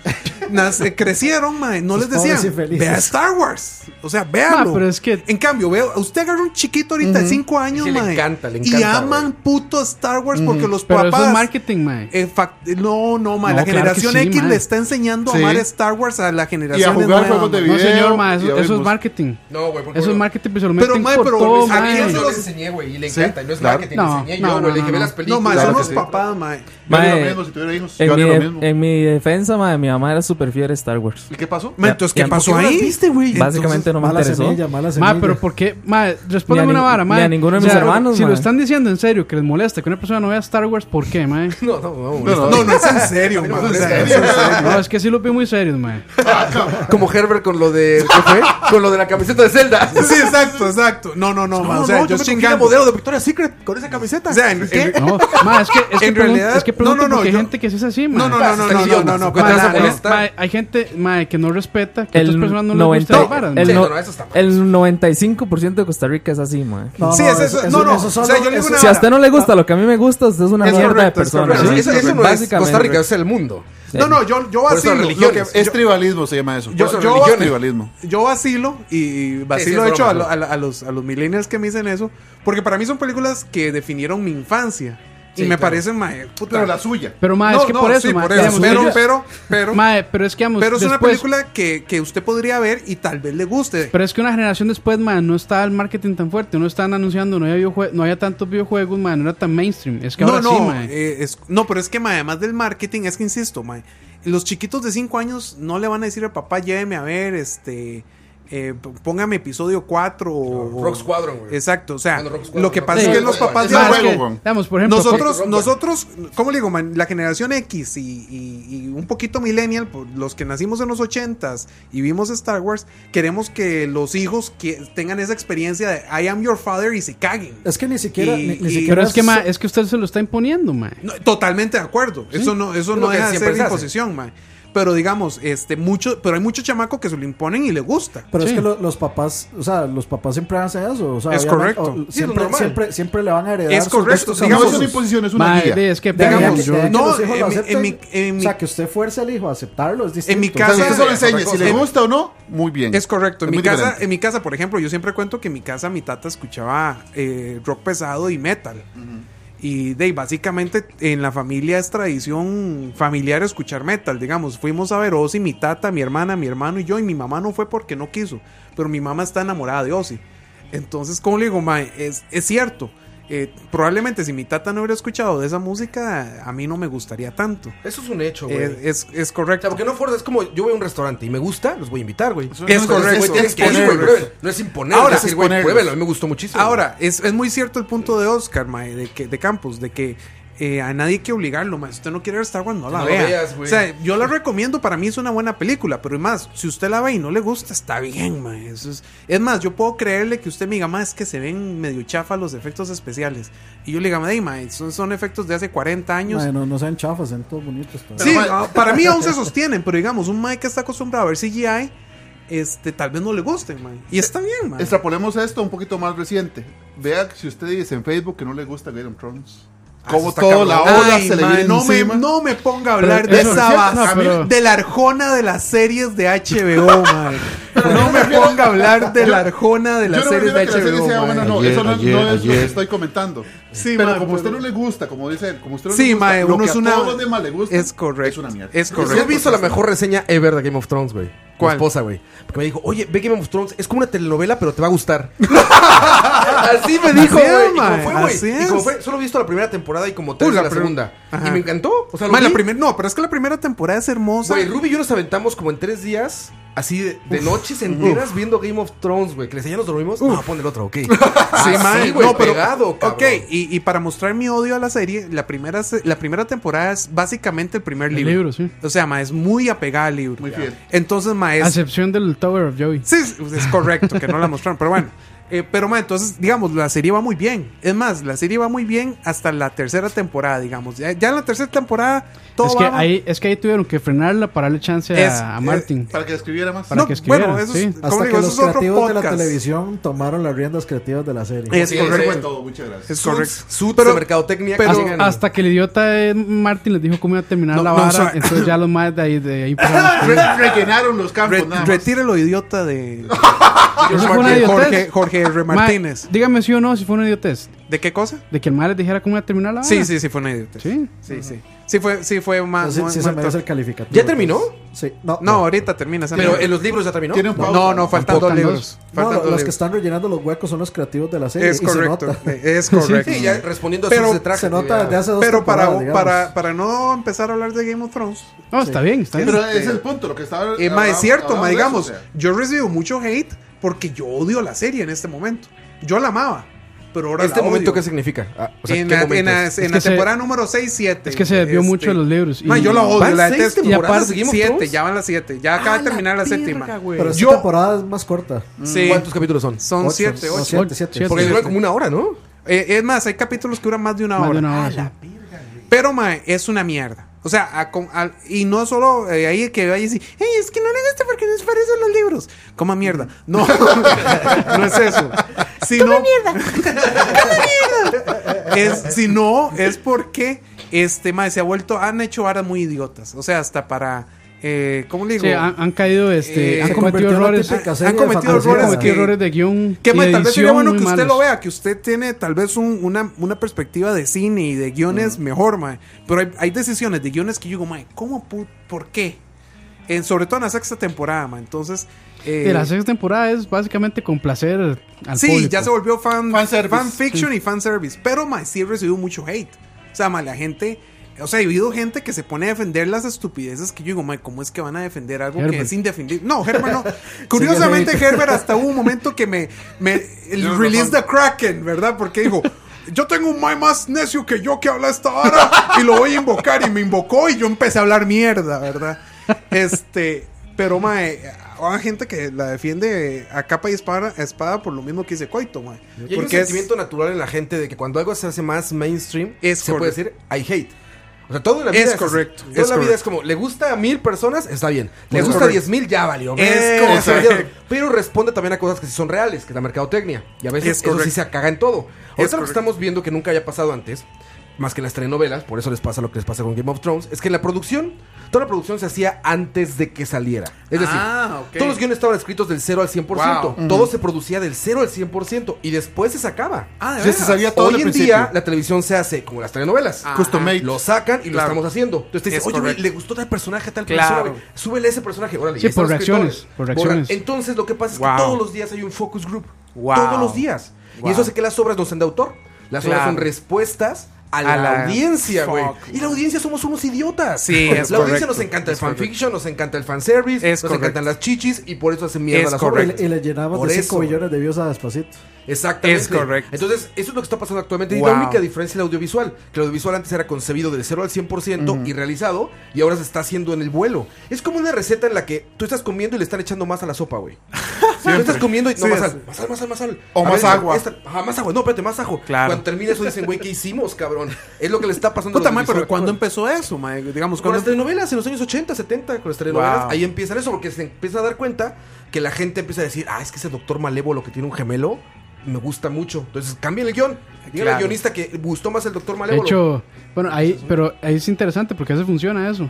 S5: nas- eh, crecieron, ma, no les
S2: Los pobres
S5: decían,
S2: infelices.
S5: vea Star Wars. O sea, véalo.
S4: Ma, pero es que-
S5: En cambio, veo, usted agarra un chiquito ahorita de 5 años,
S1: Sí, le
S5: ma,
S1: encanta, le
S5: y
S1: encanta,
S5: aman puto Star Wars porque los
S4: Pero
S5: papás...
S4: eso es marketing, mae.
S5: Eh, fac- no, no, ma,
S4: No,
S5: la
S4: claro
S5: generación
S4: que sí,
S5: X
S4: ma.
S5: le está enseñando
S3: Sí.
S5: a amar Star Wars a la
S3: Y a
S5: generación
S3: jugar juegos de
S4: No,
S3: video.
S4: señor, mae, eso,
S3: y a ver
S4: eso es
S3: mus-
S4: marketing.
S1: No, güey, porque
S4: Eso es
S1: no-
S4: marketing, pero se lo meten
S5: mae,
S4: por
S5: pero
S4: todo,
S5: ¿a
S4: mae.
S5: quién se
S1: Yo
S5: lo-
S1: le enseñé, güey, y le
S3: Sí,
S1: encanta. No es
S3: claro.
S1: marketing,
S4: No,
S1: le enseñé
S4: no,
S1: yo, güey.
S4: no,
S1: Le dije,
S4: no, no.
S1: ve las películas.
S5: No, ma,
S3: Claro
S5: son
S3: que
S5: los
S3: sí.
S5: papás, ma.
S3: Yo haría
S7: Mae,
S3: lo mismo si tuviera hijos. Yo
S7: En mi,
S3: haría lo
S7: de-
S3: mismo.
S7: en mi defensa, mae, mi mamá era súper fiel a Star Wars.
S3: ¿Y qué pasó?
S5: Ma, Entonces,
S7: ¿Y
S5: ¿qué
S7: a-
S5: pasó
S7: por qué no
S5: ahí?
S7: las viste, güey? Básicamente no me
S2: mala
S7: interesó.
S2: semilla, mala semilla.
S4: Ma, pero ¿por qué? Ma,
S7: Ni
S4: respóndame
S7: a
S4: una
S7: nin-
S4: vara, ma.
S7: ni a ninguno de mis hermanos,
S4: Si
S7: ma.
S4: lo están diciendo en serio, que les molesta que una persona no vea Star Wars, ¿por qué, ma?
S1: No, no, no. güey.
S5: No, no es en serio, ma. o sea, es en serio.
S4: No, es que sí lo vi muy serios, ma.
S1: Como Herbert con lo de. ¿Qué fue? Con lo de la camiseta de Zelda.
S5: Sí, exacto, exacto. No, no, no, ma. O sea, yo es
S1: me confío en el
S5: chingando.
S1: modelo de Victoria's Secret con esa camiseta.
S5: O sea, en- en-
S4: No, ma, es que, es que
S5: En
S4: pregun-
S5: realidad-
S4: es que
S5: no,
S4: pregunto
S5: no, no,
S4: porque hay
S5: yo-
S4: gente que sí es así, ma.
S5: No, no, no, no, no, no, no, no,
S1: ¿Qué te vas a
S4: Ma, no,
S1: molestar?
S4: ma, hay gente, ma, que no respeta que
S7: El
S4: otras personas no les gusta
S7: 90
S4: las varas, ma.
S7: el
S1: Sí,
S7: no-
S1: no, eso está mal.
S7: el 95% de Costa Rica es así, mae.
S2: No,
S5: Sí,
S2: no,
S5: es eso. No, no.
S2: eso
S5: O
S2: solo-
S5: sea, yo le digo
S2: eso-
S5: una
S7: Si a usted
S5: vara.
S7: no le gusta lo que a mí me gusta, usted es una
S5: Es
S7: mierda de
S5: correcto, es
S7: persona.
S5: correcto.
S1: Pero
S7: ¿sí?
S1: eso, eso no es
S7: Básicamente.
S1: Costa Rica, es el mundo.
S5: No, no, yo, yo
S1: Por eso
S5: vacilo.
S1: religiones.
S5: Lo que,
S3: Es
S5: yo-
S3: tribalismo, se llama eso.
S5: Yo-
S3: Eso es
S5: yo-
S3: religión,
S5: yo-
S3: tribalismo.
S5: yo vacilo y vacilo
S1: Sí, sí, es
S5: de hecho a,
S1: broma,
S5: lo- a la- a los, a los millennials que me dicen eso, porque para mí son películas que definieron mi infancia. y me parece, mae, puta.
S3: Pero la suya.
S4: Pero, mae, es que por eso,
S5: sí,
S4: mae,
S5: por eso.
S4: digamos,
S5: Pero,
S4: ellos-
S5: pero, pero.
S4: Mae, pero es que, vamos,
S5: pero es una
S4: después-
S5: película que, que usted podría ver y tal vez le guste.
S4: Pero es que una generación después, man, no estaba el marketing tan fuerte. No estaban anunciando, no había, videojue- no había tantos videojuegos, man, no era tan mainstream. Es que
S5: no,
S4: ahora
S5: no,
S4: sí, man.
S5: eh, es- no, pero es que mae, además del marketing, es que insisto, mae, los chiquitos de 5 años no le van a decir al papá, lléveme a ver, este, eh, p- póngame episodio 4 o...
S1: Rock Squadron, güey.
S5: Exacto, o sea,
S1: Bueno, Rock Squadron,
S5: lo que
S1: no,
S5: pasa
S1: sí,
S5: es que
S1: Rock
S5: los
S1: Squadron.
S5: papás
S1: Es
S5: de
S4: Mae,
S1: más,
S5: ahora-
S4: es
S3: juego,
S4: que,
S3: weón.
S4: digamos, por ejemplo,
S5: Nosotros,
S1: Rock Band.
S5: nosotros, ¿cómo le digo, man? La generación X y, y- y un poquito millennial, por los que nacimos en los 80s y vimos Star Wars, queremos que los hijos que tengan esa experiencia de I am your father y se caguen.
S2: Es que ni siquiera.
S5: Y-
S2: ni, ni
S5: y-
S2: siquiera
S4: pero es que, ma, es que usted se lo está imponiendo, man.
S5: No, totalmente de acuerdo. Eso no, eso
S1: Es
S5: no
S1: lo que
S5: deja de
S1: siempre
S5: ser
S1: se hace.
S5: imposición, mae. Pero digamos, este, mucho, pero hay muchos chamacos que se lo imponen y le gusta.
S2: Pero es
S4: Sí.
S2: que lo- los papás, o sea, los papás siempre hacen eso. O sea,
S5: Es
S2: obviamente,
S5: correcto.
S2: o-
S1: Sí, es lo
S2: siempre,
S1: normal.
S2: siempre, siempre le van a heredar.
S5: Es
S2: sus
S5: correcto,
S2: gustos
S5: digamos,
S3: no es
S2: amorosos.
S3: una imposición, es una
S4: Ma,
S3: guía.
S4: de- es que,
S2: Ya, ya
S5: Digamos,
S2: que-
S5: yo-
S2: ya que
S5: no,
S2: los hijos lo
S5: en mi-
S2: acepten,
S5: en mi- en mi-
S2: o sea, que usted fuerce al hijo a aceptarlo es distinto.
S5: En mi
S3: O sea,
S5: casa-
S3: usted solo
S5: es
S3: enseña.
S5: otra
S3: Si le
S5: cosa.
S3: gusta o no, muy bien.
S5: Es correcto. En mi
S3: muy
S5: casa,
S3: diferente.
S5: en mi casa, por ejemplo, yo siempre cuento que en mi casa mi tata escuchaba eh, rock pesado y metal. Y de ahí, básicamente en la familia es tradición familiar escuchar metal, digamos. Fuimos a ver Ozzy, mi tata, mi hermana, mi hermano y yo. Y mi mamá no fue porque no quiso, pero mi mamá está enamorada de Ozzy. Entonces, como le digo, mae, es, es cierto. Eh, probablemente si mi tata no hubiera escuchado de esa música, a mí no me gustaría tanto.
S1: Eso es un hecho, güey.
S5: Eh,
S1: o
S5: Es, es
S1: sea,
S5: correcto.
S1: porque no fuerza, es como yo voy a un restaurante y me gusta, los voy a invitar, güey.
S3: Eso
S5: es
S3: no
S1: Entonces,
S5: correcto.
S1: güey, tienes que ir,
S5: es
S1: güey,
S5: correcto.
S1: pruébelo. No es imponer,
S5: Ahora,
S1: es decir, güey,
S5: exponerlos.
S1: pruébelo. A mí me gustó muchísimo.
S5: Ahora, es, es muy cierto el punto de Oscar, mae, de, que, de Campos, de que eh, a nadie hay que obligarlo, mae. Si usted no quiere ver Star Wars, no la
S1: No lo
S5: vea.
S1: veas,
S5: o
S1: güey.
S5: sea, yo la recomiendo, para mí es una buena película, pero es más, si usted la ve y no le gusta, está bien, mae. Eso es, es más, yo puedo creerle que usted me diga, mae, es que se ven medio chafa los efectos especiales. Y yo le diga, "Ey, mae, son, son efectos de hace 40 años.
S2: Mae, no, no sean chafas, sean todos bonitos. pero-
S5: Sí, ah, para mí aún se sostienen, pero digamos, un mae que está acostumbrado a ver CGI, este, tal vez no le guste, mae.
S1: Eh,
S5: Y está bien, mae.
S3: Extrapolemos esto un poquito más reciente. Vea que si usted dice en Facebook que no le gusta Game of Thrones. Como
S5: Ah, está
S3: toda la
S5: cabrón.
S3: ola
S5: Ay,
S3: se le
S5: mae,
S3: viene
S5: no
S3: encima.
S5: Me, no me ponga a hablar de
S4: eso-
S5: esa
S4: no,
S5: base,
S4: pero-
S5: de la arjona de las series de HBO, mae. No me ponga a hablar de la arjona de
S3: Yo
S5: las
S3: no
S5: series
S3: prefiero que
S5: de
S3: la serie
S5: HBO.
S3: sea buena,
S5: mae.
S3: no,
S6: Ayer,
S3: eso no,
S6: ayer,
S3: no es lo que
S6: ayer.
S3: estoy comentando.
S5: Sí,
S3: pero
S5: mae,
S3: como a usted
S5: pero-
S3: no le gusta, como dice él, como a usted no
S5: Sí,
S3: le gusta,
S5: mae,
S3: lo
S5: uno
S3: que
S5: es
S3: a
S5: una-
S3: todos los demás le gusta,
S5: es correcto.
S3: Es una mierda.
S5: Es
S1: Si
S5: correcto.
S1: has visto la mejor reseña ever de Game of Thrones, güey?
S5: ¿Cuál?
S1: Mi esposa, güey. Porque me dijo, oye, ve Game of Thrones, es como una telenovela, pero te va a gustar. Así me dijo,
S5: Así es,
S1: güey. Y como
S5: mae,
S1: fue, güey.
S5: así
S1: Y como
S5: es.
S1: fue, solo he visto la primera temporada y como tres
S5: Uh,
S1: de
S5: la
S1: la,
S5: prim-
S1: segunda.
S5: Ajá.
S1: Y me encantó. O sea, lo
S5: Mae, la
S1: vi.
S5: primer- no, pero es que la primera temporada es hermosa.
S1: Güey, Ruby y yo nos aventamos como en tres días, así de, de noches enteras viendo Game of Thrones, güey. Que les ya nos dormimos. No, pon el otro, ok. sí,
S5: Sí, mae.
S1: güey,
S5: No, pero-
S1: pegado, cabrón.
S5: Ok, y, y para mostrar mi odio a la serie, la primera, se- la primera temporada es básicamente el primer
S4: El
S5: libro.
S4: libro, sí.
S5: O sea, mae, es muy apegada al libro.
S3: Muy fiel.
S5: Entonces,
S3: Ah,
S5: mae,
S4: A
S5: es-
S4: excepción del Tower of Joey.
S5: Sí, es es correcto, que no la mostraron, pero bueno. Eh, pero ma, entonces, digamos, la serie va muy bien. Es más, la serie va muy bien hasta la tercera temporada, digamos. Ya, ya en la tercera temporada todo
S4: Es que,
S5: va-
S4: ahí, es que ahí tuvieron que frenarla para darle chance a,
S5: Es- eh,
S4: a
S5: es-
S4: Martin.
S3: Para que escribiera más.
S4: Para
S5: No,
S4: que escribiera,
S5: bueno, eso es-
S4: sí.
S5: ¿cómo
S2: Hasta
S5: digo?
S2: que
S5: Eso
S2: los
S5: es otro
S2: creativos de la
S5: podcast.
S2: televisión tomaron las riendas creativas de la serie.
S5: Es
S3: Sí,
S5: correcto.
S3: eso es todo, muchas gracias.
S5: Es correcto.
S1: Suits
S5: Pero-
S1: de mercadotecnia.
S5: pero- ah,
S1: así
S4: Hasta,
S1: ganan.
S4: hasta que el idiota de Martin les dijo cómo iba a terminar
S5: No,
S4: la
S5: no,
S4: vara.
S5: o sea-
S4: entonces ya los más de ahí, de ahí empezaron.
S3: Re- rellenaron los campos,
S5: Re-
S3: nada más.
S5: retírelo, idiota de
S4: Eso fue una
S5: Jorge-
S4: idiotez.
S5: Jorge, Jorge R.
S4: Ma,
S5: Martínez.
S4: dígame si o no, si fue una idiotez.
S5: ¿De qué cosa?
S4: De que el madre les dijera cómo iba a terminar la vara.
S5: Sí, sí, sí, fue una idiota. Sí,
S4: Ah. Sí.
S5: sí. Sí, fue, sí fue más.
S2: Entonces,
S5: más-
S2: sí se
S5: más-
S2: merece el calificativo. pues.
S1: ¿Ya terminó?
S2: Sí. No,
S5: no, ahorita termina. esa
S1: Pero
S5: mierda.
S1: en los libros ya terminó.
S3: Tiene un pausa.
S5: No, no, faltan
S4: Tampoco.
S5: dos libros.
S2: No,
S5: Faltan
S2: lo-
S5: dos
S2: los que
S5: libros.
S2: están rellenando los huecos son los creativos de la serie.
S5: Es
S2: y
S5: correcto. eh,
S2: Se nota,
S5: Es correcto.
S1: Sí, ya respondiendo a
S5: Pero
S1: eso se traje.
S2: se nota desde hace dos
S5: Pero para,
S2: temporadas, digamos.
S5: para, para no empezar a hablar de Game of Thrones,
S4: No, está bien, está bien.
S3: Pero ese es el punto, lo que estaba.
S5: este eh, ma, es
S3: hablamos-
S5: cierto, ma,
S3: hablamos de eso,
S5: digamos,
S3: o sea.
S5: yo recibo mucho hate porque yo odio la serie en este momento. Yo la amaba, pero ahora
S1: ¿Este
S5: la
S1: momento
S5: odio.
S1: qué significa? Ah, o sea,
S5: en
S1: ¿qué
S5: la,
S1: momento
S5: en la-
S1: es?
S5: en
S4: Es
S5: la
S4: que se-
S5: temporada número 6, 7.
S4: Es que se desvió mucho de los libros.
S5: Ma,
S4: y-
S5: yo la odio,
S1: ¿Van
S5: la
S1: seis
S5: detesto.
S1: temporadas de Game of
S5: 7,
S1: Thrones?
S5: ya van las 7. Ya acaba de terminar la, séptima.
S2: Pero esta
S5: Yo-
S2: temporada es más corta.
S5: Sí,
S1: ¿Cuántos capítulos son?
S5: son
S2: Ocho,
S5: 7,
S2: no,
S5: 8.
S2: siete,
S4: Ocho,
S2: siete.
S4: siete.
S1: Porque
S5: sí,
S1: duran
S5: sí.
S1: como una hora, ¿no?
S5: es más, hay capítulos que duran más de una
S4: Más de
S5: hora.
S4: una hora, sí.
S5: Pero, mae, es una mierda. O sea, a con- al- y no solo eh, ahí que vaya y dice, hey, es que no le gusta porque no se parecen los libros. Coma mierda. No, no es eso. Si no, es, si no, es porque este mae se ha vuelto, han hecho varas muy idiotas. O sea, hasta para eh, ¿cómo le digo?
S4: Sí, han, han caído, este,
S5: Eh,
S4: han
S5: se
S4: cometido
S2: convirtió en la
S4: errores.
S2: típica
S4: Han
S2: serie
S5: han
S2: de
S5: cometido
S2: fantasía,
S5: errores
S2: güey.
S5: que-
S4: cometido errores de guión.
S5: Que
S4: y
S5: ma-
S4: de
S5: tal vez sería
S4: edición
S5: bueno
S4: muy
S5: que usted
S4: malos.
S5: lo vea, que usted tiene tal vez un- una, una perspectiva de cine y de guiones mejor, mae. Pero hay, hay decisiones de guiones que yo digo, mae, ¿cómo? pu- ¿Por qué? En, sobre todo en la sexta temporada, mae. Entonces. eh,
S4: Y la sexta temporada es básicamente complacer al
S5: sí,
S4: público.
S5: ya se volvió fan,
S3: Fanservice.
S5: fiction y fan service. Pero mae, sí recibió mucho hate. O sea, mae, la gente. O sea, he habido gente que se pone a defender las estupideces que yo digo, mae, ¿cómo es que van a defender algo que
S4: Herbert.
S5: es indefendible? No, Herbert no. Curiosamente, Herbert hasta hubo un momento que me. me el
S3: Tienes
S5: release
S3: razón.
S5: the Kraken, ¿verdad? Porque dijo. Yo tengo un mae más necio que yo que habla esta hora y lo voy a invocar y me invocó y yo empecé a hablar mierda, ¿verdad? Este, pero mae, hay gente que la defiende a capa y espada, espada por lo mismo que dice Coito, mae.
S1: Y hay un
S5: Porque es-
S1: sentimiento natural en la gente de que cuando algo se hace más mainstream,
S5: Es
S1: se puede
S5: correcto.
S1: decir I hate. O sea, todo en la vida
S5: Es
S1: así.
S5: correcto,
S1: Toda
S5: es
S1: la vida
S5: correcto.
S1: es como, le gusta a mil personas, está bien. Le
S5: Es
S1: gusta a
S5: correcto.
S1: diez mil, ya valió.
S5: Es
S1: verga,
S5: correcto.
S1: se vendieron. Pero responde también a cosas que sí son reales, que es la mercadotecnia. Y a
S5: Es
S1: veces eso
S5: correcto.
S1: sí se caga en
S5: Es
S1: todo. Otra lo que
S5: correcto.
S1: estamos viendo que nunca había pasado antes, más que en las telenovelas, por eso les pasa lo que les pasa con Game of Thrones, es que la producción, toda la producción se hacía antes de que saliera. Es decir,
S5: Ah, ok.
S1: todos los guiones estaban escritos del 0 al 100%.
S5: Wow.
S1: Todo se producía del 0 al 100% y después se sacaba.
S5: Ah, de
S3: Sí, se
S5: veras.
S3: sabía todo
S1: Hoy
S3: al
S1: en
S3: principio.
S1: día la televisión se hace como las telenovelas.
S5: Ah,
S3: Custom made.
S1: Lo sacan y lo
S5: Claro.
S1: estamos haciendo. Entonces te
S5: Es
S1: dicen, oye, güey,
S5: correcto.
S1: le gustó tal personaje a tal
S5: Claro.
S1: persona, güey. Súbele a ese personaje. Órale,
S4: Sí,
S1: ahí
S4: por
S1: están los
S4: reacciones,
S1: escritores.
S4: por reacciones.
S1: Entonces lo que pasa es que
S5: Wow.
S1: todos los días hay un focus group.
S5: Wow.
S1: Todos los días.
S5: Wow.
S1: Y eso hace que las obras no sean de autor. Las obras
S5: Claro.
S1: son respuestas a, la,
S5: la-
S1: audiencia, güey.
S5: Fuck,
S1: Y la audiencia somos unos idiotas.
S5: Sí,
S1: La
S5: es
S1: audiencia
S5: correcto.
S1: nos encanta el
S5: Es correcto.
S1: fanfiction, nos encanta el fanservice,
S5: Es
S1: nos
S5: correcto.
S1: encantan las chichis y por eso hacen mierda
S5: Es
S1: las
S5: correcto.
S1: obras.
S2: Y, y le llenamos
S1: Por
S2: de 5
S1: eso.
S2: millones de views a despacito.
S1: Exactamente.
S5: Es correcto.
S1: Entonces, eso es lo que está pasando actualmente. Y
S5: Wow.
S1: la única diferencia es el audiovisual. Que el audiovisual antes era concebido del 0 al 100% y realizado, y ahora se está haciendo en el vuelo. Es como una receta en la que tú estás comiendo y le están echando más a la sopa, güey. Tú estás comiendo y no,
S5: Sí,
S1: más
S5: es-
S1: sal, más sal, más sal, más sal.
S3: O
S1: A
S3: más agua.
S1: esta- ajá, más agua. No, espérate, más ajo.
S5: Claro.
S1: Cuando termina eso dicen, güey, ¿qué hicimos, cabrón? Es lo que le está pasando
S5: Puta
S1: al
S5: mae, pero
S1: audiovisual
S5: ¿cuándo
S1: actual.
S5: empezó eso, mae? Digamos,
S1: Pues Con las
S5: ¿cuándo-
S1: telenovelas, en los años 80, 70, con las telenovelas,
S5: Wow.
S1: ahí empiezan eso, porque se empieza a dar cuenta que la gente empieza a decir, ah, es que ese doctor malévolo que tiene un gemelo, me gusta mucho. Entonces, cambien el guión. Dígale al
S5: Claro.
S1: guionista que gustó más el doctor
S4: De
S1: malévolo.
S4: hecho, bueno, ahí, pero ahí es interesante porque eso funciona eso.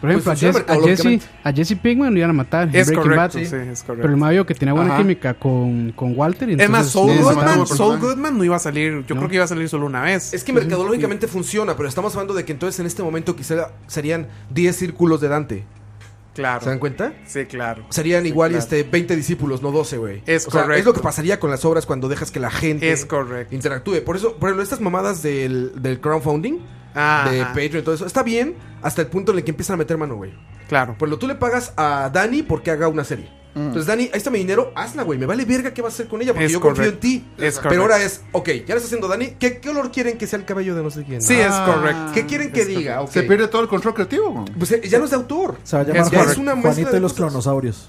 S4: Por
S1: Pues
S4: ejemplo, a Jesse-
S1: funciona
S4: a, Jesse,
S1: mercadológicamente.
S4: a Jesse Pinkman lo iban a matar. en
S5: Es
S4: Breaking
S5: correcto,
S4: Bad.
S5: sí, es correcto.
S4: Pero el mayo que tenía buena
S5: Ajá.
S4: química con, con Walter. y
S5: Es más,
S4: entonces
S5: Saul
S4: lo
S3: sí,
S5: Goodman,
S4: mataron.
S3: matamos.
S5: Saul Goodman no iba a salir. Yo creo que iba a salir solo una vez.
S1: Es que mercadológicamente funciona, pero estamos hablando de que entonces en este momento quizá serían 10 círculos de Dante. ¿Se dan
S5: Claro.
S1: cuenta?
S5: Sí, claro.
S1: Serían igual
S5: claro.
S1: este 20 discípulos, no 12, güey.
S5: Es
S1: es lo que
S5: correcto.
S1: pasaría con las obras cuando dejas que la gente
S5: Es correcto.
S1: interactúe. Por eso, por ejemplo, estas mamadas del, del crowdfunding,
S5: Ah,
S1: de
S5: ajá.
S1: Patreon y todo eso, está bien hasta el punto en el que empiezan a meter mano, güey.
S5: Claro.
S1: Por lo tú le pagas a Dani porque haga una serie.
S2: Mm.
S1: Entonces, Dani, ahí está mi dinero, hazla, güey. Me vale verga qué vas a hacer con ella porque
S5: Es
S1: yo confío en
S5: correcto.
S1: ti.
S5: Es
S1: Pero
S5: correcto.
S1: ahora es, ok, ya lo está haciendo Dani. ¿Qué color quieren que sea el cabello de no sé quién?
S5: Sí,
S1: Ah,
S5: es correcto.
S1: ¿Qué quieren que diga? Ok.
S3: Se ah, pierde todo el control creativo. güey.
S1: Pues eh, ya no es de autor.
S2: Se va a
S5: Es
S2: llamar Juan-
S5: correcto.
S1: una mezcla
S2: Juanito
S1: de
S2: y los
S1: cosas.
S2: cronosaurios.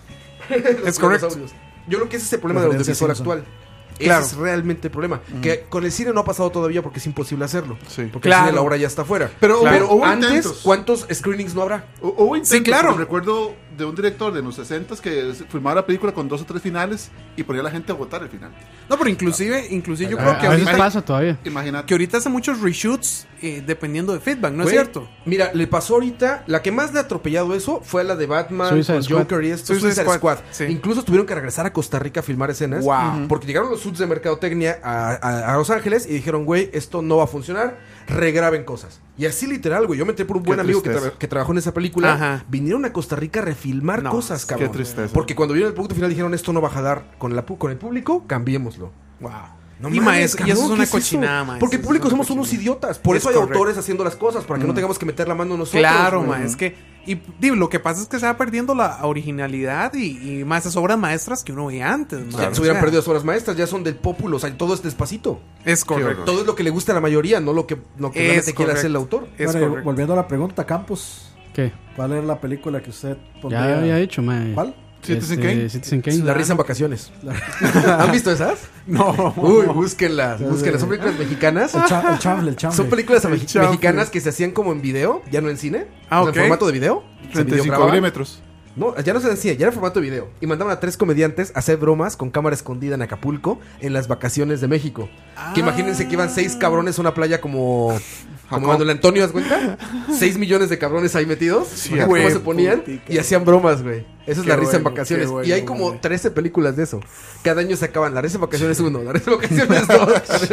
S5: Es correcto.
S1: dinosaurios. Yo creo que ese es el problema del
S2: Referencia
S1: audiovisual
S2: Simpson.
S1: actual.
S5: Claro.
S1: Ese es realmente el problema. Que con el cine no ha pasado todavía porque es imposible hacerlo.
S3: Sí.
S1: Porque
S5: Claro.
S1: el cine la obra ya está afuera.
S3: Pero hubo- hubo
S1: antes,
S3: intentos.
S1: ¿cuántos screenings no habrá?
S3: Hu- Hubo intentos,
S5: Sí, claro.
S3: pero Recuerdo de un director de los 60 que s- filmaba la película con dos o tres finales y ponía a la gente a votar el final.
S5: No, pero inclusive, inclusive yo
S4: A-
S5: creo que
S4: a veces
S5: ahorita,
S4: pasa todavía.
S3: Imagínate.
S5: que ahorita hace muchos reshoots eh, dependiendo de feedback, ¿no es
S1: Güey,
S5: cierto?
S1: Mira, le pasó ahorita. La que más le ha atropellado eso fue la de Batman,
S4: Suicide
S1: con
S4: Squad.
S1: Joker y esto.
S5: Suicide
S1: Suicide,
S5: Squad,
S1: Squad.
S5: sí.
S1: Incluso tuvieron que regresar a Costa Rica a filmar escenas.
S5: Wow.
S1: Porque llegaron los subs de mercadotecnia a, a- a Los Ángeles y dijeron, güey, esto no va a funcionar. Regraben cosas. Y así literal, güey. Yo me entré por un buen amigo que,
S3: tristeza.
S1: tra- que trabajó en esa película.
S5: Ajá.
S1: Vinieron a Costa Rica a refilmar
S5: No,
S1: cosas,
S5: qué
S1: cabrón.
S3: tristeza.
S1: Porque cuando vieron el producto final dijeron, esto no va a jalar con, la, pu- con el público, cambiémoslo.
S5: Wow.
S1: No
S5: y,
S1: mames,
S5: maestro, y eso es
S1: cabrón,
S5: una
S1: ¿qué eso?
S5: cochinada, maestro.
S1: Porque el
S5: Eso
S1: público
S5: es una
S1: somos unos
S5: cochinada.
S1: idiotas. Por
S5: Es
S1: eso hay
S5: correcto. Mm.
S1: autores haciendo las cosas, para que no tengamos que meter la mano nosotros.
S5: Claro,
S1: güey.
S5: ma, es que. Y digo, lo que pasa es que se va perdiendo la originalidad y, y más esas obras maestras que uno veía antes, ma.
S1: Ya
S5: O
S1: se hubieran
S5: sea,
S1: perdido las obras maestras, ya son del populo, o sea, todo es despacito.
S5: Es correcto.
S1: Todo es lo que le gusta a la mayoría, no lo que, lo que
S5: Es
S1: realmente quiere
S5: correcto.
S1: hacer el autor.
S5: Es
S2: Bueno, y
S5: correcto.
S2: volviendo a la pregunta, Campos,
S4: ¿Qué?
S2: ¿cuál es la película que usted pondría?
S4: Ya había dicho, mae. Este,
S2: ¿Cuál?
S3: ¿Citizen Kane?
S4: Citizen Kane.
S1: La risa en vacaciones. ¿Han visto esas?
S5: No.
S1: Uy, búsquenlas. Búsquenlas. Son películas mexicanas.
S2: El, cha- el chanfle, el chanfle.
S1: Son películas
S5: El
S1: meji-
S5: chanfle.
S1: mexicanas que se hacían como en video, ya no en cine.
S5: Ah,
S1: O sea,
S5: ok.
S1: En formato de video. Se
S3: 35
S1: videogrababan.
S3: milímetros.
S1: No, ya no se decía, ya era formato de video. Y mandaban a tres comediantes a hacer bromas con cámara escondida en Acapulco en las vacaciones de México. Que imagínense que iban seis cabrones a una playa como Como cuando el Antonio, ¿das cuenta? 6 millones de cabrones ahí metidos. Imagínate
S5: güey,
S1: ¿Cómo se ponían?
S5: putica.
S1: Y hacían bromas, güey. Esa es
S5: Qué
S1: la risa en
S5: bueno,
S1: vacaciones.
S5: qué bueno,
S1: y hay como
S5: güey.
S1: 13 películas de eso. Cada año sacaban la risa en vacaciones 1, la risa en vacaciones 2.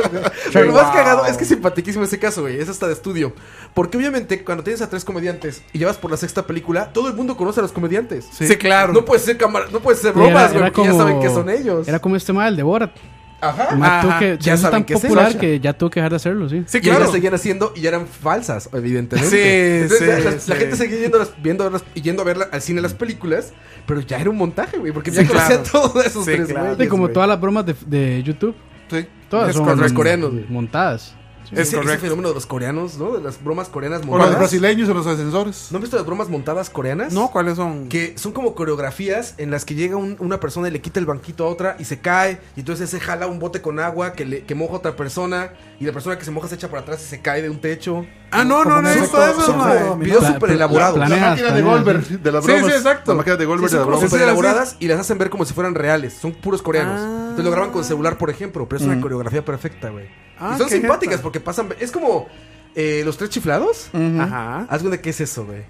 S1: Pero lo más
S5: Wow.
S1: cagado es que es simpatiquísimo ese caso, güey. Es hasta de estudio. Porque obviamente cuando tienes a tres comediantes y llevas por la sexta película, todo el mundo conoce a los comediantes.
S5: Sí, claro.
S1: No puedes ser cámara, no puedes ser
S4: Y era-
S1: bromas,
S4: era
S1: güey, porque ya
S4: como-
S1: saben que son ellos.
S4: Era como este tema del de Borat.
S1: Ajá. Ah,
S4: El mae
S5: Ajá,
S4: tuvo que-
S1: ya
S4: se hizo
S1: saben
S4: tan
S1: que es
S4: popular
S1: esa.
S4: que ya tuvo que dejar de hacerlo, sí.
S5: Sí,
S1: y ellas
S5: claro.
S1: seguían haciendo y ya eran falsas, evidentemente.
S5: Sí,
S1: Entonces,
S5: sí,
S1: la, la
S5: sí. Mm.
S1: gente seguía yendo, a las- viendo a las- y yendo a ver la- al cine las películas, pero ya era un montaje, güey, porque ya
S5: Sí,
S1: conocía
S5: claro.
S1: a todos esos
S5: Sí,
S1: tres
S5: claro.
S1: güeyes,
S4: Sí, como
S1: güey.
S4: todas las bromas de, de YouTube.
S3: Sí.
S4: Todas
S1: Es
S4: son
S1: con los coreanos, güey.
S4: montadas.
S5: Es
S1: Ese- ese
S5: correcto.
S1: fenómeno de los coreanos, ¿no? De las bromas coreanas
S3: O los
S1: montadas.
S3: brasileños o los ascensores.
S1: ¿No han visto las bromas montadas coreanas?
S5: No, ¿cuáles son?
S1: Que son como coreografías en las que llega un- una persona y le quita el banquito a otra y se cae. Y entonces se jala un bote con agua que, le, que moja a otra persona. Y la persona que se moja se echa para atrás y se cae de un techo.
S5: Ah, no, no, no he
S2: Son
S5: visto
S2: como-
S5: eso,
S2: son
S5: mae.
S2: como-
S1: Videos
S4: Pla-
S1: súper
S4: pla-
S1: elaborados.
S4: planeas,
S3: La máquina de
S4: planeas,
S3: Goldberg,
S4: sí.
S3: de las
S5: Sí, sí,
S3: bromas.
S5: exacto.
S3: La máquina de
S1: Sí,
S3: Goldberg
S1: son
S3: de las
S1: como
S3: bromas.
S5: Sí, sí,
S1: súper
S5: sí.
S1: elaboradas y las hacen ver como si fueran reales. Son puros coreanos.
S5: Ah.
S1: Entonces lo graban con celular, por ejemplo. Pero es una coreografía perfecta, güey.
S5: Ah,
S1: y son
S5: qué
S1: simpáticas
S5: jeta.
S1: porque pasan. Es como eh, los tres chiflados. Ah.
S5: Ajá.
S1: Haz cuenta que es eso, güey.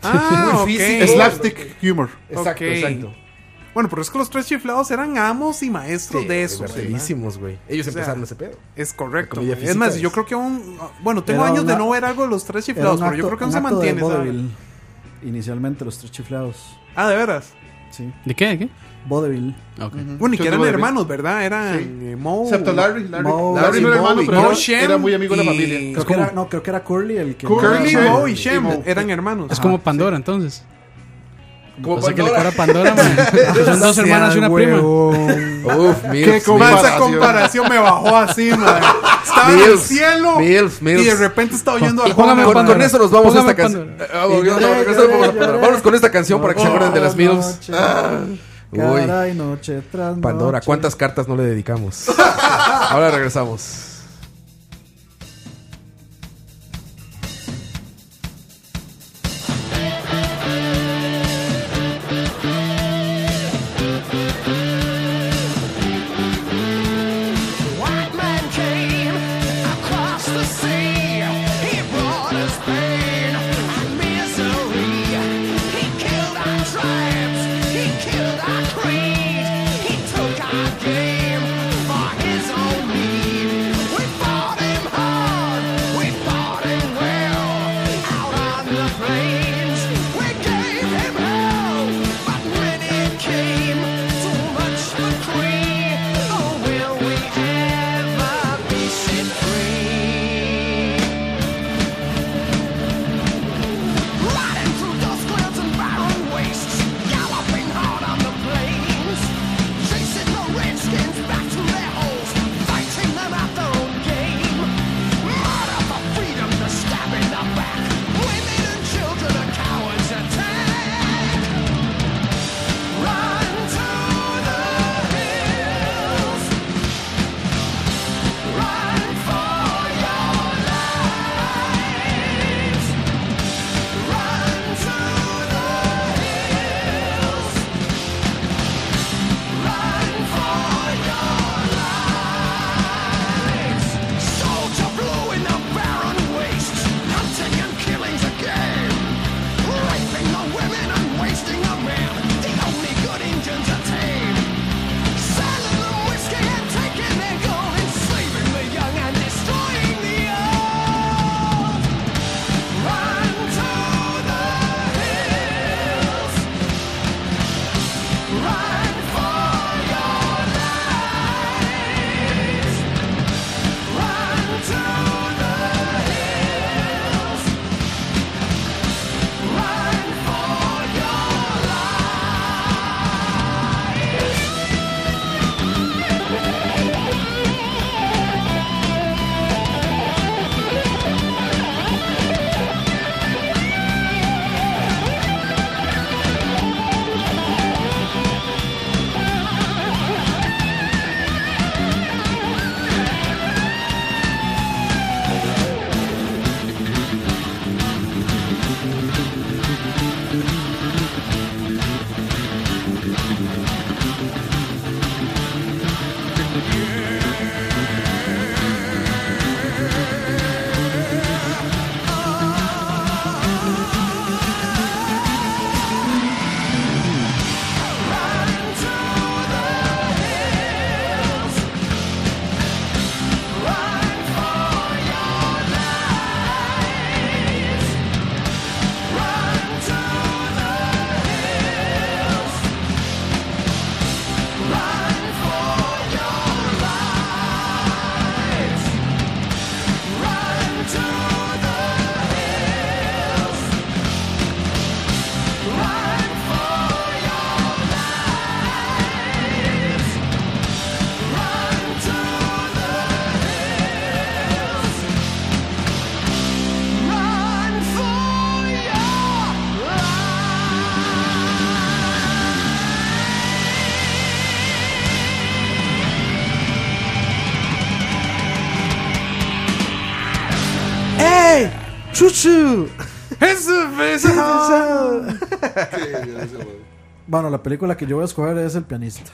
S5: Ah, ok.
S3: Slapstick humor.
S1: Exacto,
S5: Ok.
S1: exacto.
S5: Bueno, pero es que los tres chiflados eran amos y maestros de eso.
S1: Divertidísimos, güey. Ellos
S5: O sea,
S1: empezaron ese pedo.
S5: Es correcto.
S1: La comedia
S5: güey. Es
S1: física
S5: más,
S1: es-
S5: yo creo que aún. Bueno, tengo
S2: Era
S5: años de
S2: una-
S5: no ver algo de los tres
S2: Era
S5: chiflados,
S2: un
S5: pero
S2: acto-
S5: yo creo que aún
S2: un
S5: se
S2: acto de
S5: mantiene. esa-
S2: vodevil, Inicialmente los tres chiflados.
S5: Ah, de veras.
S2: Sí.
S4: ¿De qué? ¿De qué?
S2: Vodevil.
S4: Ok.
S5: Bueno, y que
S3: Yo
S5: eran
S3: no lo vi.
S5: hermanos, ¿verdad? Eran eh, Mo.
S3: Excepto Larry. Larry,
S2: Mo-
S3: Larry no era
S1: Larry,
S3: hermano,
S1: Mo-
S3: pero
S5: Mo
S3: era-
S5: Shem
S3: era muy amigo de la
S5: y-
S3: familia.
S2: Creo que era, no, creo que era Curly el que.
S3: Curly,
S5: Curly,
S3: Shem.
S5: Mo y
S3: Y Mo.
S5: Shem eran hermanos. Ah.
S4: Es como Pandora, entonces.
S1: Como
S4: O sea, que le
S1: Pandora.
S4: cobra Pandora, man. Que Son dos hermanas y una prima.
S1: Uf,
S3: Qué
S1: Mills.
S5: Ma,
S3: comparación.
S5: esa comparación me bajó así, man. Estaba en el
S1: Mills,
S5: cielo.
S1: Mills, Mills.
S5: Y de repente estaba oyendo al
S4: Póngame
S5: Juan
S1: Con,
S4: Pandora.
S1: con eso nos vamos a
S4: Póngame
S1: esta canción.
S4: Pandora.
S1: Eh, vamos,
S2: Y lloré,
S1: vamos, regresamos
S2: lloré,
S1: con-
S2: lloré.
S1: Vámonos con esta canción para que se acuerden de las Mills.
S2: Noche,
S1: Uy.
S2: caray, noche tras
S1: Pandora,
S2: noche.
S1: ¿cuántas cartas no le dedicamos? Ahora regresamos.
S10: White man came across the sea. He brought us pain and misery. He killed our tribes. He killed our creed. He took our game for his own need. Oh,
S5: ¡Chuchu!
S2: Bueno, la película que yo voy a escoger es El pianista.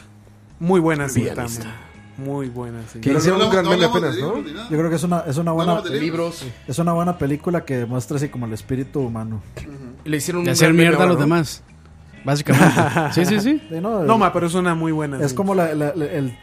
S5: Muy buena sí, también. Muy buena sí.
S1: Que hicieron un gran meme apenas, ¿no?
S2: Yo creo que es una, es una buena
S1: De libros.
S2: es una buena película que demuestra así como el espíritu humano.
S1: Le hicieron
S4: Y
S1: un
S4: hacer
S1: gran meme
S4: mierda a los
S1: ahora, ¿no?
S4: demás. Básicamente. Sí, sí, sí.
S2: Eh, no,
S5: No,
S2: eh,
S5: ma, pero es una muy buena.
S2: es
S5: sí.
S2: como la, la- la- el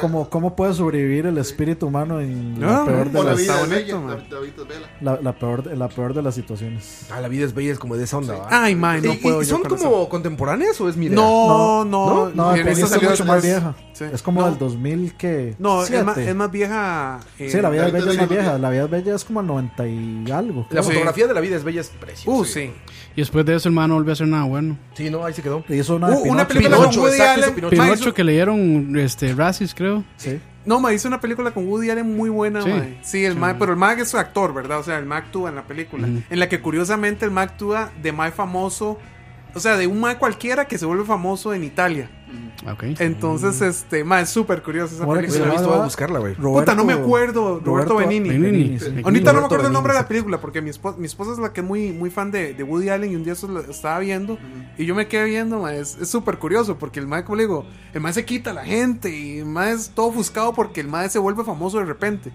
S2: como cómo puede sobrevivir el espíritu humano en
S5: No,
S2: la peor de
S3: O la
S2: las
S3: vida
S5: Está
S3: es bella,
S5: bonito, man.
S3: la, la vida es bella.
S2: la, la peor de- la peor de las situaciones.
S1: Ah, la vida es bella, es como de esa onda. ¿va?
S5: Ay, ma, no
S1: ¿Y- y-
S5: puedo.
S1: y
S5: yo
S1: ¿Son
S5: con
S1: como contemporáneas o es mi idea?
S5: No, no,
S2: No, no,
S5: en
S2: el
S5: esa
S2: pianista es
S5: salió
S2: mucho más
S5: después.
S2: vieja.
S5: Sí.
S2: Es como
S5: No.
S2: del 2000 que
S5: No, es
S2: siete.
S5: más, es más vieja. eh,
S2: Sí, la vida
S3: la
S2: es bella es
S3: vida
S2: más
S3: es bella.
S2: vieja, la vida es bella es como el 90 y algo.
S1: La
S5: Sí.
S1: fotografía de la vida es bella, es preciosa.
S5: Uh, sí.
S4: Y después de eso, el man no volvió a hacer nada bueno.
S1: Sí, no, ahí se quedó.
S2: Y hizo una,
S5: Uh,
S2: de
S5: una
S2: Pinocho.
S5: película
S1: Pinocho,
S5: con Woody
S1: exacto,
S5: Allen.
S1: hizo Pinocho.
S5: Ma,
S4: Pinocho que le dieron este, Razzies, creo.
S2: Sí.
S5: No, ma, hizo una película con Woody Allen muy buena,
S4: Sí.
S5: ma. Sí, el ma, pero el ma es actor, ¿verdad? O sea, el ma actúa en la película. En la que curiosamente el ma actúa de ma famoso. O sea, de un ma cualquiera que se vuelve famoso en Italia.
S4: Ok.
S5: Entonces,
S4: Mm.
S5: este, ma, es súper curioso esa
S2: Ahora que
S1: Hubiera
S5: película.
S2: se
S1: visto,
S2: va-
S1: voy a buscarla, güey.
S5: Puta, no me acuerdo. Roberto Benigni.
S4: Benigni.
S2: sí.
S5: Ahorita no me
S1: Roberto
S5: acuerdo el nombre de
S1: Benigni.
S5: la película porque mi, espo- mi esposa es la que es muy, muy fan de, de Woody Allen y un día eso lo estaba viendo y yo me quedé viendo, ma, es es súper curioso porque el mae, como le digo, el mae se quita a la gente y el mae es todo buscado porque el mae se vuelve famoso de repente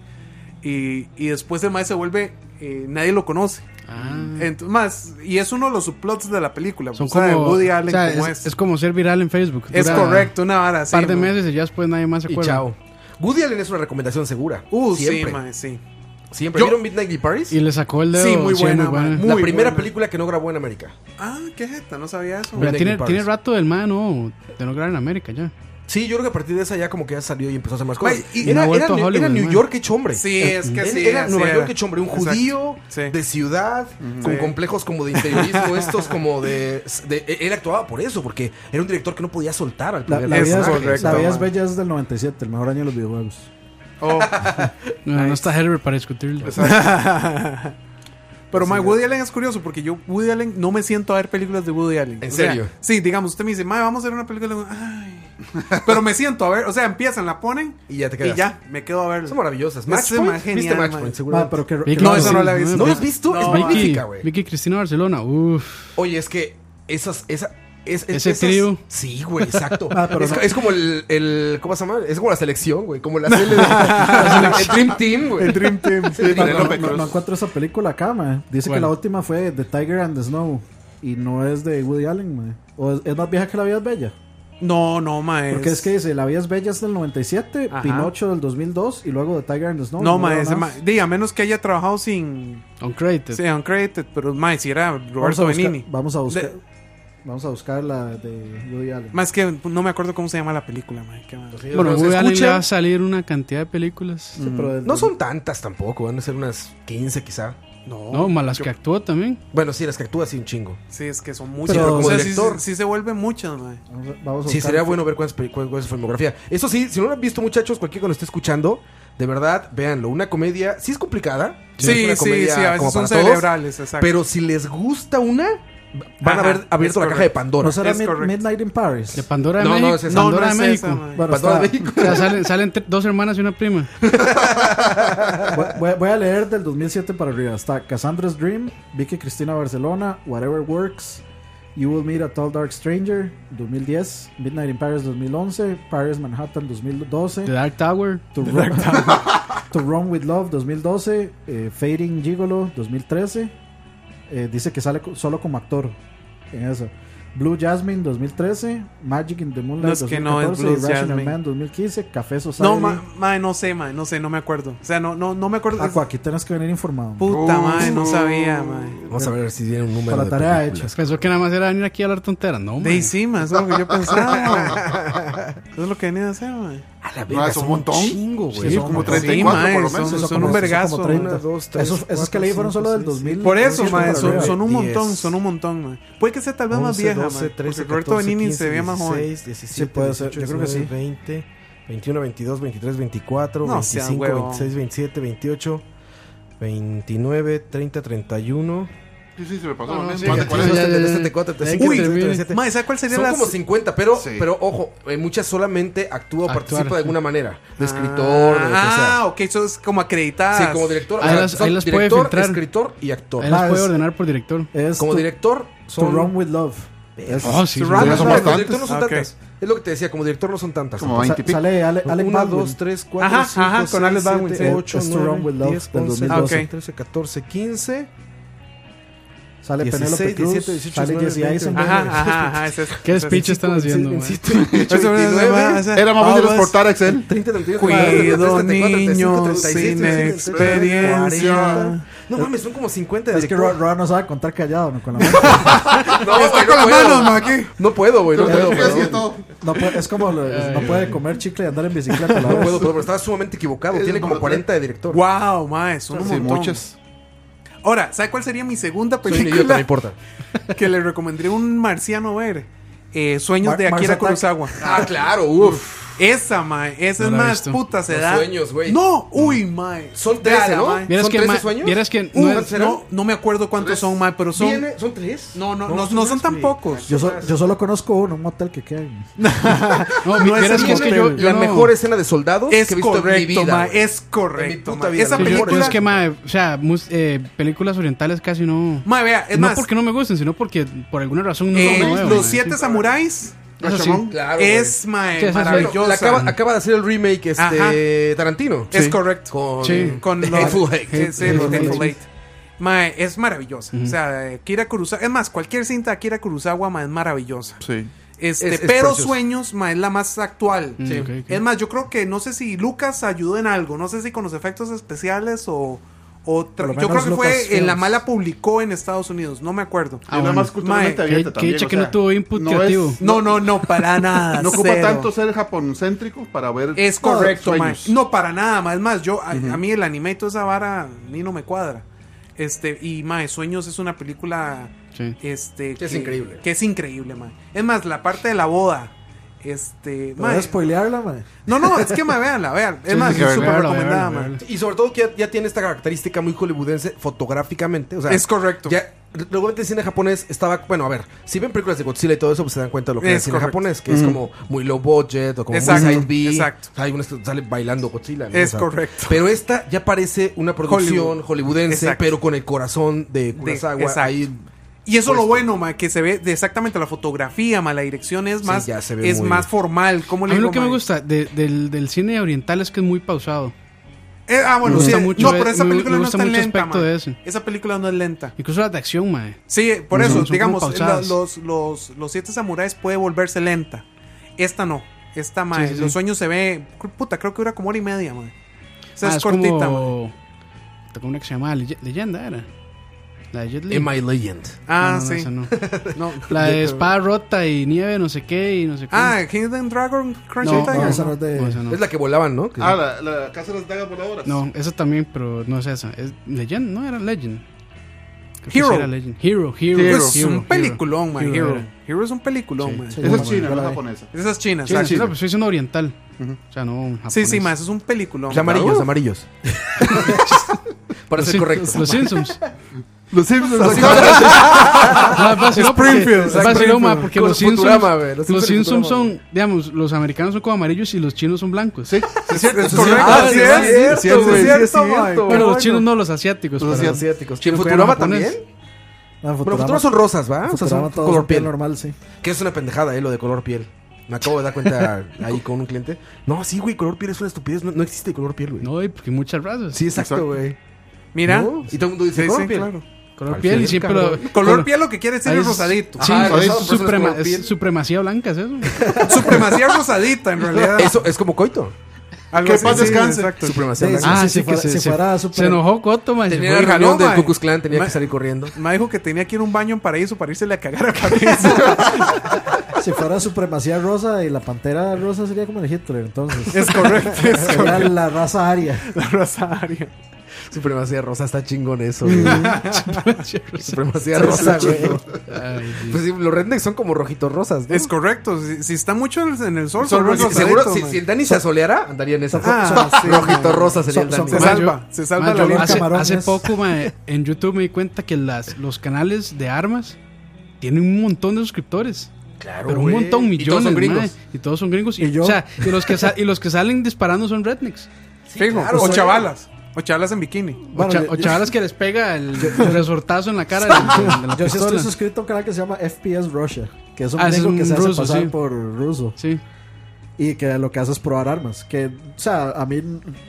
S5: y, y después el mae se vuelve, eh, nadie lo conoce.
S4: Ah.
S5: Entonces, más, y es uno de los subplots de la película,
S4: Son
S5: o sea, de
S4: como.
S5: Woody Allen
S4: o sea,
S5: como
S4: es,
S5: es.
S4: es como ser viral en Facebook.
S5: Es
S4: Dura
S5: correcto, una vara
S4: Un
S5: así.
S4: par de
S5: ma.
S4: meses y ya después nadie más se
S1: Y
S4: acuerda.
S1: chao. Woody Allen es una recomendación segura.
S5: Uh, sí,
S1: siempre.
S5: mae, sí.
S1: siempre.
S5: Yo-
S1: ¿Vieron Midnight in Paris?
S4: Y le sacó el dedo.
S5: Sí, muy buena,
S4: muy
S5: man.
S1: la
S5: muy
S1: primera
S5: buena.
S1: película que no grabó en América.
S5: Ah, qué jeta, no sabía eso.
S4: Pero
S1: Midnight
S4: tiene,
S1: in Paris.
S4: tiene rato del man, no, de no grabar en América ya.
S1: Sí, yo creo que a partir de esa ya como que ya salió y empezó a hacer más cosas.
S5: Ma, y-
S4: y no ha
S1: era,
S4: vuelto a
S1: era,
S4: Hollywood,
S1: era New
S4: ma.
S1: York hecho hombre.
S5: Sí, es que
S1: Era-
S5: sí.
S1: era
S5: así
S1: Nueva
S5: era.
S1: York hecho hombre, un
S5: Exacto.
S1: judío
S5: Sí.
S1: de ciudad, con
S5: Sí.
S1: complejos como de interiorismo, estos como de, de- Él actuaba por eso, porque era un director que no podía soltar al
S2: La,
S1: primer
S2: la
S5: Eso
S2: vida es,
S5: es
S1: personaje.
S5: correcto,
S2: la vida
S5: man.
S2: es bella es del 97, el mejor año de los videojuegos.
S5: Oh.
S4: No, no está Herbert para discutirlo.
S5: Pues, Pero ma, Woody Allen es curioso porque yo Woody Allen no me siento a ver películas de Woody Allen.
S1: ¿En
S5: O sea,
S1: serio?
S5: sí, digamos, usted me dice, "Ma, vamos a ver una película." de- Ay. Pero me siento a ver, o sea, empiezan, la ponen
S1: Y ya te quedas.
S5: y ya me quedo a
S1: Son
S5: verla.
S1: maravillosas.
S5: Ese
S1: Matchpoint,
S5: man genial,
S1: ¿Viste
S5: man.
S1: Matchpoint,
S2: Ma,
S1: seguramente.
S2: Ah, pero que,
S4: Vicky
S2: que-
S5: No, eso no la he visto.
S4: Cristina-
S1: ¿No lo has visto?
S5: No,
S1: es
S5: Vicky-
S4: Vicky,
S1: magnífica, güey.
S4: Vicky Cristina Barcelona. Uff.
S1: Oye, es que esas, esa, es- es-
S4: Ese
S1: esas-
S4: trío.
S1: Sí, güey, exacto.
S2: Ah, pero
S1: es,
S2: no.
S1: es como el, el- ¿Cómo se llama? Es como la selección, güey. Como la selección. el Dream Team, güey. El Dream Team.
S2: no, no, no- no encuentro esa película acá, ma. Dice
S4: ¿Cuál?
S2: que la última fue The Tiger and the Snow y no es de Woody Allen, ma. O es, es más vieja que La vida es bella.
S5: No, no, ma.
S2: Porque es que dice La vida es bella es del 97,
S5: Ajá.
S2: Pinocho del 2002 y luego The Tiger and the Snow.
S5: no,
S2: y
S5: ma,
S2: luego
S5: ese
S2: nada
S5: ma,
S2: más.
S5: di, a menos que haya trabajado sin
S4: Uncredited.
S5: sí, uncredited, pero ma, si era
S2: Vamos a
S5: Roberto
S2: buscar,
S5: Benini.
S2: vamos a buscar,
S5: De-
S2: vamos a buscar la de Woody Allen.
S5: Más que no me acuerdo cómo se llama la película, ma. qué ma.
S4: Bueno, Woody Allen le
S1: escucha.
S4: va a salir una cantidad de películas.
S2: Sí,
S5: mm,
S2: pero del-
S1: No son tantas tampoco, van a ser unas 15 quizá.
S5: No.
S4: No, malas
S5: yo-
S4: que actuó también.
S1: Bueno, sí, las que actúa sí un chingo.
S5: Sí, es que son muchas.
S2: Pero
S5: o
S2: como
S5: sea, sí-
S1: director.
S5: sí, se vuelven muchas, ma.
S2: Vamos a- vamos a
S1: Sí,
S2: buscar-
S1: sería bueno ver cuál es, cuál- cuál es su filmografía. Eso sí, si no lo han visto, muchachos, cualquiera que lo esté escuchando, de verdad, véanlo. Una comedia, sí es complicada. es
S5: Sí,
S1: una
S5: sí, sí, a
S1: como
S5: veces son
S1: para todos,
S5: cerebrales, exacto.
S1: Pero si les gusta una,
S5: Ajá,
S1: van a haber abierto
S5: es
S1: la caja de
S5: correcto.
S1: Pandora.
S2: ¿No será
S5: Es
S2: Mid-
S5: correcto.
S2: Midnight in Paris?
S4: De Pandora de
S1: No, no,
S4: México.
S1: ese es
S5: no,
S4: Pandora
S5: no
S4: de
S5: es
S4: México.
S5: esa, ma.
S2: Bueno,
S1: Pandora
S2: está-
S1: de México.
S4: O sea, salen, salen tre- dos hermanas y una prima.
S2: Voy, voy- voy a leer del 2007 para arriba. Está Cassandra's Dream, Vicky Cristina Barcelona, Whatever Works, You Will Meet a Tall Dark Stranger, 2010, Midnight in Paris 2011, Paris Manhattan
S4: The
S2: 2012,
S4: Dark Tower.
S2: To, Run, To Run with Love 2012, eh, Fading Gigolo 2013. eh, dice que sale co- solo como actor en eso. Blue Jasmine 2013, Magic in the Moonlight
S5: No, es que no es
S2: 2014,
S5: Blue
S2: Irrational
S5: Jasmine.
S2: Man 2015, Café Society.
S5: No, ma, ma, no sé, ma, no sé, no me acuerdo. O sea, no, no, no me acuerdo.
S2: Aqua, aquí tenés que venir informado.
S5: Puta madre, no sabía, madre.
S1: Vamos a ver si tienen un número.
S2: Para
S1: de
S2: la tarea
S1: películas.
S2: hecha.
S4: Pensó que nada más era venir aquí a hablar tonteras. No,
S5: De
S4: man.
S5: encima, eso es lo que yo pensaba. eso es lo que venía a hacer, madre.
S1: A la
S3: Ah,
S1: verga,
S3: es un
S1: son un
S3: montón.
S1: chingo, güey.
S2: Sí,
S1: Son
S2: son
S1: como
S3: como
S1: tres.
S3: 34
S5: mae,
S3: por lo
S5: son-
S3: menos.
S5: son
S2: Eso
S5: un
S2: como-
S5: vergazo.
S2: eso como
S5: mae.
S1: Una, dos, tres,
S2: Esos, esos
S1: cuatro,
S2: que leí fueron
S1: cinco,
S2: solo del
S1: seis,
S2: 2000.
S5: Por eso,
S2: Sí,
S5: madre,
S2: para
S5: son,
S2: arriba.
S5: son un
S1: Diez.
S5: montón, son un montón, madre. Puede que sea tal vez más
S1: 11,
S5: vieja,
S1: 12,
S5: madre.
S1: 13,
S5: porque Roberto
S1: 14,
S5: Benini
S1: 15,
S5: se veía más joven.
S1: 16, 17,
S2: Sí, puede ser,
S1: 18,
S2: yo creo que
S1: 19,
S2: sí.
S1: 20, 21, 22, 23, 24,
S5: No sea
S1: 25,
S5: huevo.
S1: 26, 27, 28, 29, 30, 31.
S3: Sí, sí, se me pasó.
S4: No, no,
S3: man.
S4: sí,
S3: Más
S4: ya,
S3: de
S4: sí,
S1: Fíjate,
S3: 40.
S4: ya,
S1: este-
S4: ya, ya.
S1: este tecote, te-
S4: Ya
S1: cinco,
S4: que
S1: siete,
S4: termine.
S1: siete.
S5: Mae, ¿sabe cuál sería
S1: Son
S5: la
S1: como 50, pero,
S3: Sí.
S1: pero ojo, en muchas solamente actúa o
S4: Actuar.
S1: participa de alguna manera. De escritor, de lo que sea.
S5: Ah, ok, eso es como acreditada.
S1: Sí, como director. o
S4: Ahí
S1: sea,
S4: las-
S1: son
S4: ahí las puede
S1: director,
S4: filtrar.
S1: escritor y actor.
S4: Ahí las
S2: Ah,
S4: puede
S2: es-
S4: ordenar por director.
S2: Es
S1: Como
S2: to-
S1: director
S2: To
S1: son...
S2: Run With Love. Es-
S4: Oh, sí.
S5: Surround-
S4: sí,
S1: No,
S3: Ya son
S4: sí.
S1: no, como
S3: bastantes.
S1: director no son
S5: Ah, ok.
S1: tantas. Es lo que te decía, como director no son tantas.
S3: Como 20
S2: sa-
S3: y pico.
S2: sale Ale- Alec
S1: Una,
S2: Baldwin.
S1: dos, tres, cuatro,
S5: Ajá,
S1: cinco,
S5: ajá, con
S1: seis,
S5: Alec Baldwin,
S1: siete,
S2: sí.
S1: ocho,
S2: It's to
S1: nueve,
S2: Run with Love
S1: diez,
S2: del
S1: once,
S2: 2012.
S1: doce, trece, catorce, quince.
S2: Sale
S1: 16,
S2: Penélope Cruz,
S1: 17, 18,
S2: sale
S1: 19,
S2: Jesse
S1: 20.
S2: Eisenberg.
S5: Ajá, ajá, ajá. ese es-
S4: ¿Qué
S5: ese es-
S4: speech están haciendo? mae?
S1: Insisto, dieciocho,
S5: Eso es-
S1: veintinueve,
S5: ese-
S3: Era más fácil
S5: Aguas.
S3: exportar a Excel.
S1: 30, 31,
S5: Cuido
S1: 34, 35, 36,
S5: niños
S1: 37,
S5: sin
S1: 37, 40.
S5: experiencia.
S1: No mames, son como 50 de
S2: Es que Ro-
S1: director.
S2: Ro no sabe contar callado, ¿no? Con la mano.
S1: No, güey, no puedo. No puedo, güey, no
S3: Pero tengo
S1: puedo,
S3: que
S1: perdón.
S3: decir todo.
S2: No puede- es como lo- es- no puede comer chicle y andar en bicicleta. a la
S1: No
S2: vez.
S1: puedo, puedo, pero estaba sumamente equivocado.
S3: Es
S1: Tiene como
S3: como
S1: 40 de director.
S5: Wow, mae, son un
S3: Sí,
S5: montón.
S3: muchas.
S5: Ahora, ¿sabe cuál sería mi segunda
S1: Soy un idiota, no
S5: película
S1: importa.
S5: que le recomendaría a un marciano ver? Eh, Sueños
S2: Mar-
S5: de Akira
S2: Mars Attack.
S5: Kurosawa.
S1: Ah, claro, uff.
S5: Esa, mae, esa
S4: No
S5: es
S4: la he
S5: más
S4: visto.
S5: puta, se
S1: Los
S5: da.
S1: sueños, güey. Mm.
S5: No, uy, mae.
S1: Son 13,
S5: Véala,
S1: ¿no?
S5: mae.
S4: Vieras
S1: ¿Son
S4: que,
S1: 13
S4: mae,
S1: sueños?
S4: vieras que
S5: Uh,
S4: no
S1: ¿cuántos
S4: es-
S1: serán?
S5: no, no me acuerdo cuántos son, mae, pero son.
S1: ¿Viene? ¿Son 3?
S5: No, no, no, no son tan pocos.
S2: Yo, so- yo solo conozco uno, un motel que queda. en-
S4: No,
S5: No es
S4: vieras que es que yo, yo
S1: La
S4: no-
S1: mejor escena de soldados
S5: Es
S1: que he visto en mi
S5: correcto,
S1: vida.
S5: mae,
S1: güey.
S5: es
S1: En mi
S5: correcto.
S1: puta
S5: mae.
S1: vida,
S5: Esa
S1: la
S4: Sí, yo- yo
S5: película.
S4: es que, mae, o sea, mus- eh, películas orientales casi no.
S5: Mae, vea, es
S4: no
S5: más.
S4: porque no me gusten, sino porque por alguna razón no
S5: eh,
S4: lo veo. mae.
S5: los siete samuráis
S4: Eso sí.
S5: Rashomon,
S1: Claro, güey.
S5: es mae,
S4: Sí, esa es la-
S1: Bueno, la
S5: maravillosa.
S1: acaba, acaba de hacer el remake este
S5: Ajá.
S1: Tarantino.
S5: Es
S1: Sí.
S5: correcto.
S1: Con,
S4: Sí.
S5: con
S1: The
S5: los-
S1: Hateful Eight.
S5: Sí, sí,
S4: Hateful
S5: los
S4: Eight.
S5: Hateful Eight. Mae, es maravillosa. O sea, eh, Kira Kurosawa. Es más, cualquier cinta de Kira Kurosawa mae, es maravillosa.
S3: Sí.
S5: Este,
S1: Es- es
S5: pero
S1: preciosa.
S5: Sueños mae, es la más actual.
S4: Mm,
S5: Sí.
S4: ok, ok.
S5: Es más, yo creo que no sé si Lucas ayudó en algo. No sé si con los efectos especiales o. o tra-
S2: Por lo
S5: yo creo
S2: menos
S5: que
S2: Lucas
S5: fue en La
S2: Films.
S5: Mala publicó en Estados Unidos. No me acuerdo.
S4: Ah,
S3: es la
S4: bueno.
S3: más culturalmente
S5: Mae,
S3: abierta
S4: qué- qué
S3: también.
S4: dicha
S3: o
S4: que no
S3: sea,
S4: tuvo input
S3: es-
S4: creativo.
S5: No, no, no, para nada.
S3: No ocupa
S5: cero.
S3: tanto ser japoncéntrico para ver.
S5: Es correcto, mae.
S3: sueños.
S5: No, para nada, mae. Es más, yo, a, a mí el anime y toda esa vara, a mí no me cuadra. Este, y mae, Sueños es una película.
S4: Sí.
S5: Este.
S1: Que es increíble.
S5: Que es increíble, mae. Es más, la parte de la boda. Este.
S2: ¿Te voy
S5: mae,
S2: a spoilearla, mae?
S5: no, no, es que me vean, la vean. Es más,
S4: sí,
S5: es
S4: sí,
S5: súper
S4: véanla,
S5: recomendada,
S4: véanla,
S5: mae.
S4: véanla.
S1: Eh, Y sobre todo que ya, ya tiene esta característica muy hollywoodense fotográficamente. O sea,
S5: Es correcto.
S1: Ya, regularmente el cine japonés estaba. Bueno, a ver, si ven películas de Godzilla y todo eso, pues se dan cuenta de lo que es,
S5: Es
S1: el cine
S5: correcto.
S1: japonés, que es como muy low budget o como
S5: Exacto,
S1: muy side B.
S5: exacto.
S1: O sea, hay unas que sale bailando Godzilla. ¿no?
S5: Es
S1: O sea,
S5: correcto.
S1: Pero esta ya parece una producción
S5: Hollywood.
S1: hollywoodense,
S5: Exacto.
S1: pero con el corazón de Kurosawa
S5: exacto.
S1: ahí.
S5: Y eso es lo
S4: pues,
S1: Puesto.
S5: bueno, mae, que se ve de exactamente la fotografía, mae. La dirección es más.
S1: ya se ve
S5: es
S1: muy-
S5: más formal. ¿Cómo
S4: A
S5: le
S4: mí lo
S5: digo,
S4: que me
S5: mae?
S4: gusta de- del, del cine oriental es que es muy pausado.
S5: Eh, ah, bueno,
S4: Me
S5: sí.
S4: gusta mucho,
S5: no,
S4: eh,
S5: pero esa
S4: me-
S5: película
S4: me
S5: no es
S4: gusta
S5: tan
S4: mucho
S5: lenta,
S4: aspecto
S5: mae.
S4: de eso.
S5: Esa película no es lenta.
S4: Incluso las de acción, mae.
S5: Sí, por
S4: Ujú. Pues
S5: eso,
S4: Son como
S5: digamos,
S4: pausadas.
S5: la- los, los, los siete samuráis puede volverse lenta. Esta no. Esta, mae,
S4: Sí, sí,
S5: los
S4: sí.
S5: sueños se ve. Puta, creo que dura como hora y media, mae. O sea,
S4: Ah,
S5: es cortita, mae.
S4: como, como una que se llamaba Leye- Leyenda, ¿era? La de Jet Li.
S1: Am I Legend.
S5: Ah,
S4: No, no,
S5: sí.
S4: esa no.
S5: No.
S4: La de Espada Rota y Nieve, no sé qué, y no sé qué.
S5: Ah, Hidden Dragon Crunchy
S4: no,
S5: Tiger.
S4: no,
S2: esa no es de-
S4: no, esa no.
S1: Es la que volaban, ¿no? Que-
S3: Ah, la, la casa de las dagas voladoras.
S4: No, esa también, pero no es esa. Es Legend, no era Legend. Creo que
S5: Hero.
S4: sí era Legend. Hero, Hero,
S5: Hero.
S4: Hero,
S5: Pues, Es un
S4: Hero.
S5: peliculón, mae.
S4: Hero
S5: Hero.
S4: era.
S5: Hero es un peliculón,
S4: Sí.
S5: mae.
S3: Esa
S2: Sí,
S3: es
S2: mae,
S3: china, no
S2: yo
S3: es
S2: la vi.
S3: japonesa.
S5: Esas chinas.
S4: Sí,
S5: esas
S4: sí, no,
S5: chinas.
S4: pues estoy diciendo oriental. O sea, no japonés.
S5: Sí, sí, mae. Eso es un peliculón.
S1: Los amarillos,
S5: Uh.
S1: amarillos. Para
S4: Los
S1: ser
S4: Sim-
S1: correcto.
S4: Los Simpsons.
S3: Los Simpsons.
S4: Ah, vaciló porque-
S5: Springfield,
S4: vaciló,
S1: Springfield.
S4: ma, porque
S1: Como
S4: los
S1: Futurama,
S4: Simpsons,
S1: güey, los
S4: los
S1: Simpsons
S4: Simpsons
S1: Futurama,
S4: son, digamos, los americanos son como amarillos y los chinos son blancos.
S3: Sí, sí, sí,
S5: Es
S3: sí,
S5: correcto.
S3: Ah,
S5: sí,
S3: sí,
S5: es
S3: sí,
S5: cierto,
S3: sí, es
S5: güey,
S3: cierto,
S5: sí, es
S3: mae.
S5: cierto.
S4: Bueno,
S1: bueno.
S4: los chinos no, los asiáticos.
S1: Los
S4: pero-
S1: asiáticos. ¿En
S4: Creo que
S1: Futurama
S4: eran japonés.
S1: también?
S2: No,
S1: Bueno,
S2: Futurama-
S1: Futurama son
S4: Ah,
S1: rosas, ¿va? O sea,
S2: Futurama
S1: son
S2: todo
S1: color
S2: piel
S1: piel.
S2: normal, sí.
S1: Que es una pendejada, eh, lo de color piel. Me acabo de dar cuenta ahí con un cliente. No, sí, güey, color piel es una estupidez. No, no existe color piel, güey.
S4: No, y porque hay muchas razas.
S1: Sí, exacto,
S3: Exacto.
S1: güey.
S5: Mira.
S1: ¿No? Y todo el mundo dice
S5: Sí,
S1: color
S5: sí,
S1: piel.
S5: claro.
S4: Color
S1: Al
S4: piel
S1: fin,
S4: y siempre
S1: cabrón.
S4: lo-
S5: Color piel lo que quiere decir
S4: Ahí
S5: es
S4: es-
S5: rosadito.
S4: Sí,
S1: Ajá,
S4: es,
S1: rosado, por eso es
S4: suprema-
S1: color piel.
S4: es supremacía blanca, es eso.
S5: Supremacía rosadita, en realidad.
S1: Eso es como coito.
S5: Algo
S3: Que
S5: así,
S3: paz
S5: sí,
S3: descanse.
S5: exacto.
S1: Supremacía
S2: Sí,
S1: blanca.
S4: Ah,
S2: si
S4: sí, Ah, que
S2: fuera-
S4: se,
S2: si
S4: se-
S2: fuera super-
S4: se enojó Coto, man.
S1: Tenía el
S5: no,
S1: jalón del
S5: mae.
S1: Ku Klux Klan, tenía
S5: Ma-
S1: que salir corriendo.
S5: Me dijo que tenía que ir a un baño en paraíso para irse a cagar a paraíso.
S2: Si fuera supremacía rosa y la pantera rosa sería como el Hitler, entonces.
S5: es correcto, es
S2: Sería la raza aria.
S5: la raza aria.
S1: Supremacía rosa está chingón eso, güey. Supremacía rosa, güey.
S4: Ay, sí.
S1: Pues sí, los rednecks son como rojitos rosas, ¿no?
S5: Es correcto. Si, si está mucho en el sol,
S1: Son
S5: son
S1: rojos-
S5: rojos
S1: seguro,
S5: adentro,
S1: si,
S5: man.
S1: si el Dani se asoleara, andaría en esa.
S5: Ah,
S1: sí, Rojito rosa sería el
S2: Son-
S1: Dani.
S5: se
S2: son-
S1: güey.
S5: salva, se salva
S4: Ma,
S5: la
S4: yo
S5: limpia.
S4: hace,
S2: camarones.
S4: hace poco ma, en YouTube me di cuenta que las, los canales de armas tienen un montón de suscriptores.
S1: Claro,
S4: Pero un
S1: güey.
S4: montón, millones.
S1: Y todos son gringos.
S4: ma, y todos son gringos. Y,
S2: ¿Y yo?
S4: o sea, y los, que sa- y los que salen disparando son rednecks.
S5: Fijo,
S1: claro,
S5: o
S1: soy-
S5: chavalas. O chavalas en bikini.
S4: O,
S2: Bueno,
S4: cha-
S2: yo-
S4: o
S2: yo-
S4: chavalas que les pega el, el resortazo en la cara de, de la
S2: Yo sí estoy
S4: pistola.
S2: suscrito a un canal que se llama FPS Russia, que es un
S4: Ah, ese es
S2: gringo que
S4: un
S2: se
S4: ruso,
S2: hace pasar
S4: sí.
S2: por ruso
S4: Sí.
S2: y que lo que hace es probar armas. Que, o sea, a mí,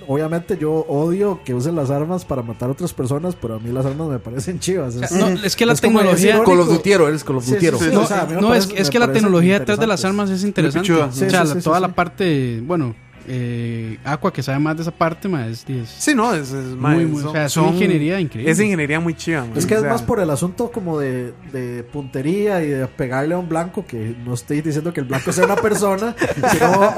S2: obviamente, yo odio que usen las armas para matar a otras personas, pero a mí las armas me parecen chivas.
S4: O
S2: Es,
S4: sea, no, es que la
S2: como- es
S4: tecnología.
S2: irónico.
S1: Con los dutiero, eres con los
S2: Sí, sí,
S1: dutiero.
S2: sí,
S4: No,
S2: o sea, a mí me
S4: no, es,
S2: parece-
S4: es
S2: me
S4: que la
S2: parecen
S4: tecnología detrás de las
S2: interesantes.
S4: armas es interesante.
S3: pichuda.
S4: o
S2: Sí,
S4: sea,
S2: sí,
S4: la-
S2: sí,
S4: toda
S2: sí,
S4: la
S2: sí.
S4: parte. Bueno, eh, Aqua, que sabe más de esa parte, ma, es, es
S5: Sí, no, es, es
S4: muy,
S5: mae,
S4: muy-
S5: son-
S4: o sea, es una
S5: son-
S4: ingeniería increíble.
S5: Es ingeniería muy chiva. mae,
S2: Es que
S5: o
S2: es
S5: sea,
S2: más por el asunto como de, de puntería y de pegarle a un blanco, que no estoy diciendo que el blanco sea una persona, sino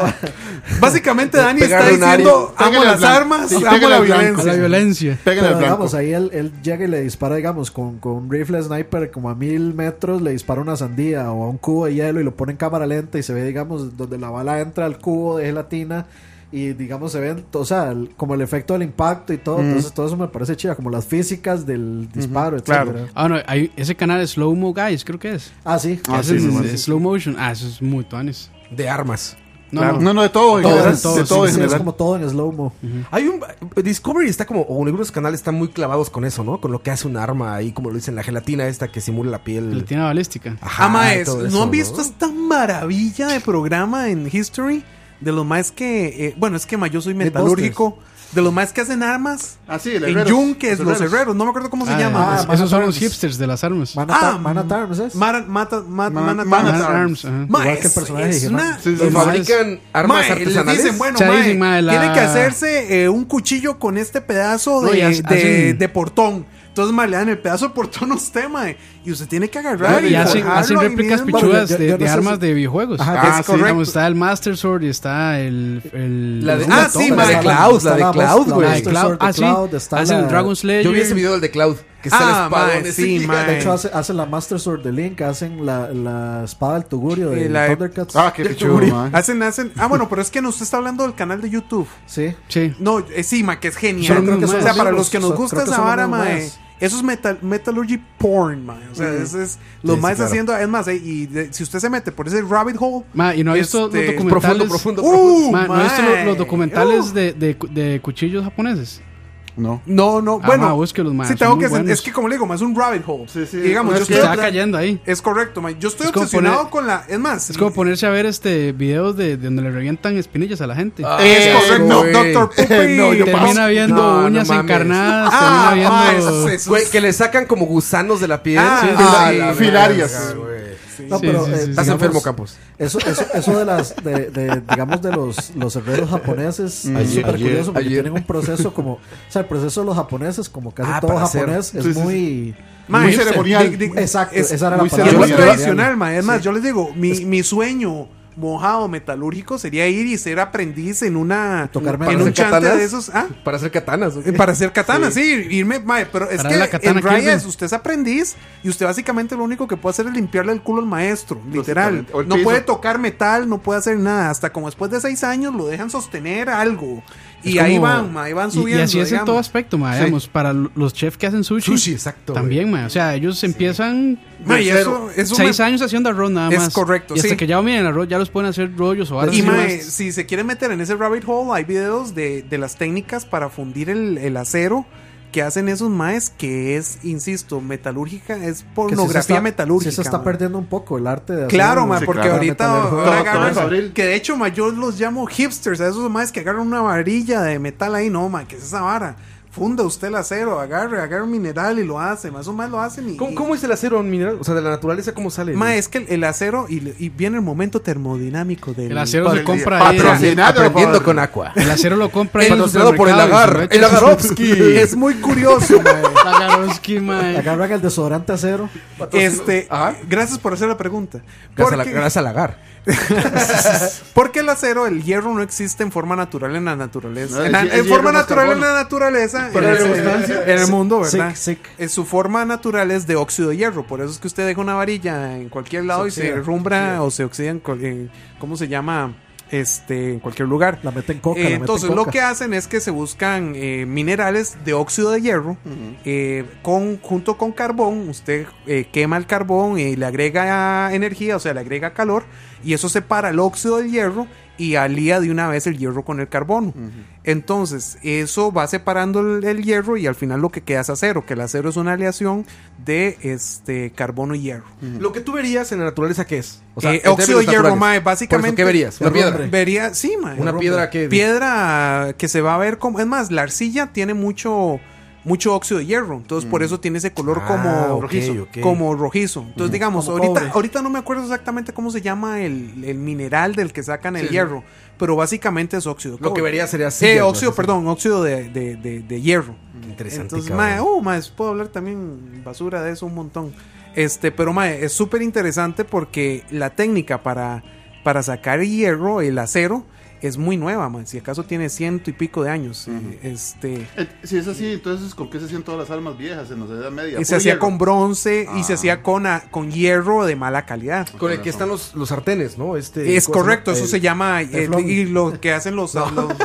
S5: Básicamente Dani está
S1: pegarle un área.
S5: diciendo,
S3: Pégale
S5: amo
S3: al
S5: las
S3: blanco.
S5: armas,
S3: Sí,
S5: amo
S3: pégale
S5: la
S3: al blanco.
S4: a la
S5: violencia.
S4: violencia.
S3: Pégale
S2: Pero
S3: al blanco.
S2: digamos, ahí él, él llega y le dispara, digamos, con, con un rifle sniper como a mil metros, le dispara una sandía o a un cubo de hielo y lo pone en cámara lenta y se ve, digamos, donde la bala entra al cubo de gelatina y, digamos, se ven, o sea, el- como el efecto del impacto y
S3: Mm.
S2: todo. Entonces, todo eso me parece chido, como las físicas del disparo,
S5: claro.
S2: etcétera.
S4: Ah, no, hay, ese canal es Slow Mo Guys, creo que es.
S2: Ah, sí.
S3: Ah, sí,
S4: Ese es,
S3: me
S4: es
S3: parece.
S4: Slow Motion. Ah, eso es muy tuanes.
S1: De armas.
S4: No,
S3: Claro.
S4: no.
S3: No, no, de todo, en
S4: Todo,
S3: general,
S4: de todo,
S3: de todo
S2: Sí,
S3: en
S2: sí, es
S3: general.
S2: como todo en slow-mo.
S1: Hay un. Discovery está como. O algunos canales están muy clavados con eso, ¿no? Con lo que hace un arma ahí, como lo dicen, la gelatina esta que simula la piel.
S4: Latina balística.
S5: Ah, mae,
S1: y todo
S5: ¿no
S1: eso,
S5: han visto esta maravilla de programa en History? De los más que, eh, bueno, es que mae, yo soy metalúrgico. De los más que hacen armas
S3: Ah, sí, el
S5: en
S3: herrero.
S5: yunques,
S3: Los
S5: los
S3: herreros.
S5: herreros. No me acuerdo cómo se
S4: Ah,
S5: llama.
S4: es-
S5: mae.
S2: man
S4: esos
S2: at
S4: son
S2: arms.
S4: los hipsters de las armas.
S2: Man,
S5: Ah,
S2: at, Man at Arms, ¿es?
S5: Mara- mata, ma-
S3: Man-
S5: mana-
S3: Man at
S4: Man at Arms,
S5: Arms.
S4: ajá.
S5: Ma,
S2: pues. Igual que el
S5: es-
S2: personaje
S5: es
S2: de
S5: una-
S3: Sí, sí,
S1: Y
S3: sí.
S1: fabrican armas
S5: Ma, les
S1: artesanales.
S5: dicen, bueno,
S4: O sea,
S5: ma,
S4: dicen, ma, la-
S5: tiene que hacerse eh, un cuchillo con este pedazo
S4: No, y
S5: de,
S4: hac-
S5: de-
S4: hacen-
S5: de portón. Entonces, ma, le dan el pedazo de portón a usted, ma, y usted tiene que agarrar.
S4: y hacen,
S5: forjarlo
S4: hacen
S5: ahí
S4: réplicas
S5: mismo.
S4: pichudas
S2: Yo- yo-
S4: de,
S2: yo no
S4: de
S2: sé
S4: armas
S2: si-
S4: de videojuegos.
S2: Ajá,
S5: Ah, es sí. correcto.
S4: Como está el Master Sword y está el. el
S1: La de-
S4: el
S1: ah,
S4: Ultima
S5: sí,
S4: Thumb.
S1: ma, de Cloud, la de Cloud,
S5: Pues
S1: güey.
S4: La de Cloud. Ah, sí. Hacen el Dragon Slayer.
S1: Yo vi ese video del de Cloud. Que está
S5: Ah,
S1: la espada.
S5: mae,
S1: ese
S5: sí,
S1: gigante.
S5: mae.
S2: De hecho, hace- hacen la Master Sword de Link, hacen la, la espada del Tugurio
S5: Y
S2: de
S5: la-
S2: Thundercats.
S3: Ah, qué chulo, man.
S5: Hacen, hacen. Ah, bueno, pero es que no, usted está hablando del canal de YouTube.
S2: Sí.
S4: Sí.
S5: No, eh, sí, ma, que es genial.
S4: Son los
S5: Creo que
S4: mismos,
S5: son- o sea,
S4: los
S5: para
S2: mismos,
S5: los que nos
S2: son-
S5: gusta
S2: creo que
S5: esa
S2: son los
S5: vara,
S2: mismos
S5: ma,
S2: más.
S5: eh, eso es metal, metallurgy porn, ma. O sea, eso es lo
S1: Sí, sí,
S5: más
S1: claro.
S5: haciendo. Es más, eh, y de- si usted se mete por ese rabbit hole.
S4: Ma, y no ha visto
S5: Este,
S4: los
S1: Profundo,
S4: documentales.
S1: profundo, profundo.
S5: ¡Uh!
S4: Ma, no ha visto
S5: ma,
S4: los, los documentales
S5: uh.
S4: de, de, de cuchillos japoneses.
S3: No.
S5: No, no,
S4: Ah,
S5: bueno.
S4: ma, búsquelos, ma,
S5: sí,
S4: son
S5: tengo
S4: muy
S5: que.
S4: buenos.
S5: Es que, como le digo, ma, es un rabbit hole.
S3: Sí, sí,
S5: Y digamos,
S3: no,
S5: yo
S3: es que
S5: estoy.
S4: Se va
S5: obs-
S4: cayendo ahí.
S5: Es correcto, ma. Yo estoy
S4: Es como
S5: obsesionado
S4: poner-
S5: con la. Es más.
S4: Es como ponerse a ver este videos de, de donde le revientan espinillas a la gente.
S5: Es
S1: Eh,
S5: correcto,
S1: güey.
S5: Dr. Poopy.
S1: No, yo
S4: termina
S1: paso.
S4: viendo
S1: No, no
S4: uñas
S1: mames.
S4: encarnadas, termina
S5: Ah, ma,
S4: viendo...
S5: eso es- eso
S1: Güey,
S5: es-
S1: que le sacan como gusanos de la piel.
S5: Ah,
S1: Sí,
S5: ah,
S1: sí,
S3: la
S1: sí.
S3: filarias.
S1: güey.
S2: No,
S4: Sí,
S2: pero
S4: sí,
S2: eh,
S4: sí, sí.
S1: Estás
S2: digamos,
S1: enfermo, Campos.
S2: Eso, eso, eso de las, de, de, digamos, de los, los herreros japoneses es
S6: Ayer,
S2: súper
S6: ayer,
S2: curioso porque
S1: ayer.
S2: tienen un proceso como, o sea, el proceso de los japoneses, como casi
S1: Ah,
S2: todo
S1: para hacer.
S2: japonés,
S3: Sí, sí,
S2: es
S3: sí.
S2: muy...
S5: Ma,
S3: Muy
S5: es-
S3: ceremonial.
S5: di- di-
S2: Exacto,
S5: es-
S2: esa era la
S3: muy
S5: Es
S2: palabra.
S5: muy
S3: Muy
S5: tradicional, ma. Es más, yo les digo, mi, mi sueño mojado metalúrgico sería ir y ser aprendiz en una
S2: Tocar
S5: en
S2: madera.
S5: un chante
S1: ¿Katanas?
S5: de esos, ah,
S1: Para hacer katanas. ¿o qué?
S5: para hacer katana, sí, irme, ma, pero es
S4: Para la
S5: que
S4: katana
S5: en Raya
S4: Kirby.
S5: es- usted es aprendiz y usted básicamente lo único que puede hacer es limpiarle el culo al maestro, literal.
S3: Básicamente, o el
S5: No
S3: piso.
S5: puede tocar metal, no puede hacer nada, hasta como después de seis años lo dejan sostener algo.
S4: Es
S5: Y ahí
S4: como-
S5: van, ma, ahí van
S4: y-
S5: subiendo.
S4: Y, así es en
S5: digamos.
S4: todo aspecto, ma,
S5: Sí.
S4: digamos, para l- los chefs que hacen sushi.
S1: Sushi, exacto,
S4: También, ma, o sea, ellos empiezan
S5: Ma, y
S3: Cero.
S5: eso, eso
S4: seis
S5: me-
S4: años haciendo arroz nada
S5: Es
S4: más.
S5: correcto,
S4: Y hasta
S5: sí.
S4: que ya miren el arroz, ya los pueden hacer rollos o algo.
S5: Y
S4: así
S5: mae,
S4: más.
S5: si se quieren meter en ese rabbit hole, hay videos de, de las técnicas para fundir el, el acero que hacen esos maes, que es, insisto, metalúrgica, es
S2: que sí se
S5: pornografía
S2: está-
S5: metalúrgica.
S2: Sí se está
S5: mae.
S2: perdiendo un poco el arte de hacer
S5: Claro,
S2: un-
S5: mae,
S3: Sí,
S5: porque
S3: claro.
S5: ahorita
S2: Metalero.
S5: ahora
S3: Todo- todo
S5: agarran-
S3: es abril.
S5: que de hecho, mae, yo los llamo hipsters, a esos maes que agarran una varilla de metal ahí, no, mae, que es esa vara. Funda usted el acero, agarre, agarre un mineral y lo hace, más o más lo hacen. Y,
S1: ¿Cómo,
S5: y-
S1: cómo es el acero mineral? O sea, de la naturaleza, ¿cómo sale?
S5: Mae, es que el, el acero, y, y viene el momento termodinámico del
S4: El acero
S3: Para
S4: se
S3: el
S4: compra
S3: día.
S4: ahí.
S3: Patrocinado. Patrocinado
S1: Aprendiendo
S3: por-
S1: con Aqua.
S4: El acero lo compra ahí. en los
S1: Patrocinado por el
S4: supermercados y
S1: Agar.
S4: se
S1: El
S4: lo echa-
S1: Agarovsky.
S5: Es muy curioso, mae.
S4: La Agarowski, ma.
S2: Agarran el desodorante a cero.
S5: Este, gracias por hacer la pregunta.
S1: Gracias a la-
S5: Porque-
S1: gracias al Agar.
S5: porque el acero, el hierro no existe en forma natural en la naturaleza.
S3: No,
S5: en
S3: el
S5: la-
S3: hi-
S5: en
S3: el hierro
S5: forma
S3: no es
S5: natural en
S3: carbono.
S5: la naturaleza forma
S2: Para
S5: en,
S2: la
S5: el-
S2: sustancia.
S5: en el mundo, ¿verdad?
S2: Sick, sick.
S5: En su forma natural es de óxido de hierro, por eso es que usted deja una varilla en cualquier lado y se
S2: oxida,
S5: derrumbra o se oxida en, cual- en- ¿cómo se llama? Este, en cualquier lugar.
S2: La meten coca.
S5: Eh,
S2: la meten
S5: entonces
S2: coca.
S5: lo que hacen es que se buscan eh, minerales de óxido de hierro eh, con, junto con carbón. Usted eh, quema el carbón y le agrega energía, o sea, le agrega calor y eso separa el óxido de hierro y alía de una vez el hierro con el carbono. Entonces eso va separando el, el hierro y al final lo que queda es acero, que el acero es una aleación de este carbono y hierro.
S1: Lo que tú verías en la naturaleza, ¿qué es? O
S5: Eh,
S1: en
S5: óxido de
S1: términos
S5: hierro,
S1: naturales.
S5: mae,
S1: Por eso,
S5: básicamente.
S1: ¿Qué verías? Una piedra.
S5: Vería, sí, mae.
S1: Una piedra que-
S5: Piedra que se va a ver como. Es más, la arcilla tiene mucho. Mucho óxido de hierro, entonces por eso tiene ese color
S1: Ah,
S5: como
S1: ok,
S5: rojizo.
S1: ok.
S5: Como rojizo. Entonces, digamos,
S2: Como
S5: ahorita,
S2: cobre.
S5: ahorita no me acuerdo exactamente cómo se llama el, el mineral del que sacan el
S3: Sí, sí.
S5: hierro, pero básicamente es óxido. de
S1: Lo que
S5: cobre.
S1: verías sería así.
S5: Eh, óxido, perdón, óxido de, de- de- de hierro.
S1: Interesante,
S5: Entonces,
S1: cabrón.
S5: mae, oh, mae, puedo hablar también basura de eso un montón. Este, pero mae, es súper interesante porque la técnica para, para sacar hierro, el acero, es muy nueva, mae. Si acaso tiene ciento y pico de años. eh, Este.
S3: Eh, Si es así, entonces ¿con qué se hacían todas las almas viejas en la Edad Media?
S5: Y se
S3: Puro
S5: hacía
S3: hierro.
S5: con bronce y se
S3: Ah.
S5: hacía con, a- con hierro de mala calidad.
S1: Con el que están los, los sartenes, ¿no? Este,
S5: Es
S1: ¿cómo
S5: correcto, eso se
S1: llama? El-
S5: llama eh,
S2: teflón.
S5: y lo que hacen los, los-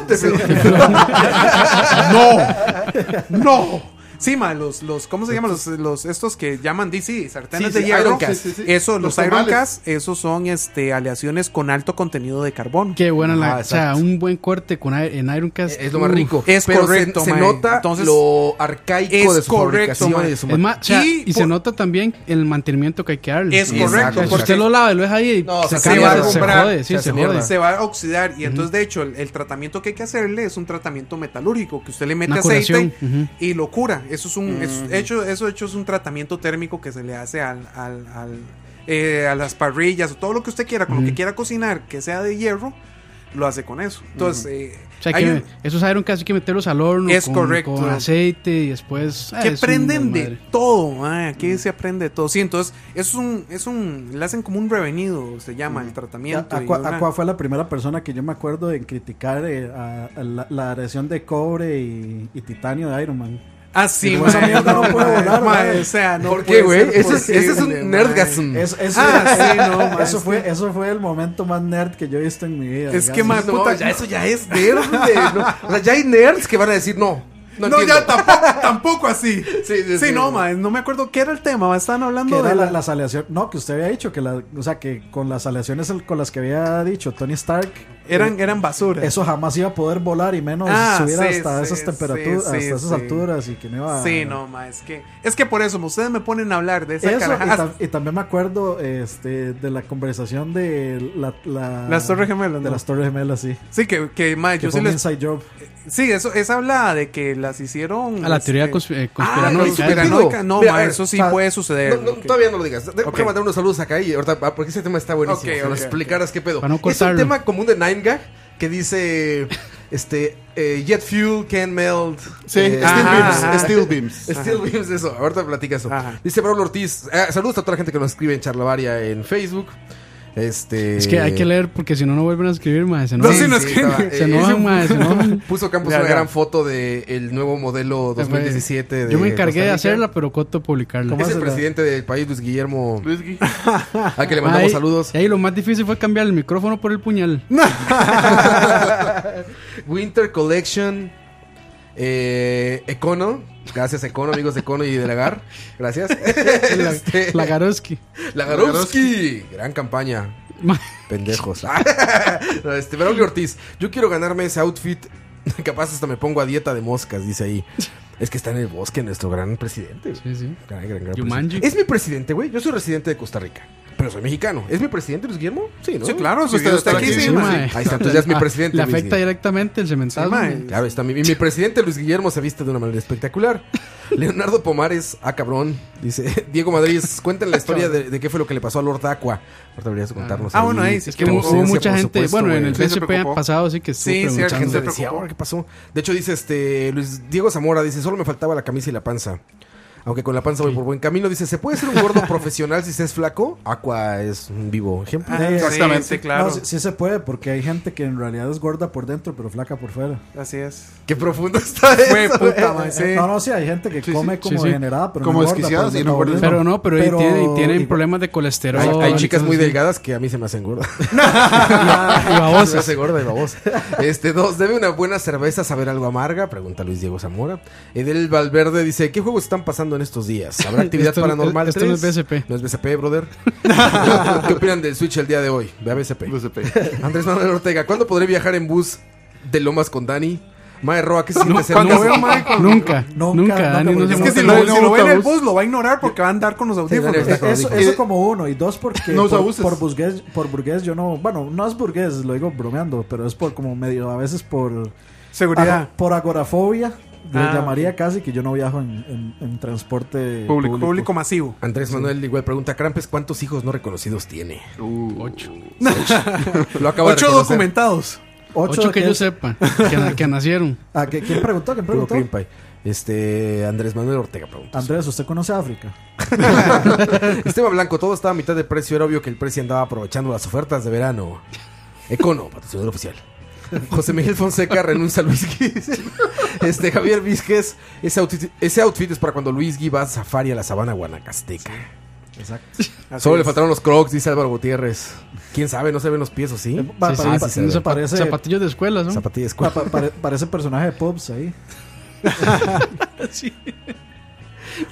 S5: no, no. Sí, ma, los, los, ¿cómo se llaman? Los, los, estos que llaman DC, sartenes
S1: Sí, sí,
S5: de hierro.
S1: Iron Cast.
S3: Sí, sí, sí.
S5: Eso, los,
S3: Los
S5: Iron
S3: tamales.
S5: Cast, esos son este, aleaciones con alto contenido de carbono.
S4: Qué buena la.
S1: Ah,
S4: O sea,
S1: exacto.
S4: un buen corte con, air- en Ironcast.
S1: Es lo más
S4: Uf.
S1: rico.
S5: es
S1: Pero se-
S5: correcto,
S1: Se,
S5: mae.
S1: nota
S5: Entonces,
S1: lo arcaico
S5: es
S1: de su
S5: correcto,
S1: fabricación
S5: mae.
S1: y de su
S4: Es más, o sea,
S5: Y
S4: y,
S5: por-
S4: se nota también el mantenimiento que hay que darle.
S5: Es
S4: O sea,
S5: correcto,
S4: Si
S1: exacto.
S5: porque
S4: usted lo lava y lo deja ahí,
S1: No,
S4: se,
S1: se
S4: cambia,
S5: va a
S4: se- se
S5: comprar,
S4: jode,
S1: se
S4: sí, se,
S1: hace
S4: jode.
S1: mierda.
S5: se va a oxidar. Y entonces, de hecho, el, el tratamiento que hay que hacerle es un tratamiento metalúrgico, que usted le mete
S4: Una
S5: aceite
S4: curación, ujú.
S5: y lo cura. Eso es un es- hecho, eso hecho es un tratamiento térmico que se le hace al, al- al, eh, a las parrillas o todo lo que usted quiera, con lo que quiera cocinar, que sea de hierro, lo hace con eso. Entonces, eh,
S4: O sea,
S5: hay
S4: que
S5: un-
S4: esos Iron Cast hay que meterlos al horno.
S5: Es
S4: con,
S5: correcto.
S4: Con aceite y después. ah,
S5: que
S4: es un
S5: aprenden de
S4: desmadre.
S5: todo, mae, aquí se aprende de todo. Sí, entonces es un, es un, le hacen como un revenido, se llama el
S2: Ya,
S5: tratamiento. y
S2: Aqua,
S5: una-
S2: Aqua fue la primera persona que yo me acuerdo en criticar eh, a- a la, la adhesión de cobre y, y titanio de Iron Man.
S5: Ah, sí,
S2: Pero esa
S5: mae,
S2: mierda no
S5: mae,
S2: puede volar,
S5: mae,
S2: mae.
S5: O sea, no
S1: ¿Por qué,
S5: puede
S1: güey?
S5: ser
S1: Ese es, ese es
S5: posible,
S1: un
S5: mae.
S1: nerdgasm.
S2: Eso, eso,
S5: Ah, sí, no, ma,
S2: eso
S5: es
S2: fue,
S5: que-
S2: eso fue el momento más nerd que yo he visto en mi vida.
S5: Es que,
S2: digamos.
S5: ma,
S1: No,
S5: puta-
S1: ya eso ya es nerd. de- no. O sea, ya hay nerds que van a decir no. No,
S5: No, ya
S1: entiendo.
S5: tampoco, tampoco así.
S1: Sí, sí, sí.
S5: no, mae, no me acuerdo qué era el tema, mae, estaban
S2: Que
S5: hablando
S2: era
S5: de
S2: la,
S5: la-
S2: las aleaciones. No, que usted había dicho que la, o sea, que con las aleaciones el- con las que había dicho Tony Stark,
S5: eran eran basura.
S2: eso jamás iba a poder volar y menos
S5: Eh. Ah,
S2: subir
S5: sí,
S2: hasta
S5: sí,
S2: esas
S5: sí,
S2: temperaturas,
S5: sí,
S2: hasta esas
S5: sí.
S2: alturas y que no iba a-
S5: Sí, no, mae, es que es que por eso ustedes me ponen a hablar de esa Ah,
S2: Eso, y,
S5: carajada.
S2: tam- y también me acuerdo este, de la conversación de la, la-
S5: Las Torres Gemelas,
S2: De
S5: ¿no?
S2: las Torres Gemelas, sí.
S5: Sí, que, que mae,
S2: Que
S5: yo
S2: fue
S5: sí
S2: un
S5: les
S2: inside job.
S5: Sí, eso es hablada de que las hicieron
S4: A la teoría
S5: este,
S4: cons- eh,
S5: Ah, no,
S1: no,
S4: conspiranoica.
S5: conspiranoica, no,
S1: Mira,
S5: ma,
S1: a ver,
S5: eso sí
S1: o sea,
S5: puede suceder.
S1: No, no,
S5: ok.
S1: Todavía no lo digas. Déjame
S5: Ok.
S1: mandar unos saludos acá y ahorita, ah, porque ese tema está buenísimo.
S5: Ok,
S1: Si nos
S5: ok,
S1: explicaras qué pedo.
S4: Para no
S1: es un
S4: cortarlo.
S1: tema común de Nine Gag que dice: este, eh, Jet fuel can melt.
S3: Sí,
S1: eh,
S3: Steel
S5: Ajá,
S3: Beams.
S5: ajá.
S3: Steel Beams.
S1: Steel Beams, eso. Ahorita platica eso.
S5: Ajá.
S1: Dice Pablo Ortiz. eh, saludos a toda la gente que nos escribe en Charlavaria en Facebook. Este,
S4: Es que hay que leer porque si no, no vuelven a escribir, más. Se
S5: No,
S4: enojan,
S5: sí,
S1: Sí,
S5: no
S1: sí,
S5: escriben.
S1: estaba,
S4: se
S1: eh,
S4: enojan, mae, se enojan.
S1: Puso Campos
S5: Ya,
S1: una
S5: ya.
S1: gran foto del el nuevo modelo 2017. de
S4: pues, Yo me encargué de
S1: Costa Rica.
S4: hacerla, pero coto publicarla.
S1: Es el
S2: Pásala.
S1: presidente del país, Luis Guillermo,
S3: Luis Gui.
S1: a Ah, que le mandamos
S4: Ay,
S1: saludos.
S4: Y ahí lo más difícil fue cambiar el micrófono por el puñal.
S1: Winter Collection, eh, Econo. Gracias, Econo, amigos de Econo y de Lagar. Gracias. Este,
S4: Lagaroski.
S1: Lagarowski. Gran campaña.
S4: Ma-
S1: Pendejos. No, este, Braulio Ortiz, yo quiero ganarme ese outfit. Capaz hasta me pongo a dieta de moscas, dice ahí. Es que está en el bosque nuestro gran presidente.
S4: Sí, sí.
S1: Gran, gran, gran
S4: Yumanji.
S1: presidente. Es mi presidente, güey. Yo soy residente de Costa Rica. Pero soy mexicano. ¿Es mi presidente Luis Guillermo? Sí, ¿no?
S5: Sí, claro, si
S3: Sí,
S5: usted
S3: yo
S5: está
S3: estoy
S5: aquí,
S3: aquí,
S5: sí,
S3: sí,
S5: ma.
S4: mae.
S1: Ahí está, entonces ya es mi
S4: Ah,
S1: presidente,
S4: Le
S1: Luis
S4: afecta
S1: Guillermo.
S4: directamente el
S5: Sí,
S4: cementado.
S5: ma.
S1: Claro, está. Mi, mi presidente Luis Guillermo se viste de una manera espectacular. Leonardo Pomares, ah, cabrón. Dice Diego Madrid, cuenten la historia de, de qué fue lo que le pasó a Lord Aqua. Ahorita deberías contarnos.
S5: Ah, bueno, ahí sí,
S1: tu
S5: es que
S4: Hubo-
S5: hubo
S4: Hubo
S1: ausencia,
S4: mucha
S1: por
S4: gente,
S1: supuesto,
S4: bueno, en
S1: güey.
S4: el
S5: Sí, se
S4: PSP
S5: preocupó.
S4: pasado sí que estuvo
S5: Sí, sí,
S1: La gente
S4: preguntando.
S5: se
S1: decía,
S5: preocupó.
S1: "Ahora, ¿qué pasó? De hecho, dice este Luis Diego Zamora, dice, solo me faltaba la camisa y la panza. Aunque con la panza voy por buen camino. Dice, ¿se puede ser un gordo profesional si se es flaco? Aqua es un vivo ejemplo.
S5: Ah,
S3: Exactamente.
S5: sí, sí, claro.
S2: No, sí, sí se puede, porque hay gente que en realidad es gorda por dentro, pero flaca por fuera.
S5: Así es.
S1: Qué profundo está eso.
S5: Fue
S1: güey.
S5: puta, mae, sí.
S2: No, no, sí, hay gente que
S3: Sí, sí.
S2: come como
S4: Sí, sí.
S2: generada, pero
S3: Como
S2: no engorda
S3: desquiciadas
S2: por el
S3: y no engordan.
S2: metabolismo.
S4: Pero no, pero, ahí
S2: Pero-
S4: tienen, tienen
S2: igual-
S4: problemas de colesterol.
S1: Hay, hay
S4: y
S1: chicas
S4: cosas
S1: muy
S4: así.
S1: delgadas que a mí se me hacen gorda.
S4: Y
S1: Se me
S4: babosas.
S1: hace gorda y babosa. Este, dos, ¿debe una buena cerveza saber algo amarga? Pregunta Luis Diego Zamora. Edel Valverde dice, ¿qué juegos están pasando en estos días? ¿Habrá actividad
S4: Esto-
S1: paranormal?
S4: esto no es
S1: tres?
S4: BSP.
S1: No es BSP, brother. ¿Qué opinan del Switch el día de hoy? Ve a BSP.
S3: Los de pe-
S1: Andrés Manuel Ortega, ¿cuándo podré viajar en bus de Lomas con Dani? Mae Roa, ¿qué se siente ser
S4: Cuando
S1: Lomas?
S4: veo, mae, cuando- Nunca,
S2: Nunca,
S4: nunca.
S2: nunca,
S4: Dani, no
S2: porque
S4: se
S5: Es
S4: monta
S5: que si
S4: en
S5: lo,
S4: bus.
S5: si lo ve en el
S1: autobús.
S5: bus, lo va a ignorar porque va a andar con los audífonos.
S1: Dani,
S2: Eh, Eso,
S1: Dijo.
S2: eso como uno. Y dos, porque
S3: No usa
S2: por,
S3: buses.
S2: por burgués, por burgués yo no... Bueno, no es burgués, lo digo bromeando, pero es por como medio... A veces por...
S5: Seguridad.
S4: Ah.
S2: Ago- por agorafobia. Le
S5: Ah,
S2: llamaría casi que yo no viajo en, en- en transporte
S5: Público.
S2: público.
S5: Público masivo.
S1: Andrés Manuel igual pregunta, Crampes, ¿cuántos hijos no reconocidos tiene?
S3: Uh,
S1: Lo acabo
S5: Ocho
S1: de reconocer.
S5: documentados.
S2: Ocho,
S4: Ocho que yo
S2: es-
S4: sepa, que, na- que nacieron.
S2: Ah, ¿qué- ¿Quién preguntó? ¿Quién
S1: Puro
S2: preguntó?
S1: cream pie. Este, Andrés Manuel Ortega pregunta.
S2: Andrés, ¿usted conoce África?
S1: Esteban Blanco, todo estaba a mitad de precio. Era obvio que el precio andaba aprovechando las ofertas de verano. Econo, patrocinador oficial. José Miguel Fonseca renuncia a Luis Gui. Este, Javier Vizquez, ese outfit, ese outfit es para cuando Luis Gui va a safari a la sabana guanacasteca.
S2: Exacto.
S5: Así
S1: Solo le
S5: es.
S1: faltaron los crocs, dice Álvaro Gutiérrez. ¿Quién sabe? ¿No se ven los pies o sí?
S2: Eh, Pa-
S4: Sí, sí,
S2: pa-
S1: ah,
S2: pa-
S1: sí, se ve.
S2: se parece-
S4: Zapatillos de escuela, ¿no?
S1: Zapatillas
S2: pa-
S1: cuál.
S2: pa- pare- parece personaje de Pops ahí.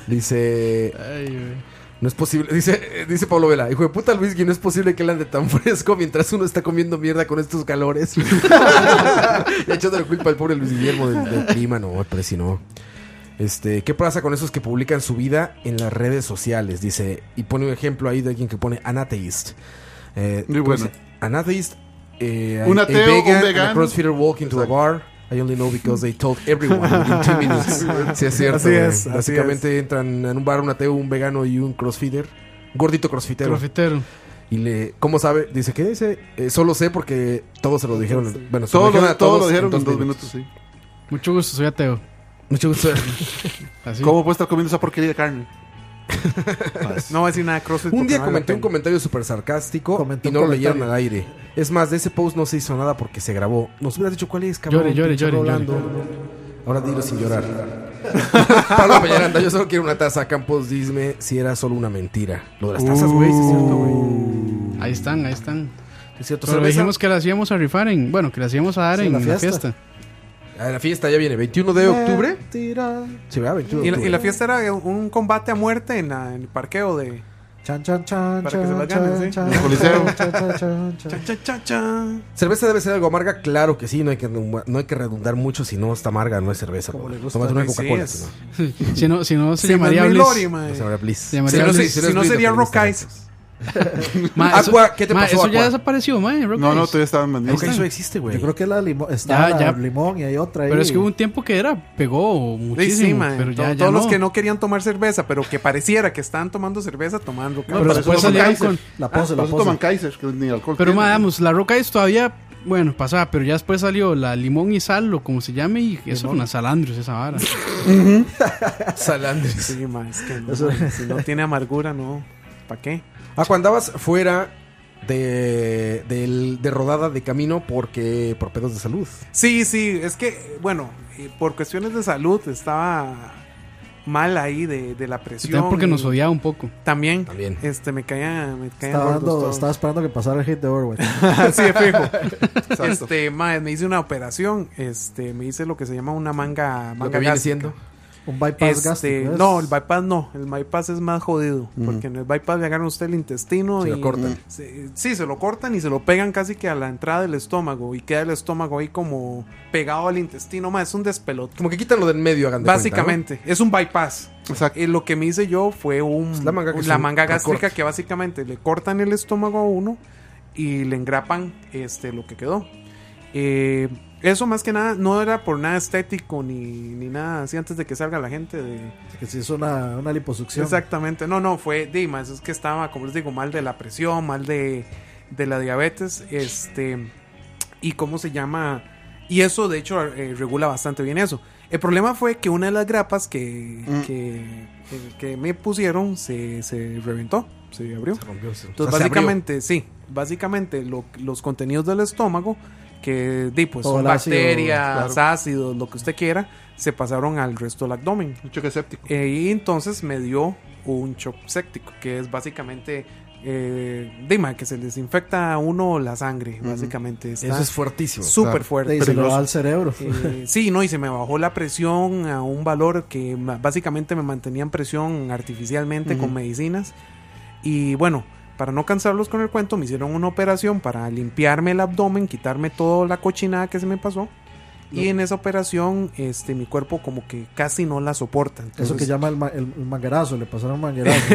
S1: Dice,
S4: Ay, güey.
S1: No es posible, dice, eh, dice Pablo Vela, hijo de puta Luis Gui, no es posible que él ande tan fresco mientras uno está comiendo mierda con estos calores. y echándole culpa al pobre Luis Guillermo del, del clima, no, pero si no. Este, ¿qué pasa con esos que publican su vida en las redes sociales? Dice, y pone un ejemplo ahí de alguien que pone Anatheist. Eh,
S3: Muy bueno.
S1: dice, Anatheist, eh,
S3: Un
S1: a- a
S3: ateo, un
S1: vegan, and a
S3: vegano.
S1: crossfitter walk into a bar. I only know because they told everyone within two minutes. Sí, es cierto.
S5: Así
S1: güey.
S5: es, así
S1: Básicamente entran en un bar un ateo, un vegano y un crossfitter. Gordito crossfitero.
S4: Profitero.
S1: y le. ¿Cómo sabe? Dice, ¿qué dice? Eh, solo sé porque todos se lo dijeron. Bueno, se
S3: todos
S1: dijeron
S3: lo,
S1: a
S3: todos lo
S1: en
S3: dijeron en dos
S1: minutos.
S3: minutos, sí.
S4: Mucho gusto, soy ateo.
S1: Mucho gusto.
S4: Así.
S3: ¿Cómo puede estar comiendo esa porquería de carne?
S5: No va a decir nada de CrossFit.
S1: un
S5: porque
S1: día
S5: no
S1: comenté
S5: vale
S1: un comentario súper sarcástico y
S2: Comenté un
S1: no lo
S2: comentario.
S1: leyeron al aire. Es más, de ese post no se hizo nada porque se grabó. Nos hubieras dicho cuál es, cabrón.
S4: Llore, llore,
S1: pinche
S4: llore,
S1: Rolando. Ahora dilo sin llorar. Pablo Peñaranda, yo solo quiero una taza. Campos, dime si era solo una mentira. Lo de las tazas, güey, sí es cierto,
S2: Uh.
S1: güey.
S4: Ahí están, ahí están.
S1: Sí Es cierto,
S4: Uh. Pero
S1: cerveza.
S4: dijimos que las íbamos a rifar en. Bueno, que las íbamos a dar en
S2: Sí, en
S4: la
S2: la
S4: fiesta.
S2: fiesta.
S1: Ah, la fiesta ya viene, 21 de octubre.
S2: Eh. Tira.
S1: Sí, ¿verdad? 21
S5: pena.
S1: de
S5: Y la,
S1: octubre.
S5: y la fiesta era un combate a muerte en, la- en el parqueo de.
S2: Chan, chan, chan.
S5: Para que se
S2: chan,
S5: las ganen, sí.
S2: chan,
S3: El Coliseo.
S2: chan, chan, chan, chan.
S5: Cha, cha, cha, cha.
S1: ¿Cerveza debe ser algo amarga? Claro que sí, no hay que, no hay que redundar mucho si no está amarga, no es cerveza.
S2: Como
S1: bro.
S2: le gusta
S1: Tomás una
S5: a Luis,
S1: Coca-Cola,
S5: sí
S1: si
S5: es.
S1: no.
S4: Si no, si no se
S5: Sí,
S4: llamaría
S5: más
S4: Bliss.
S5: Lori, mae.
S1: No se llamaría Bliss.
S4: Pues Se llamaría
S5: Si no,
S4: Bliss.
S5: se-
S1: Luis,
S5: si
S1: Luis,
S5: no
S1: Luis,
S5: sería
S1: no
S5: Rock
S1: tenemos
S5: Eyes.
S4: Ma, eso-
S1: Aqua, ¿qué te
S4: ma,
S1: pasó,
S4: Eso ya
S1: Aqua?
S4: desapareció, mae. Rock
S3: No, no,
S4: Eyes.
S3: todavía estaban vendiendo.
S1: Ok, eso existe, güey.
S2: Yo creo que la limón.
S4: Ya,
S2: Está la
S4: ya.
S2: limón y hay otra ahí.
S4: Pero es que hubo un tiempo que era, pegó
S5: Sí,
S4: muchísimo.
S5: sí, mae.
S4: pero ya,
S5: To-
S4: ya
S5: Todos
S4: no.
S5: los que no querían tomar cerveza, pero que pareciera que estaban tomando cerveza, tomaban Rock
S4: No,
S5: Eyes.
S4: pero
S3: Para eso
S4: después
S3: toman
S4: salieron
S3: Kaiser.
S4: con.
S2: La pose,
S3: Por
S2: la
S3: eso toman
S2: pose.
S3: Kaiser, que ni alcohol.
S4: Pero,
S3: tienen.
S4: mae, vamos, la Rock Eyes todavía. Bueno, pasaba, pero ya después salió la limón y sal, o como se llame, y eso fue una salandrios, esa vara.
S1: Salandres.
S5: Sí, mae, es que no, mae. Si no tiene amargura, no. ¿Para qué?
S1: Ah, cuando andabas fuera de, del- de rodada de camino porque por pedos de salud.
S5: Sí, sí, es que, bueno, eh, por cuestiones de salud estaba mal ahí de, de la presión.
S4: También porque
S5: y
S4: nos odiaba un poco.
S5: También,
S1: También.
S5: Este, me caía, me caían
S2: Estaba,
S5: gordos
S2: dando,
S5: todos.
S2: estaba esperando que pasara el hit de Orwell.
S5: Sí, de fijo. este, mae, me hice una operación, este, me hice lo que se llama una manga, manga
S1: Lo que viene
S5: gástrica.
S1: siendo.
S2: Un bypass
S5: Este,
S2: gástrico. ¿es?
S5: no, el bypass no, el bypass es más jodido, porque en el bypass le agarran a usted el intestino
S1: Se
S5: y
S1: lo cortan.
S5: se- sí, se lo cortan y se lo pegan casi que a la entrada del estómago y queda el estómago ahí como pegado al intestino, mae, es un despelote.
S1: Como que quitan lo del medio, hagan de cuenta,
S5: Básicamente, es un bypass.
S3: Exacto.
S5: Eh, lo que me hice yo fue un,
S1: Es la manga que
S5: un-
S1: es
S5: la
S1: un
S5: manga gástrica
S1: recorte.
S5: que básicamente le cortan el estómago a uno y le engrapan este, lo que quedó. Eh, eso más que nada no era por nada estético ni, ni nada así antes de que salga la gente de...
S2: Que se hizo una, una liposucción.
S5: Exactamente, no, no, fue Dimas, es que estaba, como les digo, mal de la presión, mal de, de la diabetes, este, y cómo se llama, y eso de hecho eh, regula bastante bien eso. El problema fue que una de las grapas que, que, que- que me pusieron se, se reventó, se abrió. Entonces, básicamente, sí, básicamente lo- los contenidos del estómago, que di, pues,
S2: Todo
S5: son
S2: el ácido,
S5: bacterias,
S3: claro.
S5: ácidos, lo que usted quiera, se pasaron al resto del abdomen.
S3: Un choque séptico.
S5: Eh, y entonces me dio un shock séptico, que es básicamente, eh, dime, que se les infecta a uno la sangre, básicamente. Está
S1: Eso es fuertísimo.
S5: súper fuerte.
S2: Y se lo da al cerebro.
S5: Eh, sí, no, y se me bajó la presión a un valor que ma- básicamente me mantenía en presión artificialmente con medicinas. Y bueno, para no cansarlos con el cuento, me hicieron una operación para limpiarme el abdomen, quitarme toda la cochinada que se me pasó. Y en esa operación, este, mi cuerpo como que casi no la soporta.
S2: Eso
S5: Entonces,
S2: que llama el, ma- el, el manguerazo, le pasaron manguerazo.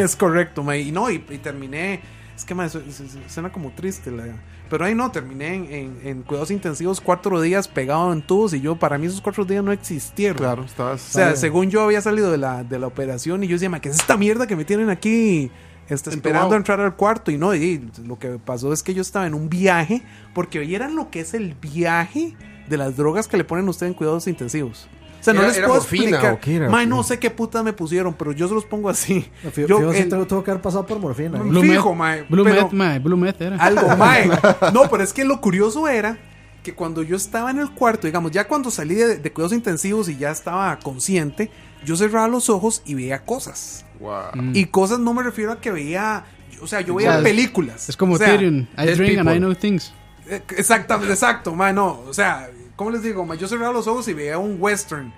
S5: es correcto, ma, y no, y, y terminé. Es que ma, su- su- su- suena como triste. la- pero ahí no, terminé en, en- en cuidados intensivos cuatro días pegado en tubos. Y yo, para mí, esos cuatro días no existieron.
S3: Claro, estabas.
S5: O sea, según yo había salido de la, de la operación y yo decía, "Ma, ¿qué es esta mierda que me tienen aquí? Este, esperando
S3: Entubado.
S5: a entrar al cuarto y no, y lo que pasó es que yo estaba en un viaje, porque vieran lo que es el viaje de las drogas que le ponen a usted en cuidados intensivos. O sea, no
S1: Era-
S5: les
S1: era
S5: puedo
S1: morfina,
S5: explicar.
S1: ¿o qué era?
S5: Ma, no sé qué putas me pusieron, pero yo se los pongo así.
S2: Fío,
S5: Yo,
S2: Fío sí
S5: el-
S2: tuvo- tuvo que haber pasado por morfina. ¿eh?
S4: Blue
S5: Fijo,
S4: Meth-
S5: mae,
S4: Blue
S5: pero-
S4: Meth, mae, Blue Meth era.
S5: Algo, mae. No, pero es que lo curioso era que cuando yo estaba en el cuarto, digamos, ya cuando salí de, de cuidados intensivos y ya estaba consciente, yo cerraba los ojos y veía cosas.
S3: Wow.
S4: Mm.
S5: Y cosas no me refiero a que veía. O sea, yo
S4: O
S5: veía
S4: sea, es-
S5: películas.
S4: Es como
S5: O sea,
S4: Tyrion. I
S1: dead
S4: drink and I
S1: people.
S4: know things.
S5: eh, Exactamente, exacto, ma, no. O sea, ¿cómo les digo? ma? Yo cerraba los ojos y veía un western.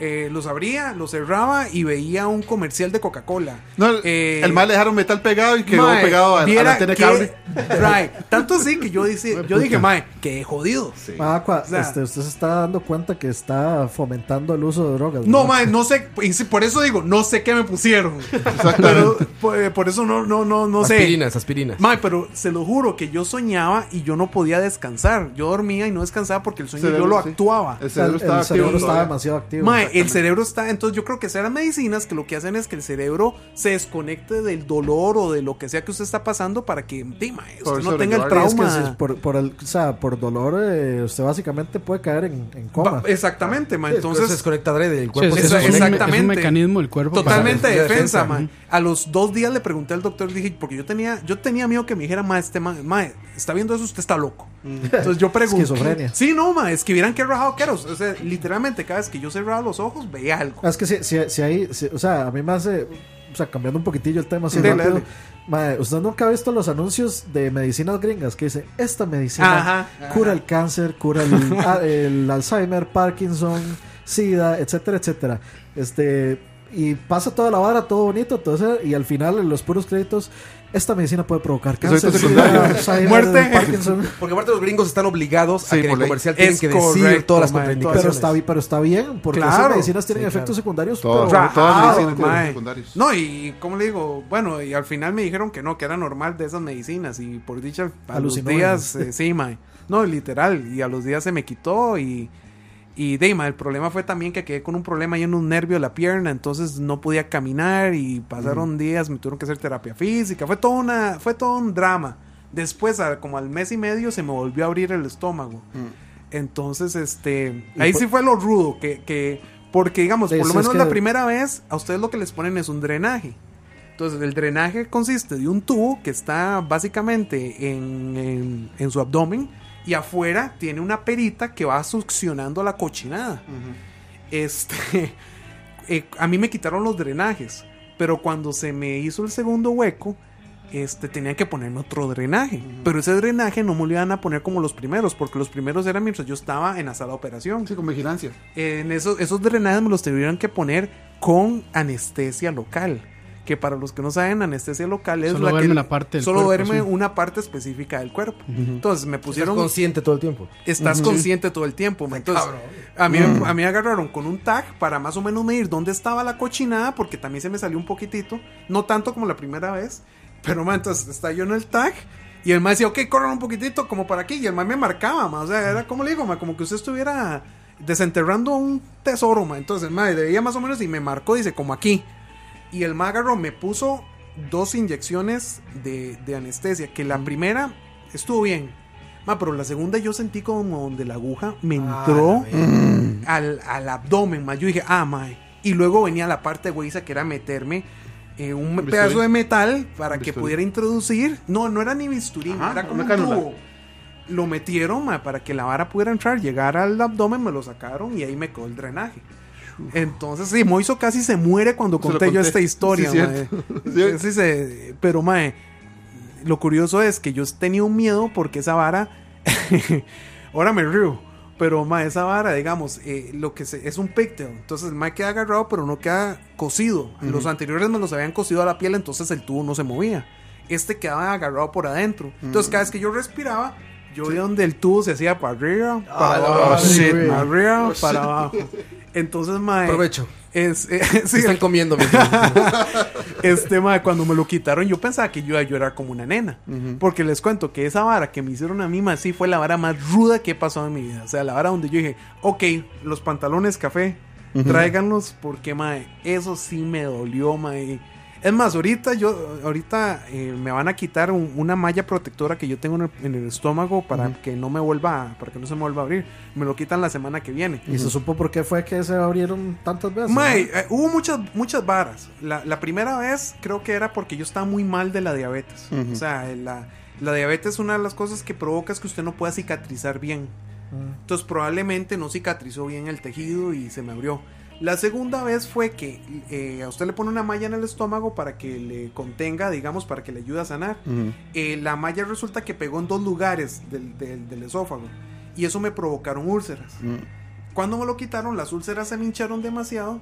S5: Eh, los abría, los cerraba y veía un comercial de Coca-Cola.
S3: No, el,
S5: Eh,
S3: el mal le dejaron metal pegado y quedó
S5: Mae,
S3: pegado a, a
S5: viera
S3: la tele
S5: qué-
S3: cable.
S5: Mae, Tanto así que yo, dice, yo dije, mae, que jodido.
S2: Ah, cua-
S5: O sea-
S2: este, usted se está dando cuenta que está fomentando el uso de drogas.
S5: No,
S2: ¿verdad?
S5: mae, no sé, y si- por eso digo, no sé qué me pusieron. Pero, por, eh, por eso no, no, no, no sé.
S1: Aspirinas, aspirinas.
S5: Mae, pero se lo juro que yo soñaba y yo no podía descansar. Yo dormía y no descansaba porque el sueño yo
S3: Cerebro,
S5: lo
S3: sí.
S5: actuaba.
S3: El
S2: O sea, el
S3: cerebro estaba
S2: el
S3: activo.
S2: cerebro estaba
S3: todavía.
S2: demasiado activo.
S5: Mae, el cerebro está, entonces yo creo que serán medicinas que lo que hacen es que el cerebro se desconecte del dolor o de lo que sea que usted está pasando para que, di, mae, usted
S3: Por
S5: no tenga el
S3: sobrellevar.
S2: Es que
S5: trauma.
S2: si es por, por el, o sea, por dolor, eh, usted básicamente puede caer en, en
S5: Va-
S2: coma.
S5: Exactamente, mae,
S3: pues,
S1: Entonces
S5: entonces
S1: se desconecta adrede del cuerpo.
S5: Sí,
S1: se
S4: es,
S5: eso-
S4: es un me-
S1: desconecta.
S4: es un,
S5: exactamente.
S4: mecanismo del cuerpo. para-
S5: Totalmente de
S1: para-
S5: defensa,
S1: defensa,
S5: man. A los dos días le pregunté al doctor, dije, porque yo tenía, yo tenía miedo que me dijera, ma, este man, ma, está viendo eso, usted está loco.
S3: Mm.
S5: Entonces yo pregunté.
S2: Esquizofrenia.
S5: Sí, no, ma, es que vieran qué rajado que era. O sea, literalmente, cada vez que yo cerraba los ojos, veía algo.
S2: Ah, Es que si, si, si hay, si- o sea, a mí me hace, o sea, cambiando un poquitillo el tema así
S5: Dele,
S2: rápido.
S5: dele.
S2: Mae, usted nunca ha visto los anuncios de medicinas gringas que dice esta medicina
S5: Ajá,
S2: cura el cáncer, cura el, a- el Alzheimer, Parkinson, SIDA, etcétera, etcétera. Este y pasa toda la vara, todo bonito, todo eso, y al final en los puros créditos esta medicina puede provocar cáncer,
S3: Efectos
S2: SIDA,
S3: secundarios.
S2: Alzheimer,
S5: Muerte.
S2: Parkinson.
S1: Porque aparte los gringos están obligados
S3: Sí,
S1: a que en
S3: por
S1: el
S3: ley.
S1: comercial tienen
S5: Es
S1: que decir
S5: correcto,
S1: todas las
S5: mae,
S2: Pero
S1: contraindicaciones.
S2: está, bi- pero está bien, porque esas
S5: Claro.
S2: medicinas tienen
S1: Sí,
S2: efectos secundarios
S3: Todo.
S2: pero-
S3: Todas las
S5: Rajado,
S3: medicinas tienen
S5: mae.
S3: secundarios.
S5: No, y como le digo, bueno, y al final me dijeron que no, que era normal de esas medicinas. Y por dicha, a los
S2: Alucinógenos.
S5: días, eh, sí, mae. No, literal. Y a los días se me quitó y. Y de, ahí, mae, el problema fue también que quedé con un problema ahí en un nervio de la pierna, entonces no podía caminar y pasaron días, me tuvieron que hacer terapia física, fue todo, una, fue todo un drama. Después, a- como al mes y medio, se me volvió a abrir el estómago.
S2: Mm.
S5: Entonces, este, ahí sí fue lo rudo, que, que porque digamos,
S2: Sí,
S5: por lo
S2: sí, es
S5: menos
S2: que-
S5: la primera vez, a ustedes lo que les ponen es un drenaje. Entonces, el drenaje consiste de un tubo que está básicamente en, en- en su abdomen y afuera tiene una perita que va succionando la cochinada. Este, eh, a mí me quitaron los drenajes, pero cuando se me hizo el segundo hueco, este, tenían que ponerme otro drenaje. Pero ese drenaje no me lo iban a poner como los primeros, porque los primeros eran mientras yo estaba en la sala de operación.
S3: Sí, con vigilancia.
S5: En esos, esos drenajes me los tuvieron que poner con anestesia local. Que para los que no saben, anestesia local es
S4: Solo
S5: la que.
S4: duerme la parte del
S5: solo
S4: cuerpo,
S5: duerme
S4: sí.
S5: una parte específica del cuerpo. Entonces me
S1: Estás
S5: pusieron.
S1: consciente todo el tiempo.
S5: Estás consciente todo el tiempo. ma. Entonces, a mí, me- a mí me agarraron con un tag para más o menos medir dónde estaba la cochinada, porque también se me salió un poquitito. No tanto como la primera vez, pero ma, entonces está yo en el tag. Y el ma decía, ok, corran un poquitito, como para aquí. Y el ma me marcaba, ma. O sea, era como le digo, ma, como que usted estuviera desenterrando un tesoro, ma. Entonces, ma, veía más o menos y me marcó, dice, como aquí. Y el ma agarró, me puso dos inyecciones de, de anestesia, que la primera estuvo bien. Ma, pero la segunda yo sentí como donde la aguja me
S3: Ah,
S5: entró Mm. al, al abdomen, ma. Yo dije, ah, mae. Y luego venía la parte güeyza que era meterme eh, un
S3: bisturí.
S5: pedazo de metal para
S3: Un
S5: que
S3: bisturí.
S5: pudiera introducir. No, no era ni bisturí, ma,
S3: Ajá,
S5: era como
S3: una
S5: un
S3: cánula.
S5: tubo. Lo metieron, ma, para que la vara pudiera entrar, llegar al abdomen, me lo sacaron y ahí me quedó el drenaje. Entonces, sí, Moiso casi se muere cuando
S3: Se lo
S5: conté yo
S3: conté.
S5: esta historia.
S3: Sí,
S5: mae.
S3: cierto.
S5: Sí, se- pero, mae, lo curioso es que yo tenía un miedo porque esa vara. ahora me río. Pero, mae, esa vara, digamos, eh, lo que se- es un pigtail. Entonces, el mae queda agarrado, pero no queda cosido. Los anteriores me los habían cosido a la piel, entonces el tubo no se movía. Este quedaba agarrado por adentro. Entonces, cada vez que yo respiraba, yo veía donde el tubo se hacía para arriba, para abajo,
S1: shit,
S5: para
S1: man.
S5: arriba, para abajo. Entonces, mae.
S1: Provecho.
S5: Es, eh, sí,
S1: están comiendo, mientras-
S5: este mae, cuando me lo quitaron, yo pensaba que yo iba a llorar como una nena. Porque les cuento que esa vara que me hicieron a mí, mae, sí fue la vara más ruda que he pasado en mi vida. O sea, la vara donde yo dije, ok, los pantalones café, tráiganlos, porque mae, eso sí me dolió, mae. Es más, ahorita yo, ahorita eh, me van a quitar un- una malla protectora que yo tengo en el, en el estómago para que no me vuelva, a- para que no se me vuelva a abrir. Me lo quitan la semana que viene.
S2: Y se supo por qué fue que se abrieron tantas veces.
S5: Mae,
S2: ¿no?
S5: eh, hubo muchas, muchas varas. La, la primera vez creo que era porque yo estaba muy mal de la diabetes. O sea, eh, la, la diabetes una de las cosas que provoca es que usted no pueda cicatrizar bien. Entonces probablemente no cicatrizó bien el tejido y se me abrió. La segunda vez fue que eh, a usted le pone una malla en el estómago para que le contenga, digamos, para que le ayude a sanar. Eh, la malla resulta que pegó en dos lugares del, del- del esófago y eso me provocaron úlceras. Cuando me lo quitaron, las úlceras se me hincharon demasiado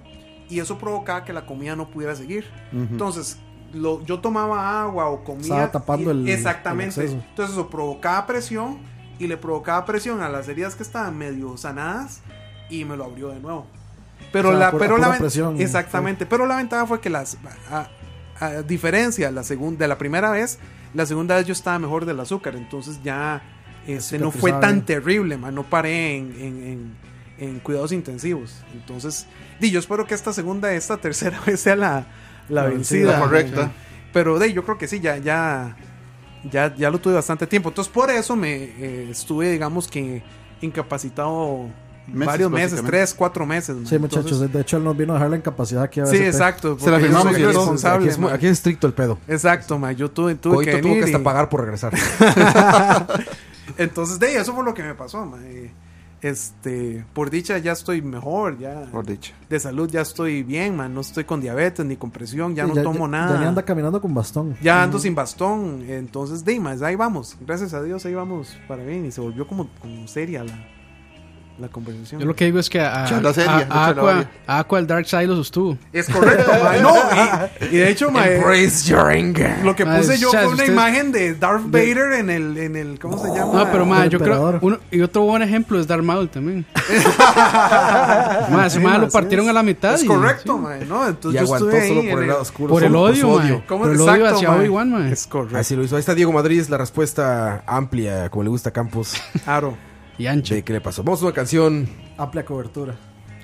S5: y eso provocaba que la comida no pudiera seguir. Entonces, lo- yo tomaba agua o comía.
S2: Estaba tapando
S5: y-
S2: el-
S5: Exactamente.
S2: el exceso.
S5: Entonces, eso provocaba presión y le provocaba presión a las heridas que estaban medio sanadas y me lo abrió de nuevo. Pero
S2: O sea,
S5: la,
S2: pura-
S5: pero la
S2: pura
S5: ven-
S2: presión.
S5: Exactamente. Pero la ventaja fue que las. A, a diferencia la segun- de la primera vez, la segunda vez yo estaba mejor del azúcar. Entonces ya este, no fue
S2: Cicatrizaba
S5: tan
S2: bien.
S5: terrible, man. No paré en, en- en- en cuidados intensivos. Entonces, di, yo espero que esta segunda, esta tercera vez sea la, la
S2: La
S5: vencida.
S2: vencida,
S3: correcta.
S5: Pero de, yo creo que sí, ya, ya, ya, ya lo tuve bastante tiempo. Entonces, por eso me eh, estuve, digamos que incapacitado
S3: Meses,
S5: varios meses,
S3: básicamente.
S5: tres, cuatro meses. man.
S2: Sí, muchachos.
S5: Entonces-
S2: de hecho, él nos vino a dejar la incapacidad aquí a
S5: Sí,
S2: BSP.
S5: exacto.
S3: Se la
S5: porque yo
S3: firmamos
S5: soy
S3: y entonces,
S1: aquí,
S5: irresponsable,
S1: es, muy-
S5: man.
S1: aquí es estricto el pedo.
S5: Exacto, ma. Yo tuve, tuve
S1: Coito
S5: que
S1: tuvo que
S5: venir
S1: hasta
S5: y-
S1: pagar por regresar.
S5: Entonces, de ahí, eso fue lo que me pasó, ma. Eh, Este, por dicha ya estoy mejor, ya
S3: Por dicha.
S5: de salud ya estoy bien, man. No estoy con diabetes ni con presión, ya
S2: Sí,
S5: no tomo
S2: Ya ni
S5: nada.
S2: anda caminando con bastón.
S5: Ya ando sin bastón, entonces Dimas, ahí vamos. Gracias a Dios, ahí vamos para bien. Y se volvió como, como seria la, la conversación.
S4: Yo lo que digo es que a, a-
S3: Charla seria,
S4: a-
S3: no charla
S4: a Aqua,
S3: varia.
S4: a Aqua el Dark Side lo sostuvo.
S5: Es correcto, ma, Ah, no, y, y de hecho, ma, eh,
S1: your anger.
S5: lo que
S4: Ma,
S5: puse yo
S4: chas,
S5: fue una
S4: usted-
S5: imagen de Darth Vader en el, en el, ¿cómo se llama?
S4: No, pero ma,
S2: Ah, el
S4: yo creo.
S2: emperador.
S4: uno- y otro buen ejemplo es Darth Maul también. Más,
S2: Sí,
S4: más
S2: ma,
S4: lo
S2: así
S4: partieron
S2: es.
S4: a la mitad.
S5: Es
S4: y-
S5: correcto,
S4: sí.
S5: ma, ¿no?
S1: Y
S5: Entonces yo
S1: aguantó
S5: estuve ahí
S1: solo
S5: en
S1: por el
S5: el-
S1: lado oscuro.
S4: Por el
S1: solo
S4: odio,
S1: su Ah,
S4: ma. Por el odio hacia
S5: ma?
S4: Obi-Wan, ma.
S5: Es correcto.
S1: Así lo hizo. Ahí está Diego Madrid, la respuesta amplia, como le gusta a Campos,
S5: Aro.
S4: Y ancho.
S1: de qué le pasó. Vamos a una canción,
S2: Amplia cobertura.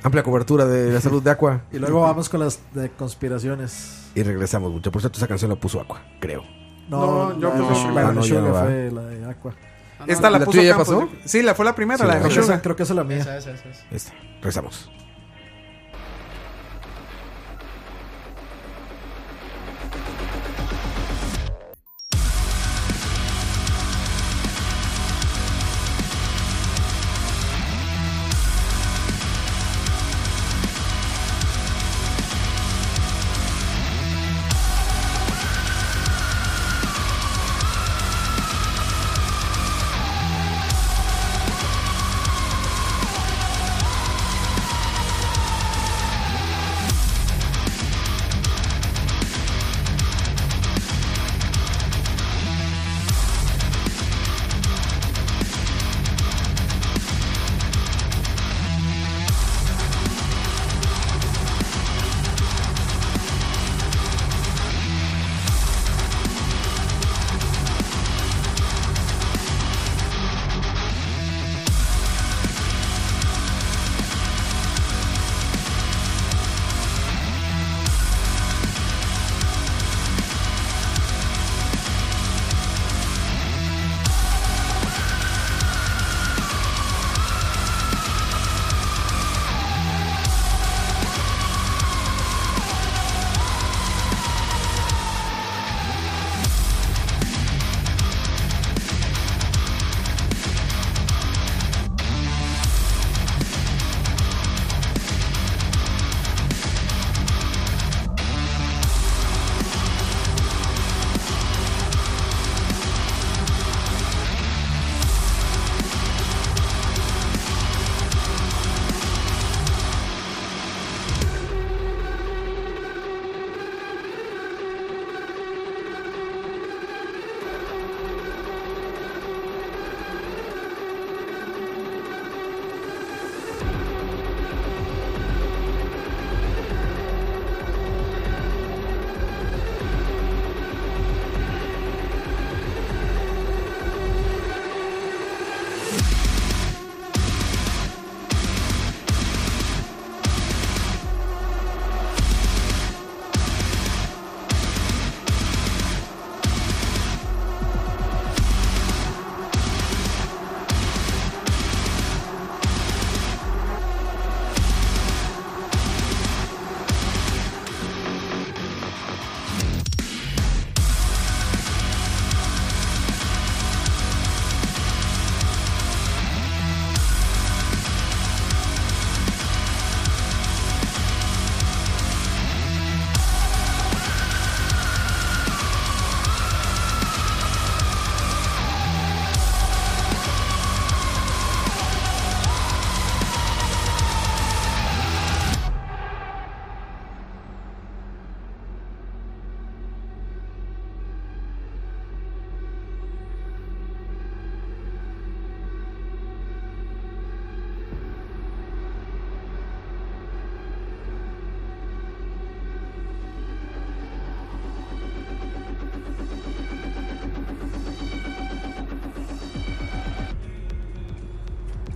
S1: amplia cobertura de la salud de Aqua.
S2: Y luego vamos con las de conspiraciones.
S1: Y regresamos, mucho. Por cierto, esa canción la puso Aqua, creo.
S2: No,
S3: No, yo
S2: la
S3: creo
S2: de
S3: que-
S2: la
S1: Ah,
S2: de
S1: no, ya
S2: Sugar
S1: no va.
S2: fue la de Aqua.
S4: Ah,
S5: Esta la,
S1: ¿La
S5: puso
S1: tuya ya
S5: Campos.
S1: pasó?
S5: Sí, la fue la primera,
S1: Sí,
S5: la
S1: la
S5: de
S1: mía.
S2: Creo que,
S5: Hoshunga.
S2: esa, creo que esa es la mía.
S4: Esa, esa, esa, esa.
S1: Esta. Regresamos.
S10: Thank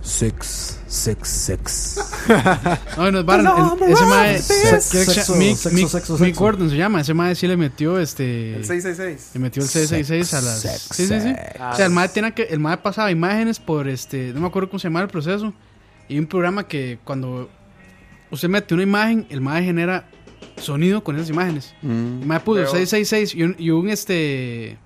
S7: sex, sex, sex.
S4: No, no, Baron, el- ese mae.
S2: sexo,
S4: Mick,
S2: sexo,
S4: Mick-
S2: sexo,
S4: Mick
S2: sexo.
S4: Gordon se llama. Ese mae sí le metió este.
S5: El 666.
S4: Le metió el 666 a las.
S7: Sex,
S4: sí, sí, sí.
S7: sex.
S4: O sea, el mae, tenía que, el mae pasaba imágenes por este. No me acuerdo cómo se llamaba el proceso. Y un programa que cuando usted mete una imagen, el mae genera sonido con esas imágenes. El mae puso
S5: Pero-
S4: 666 y un, y un este.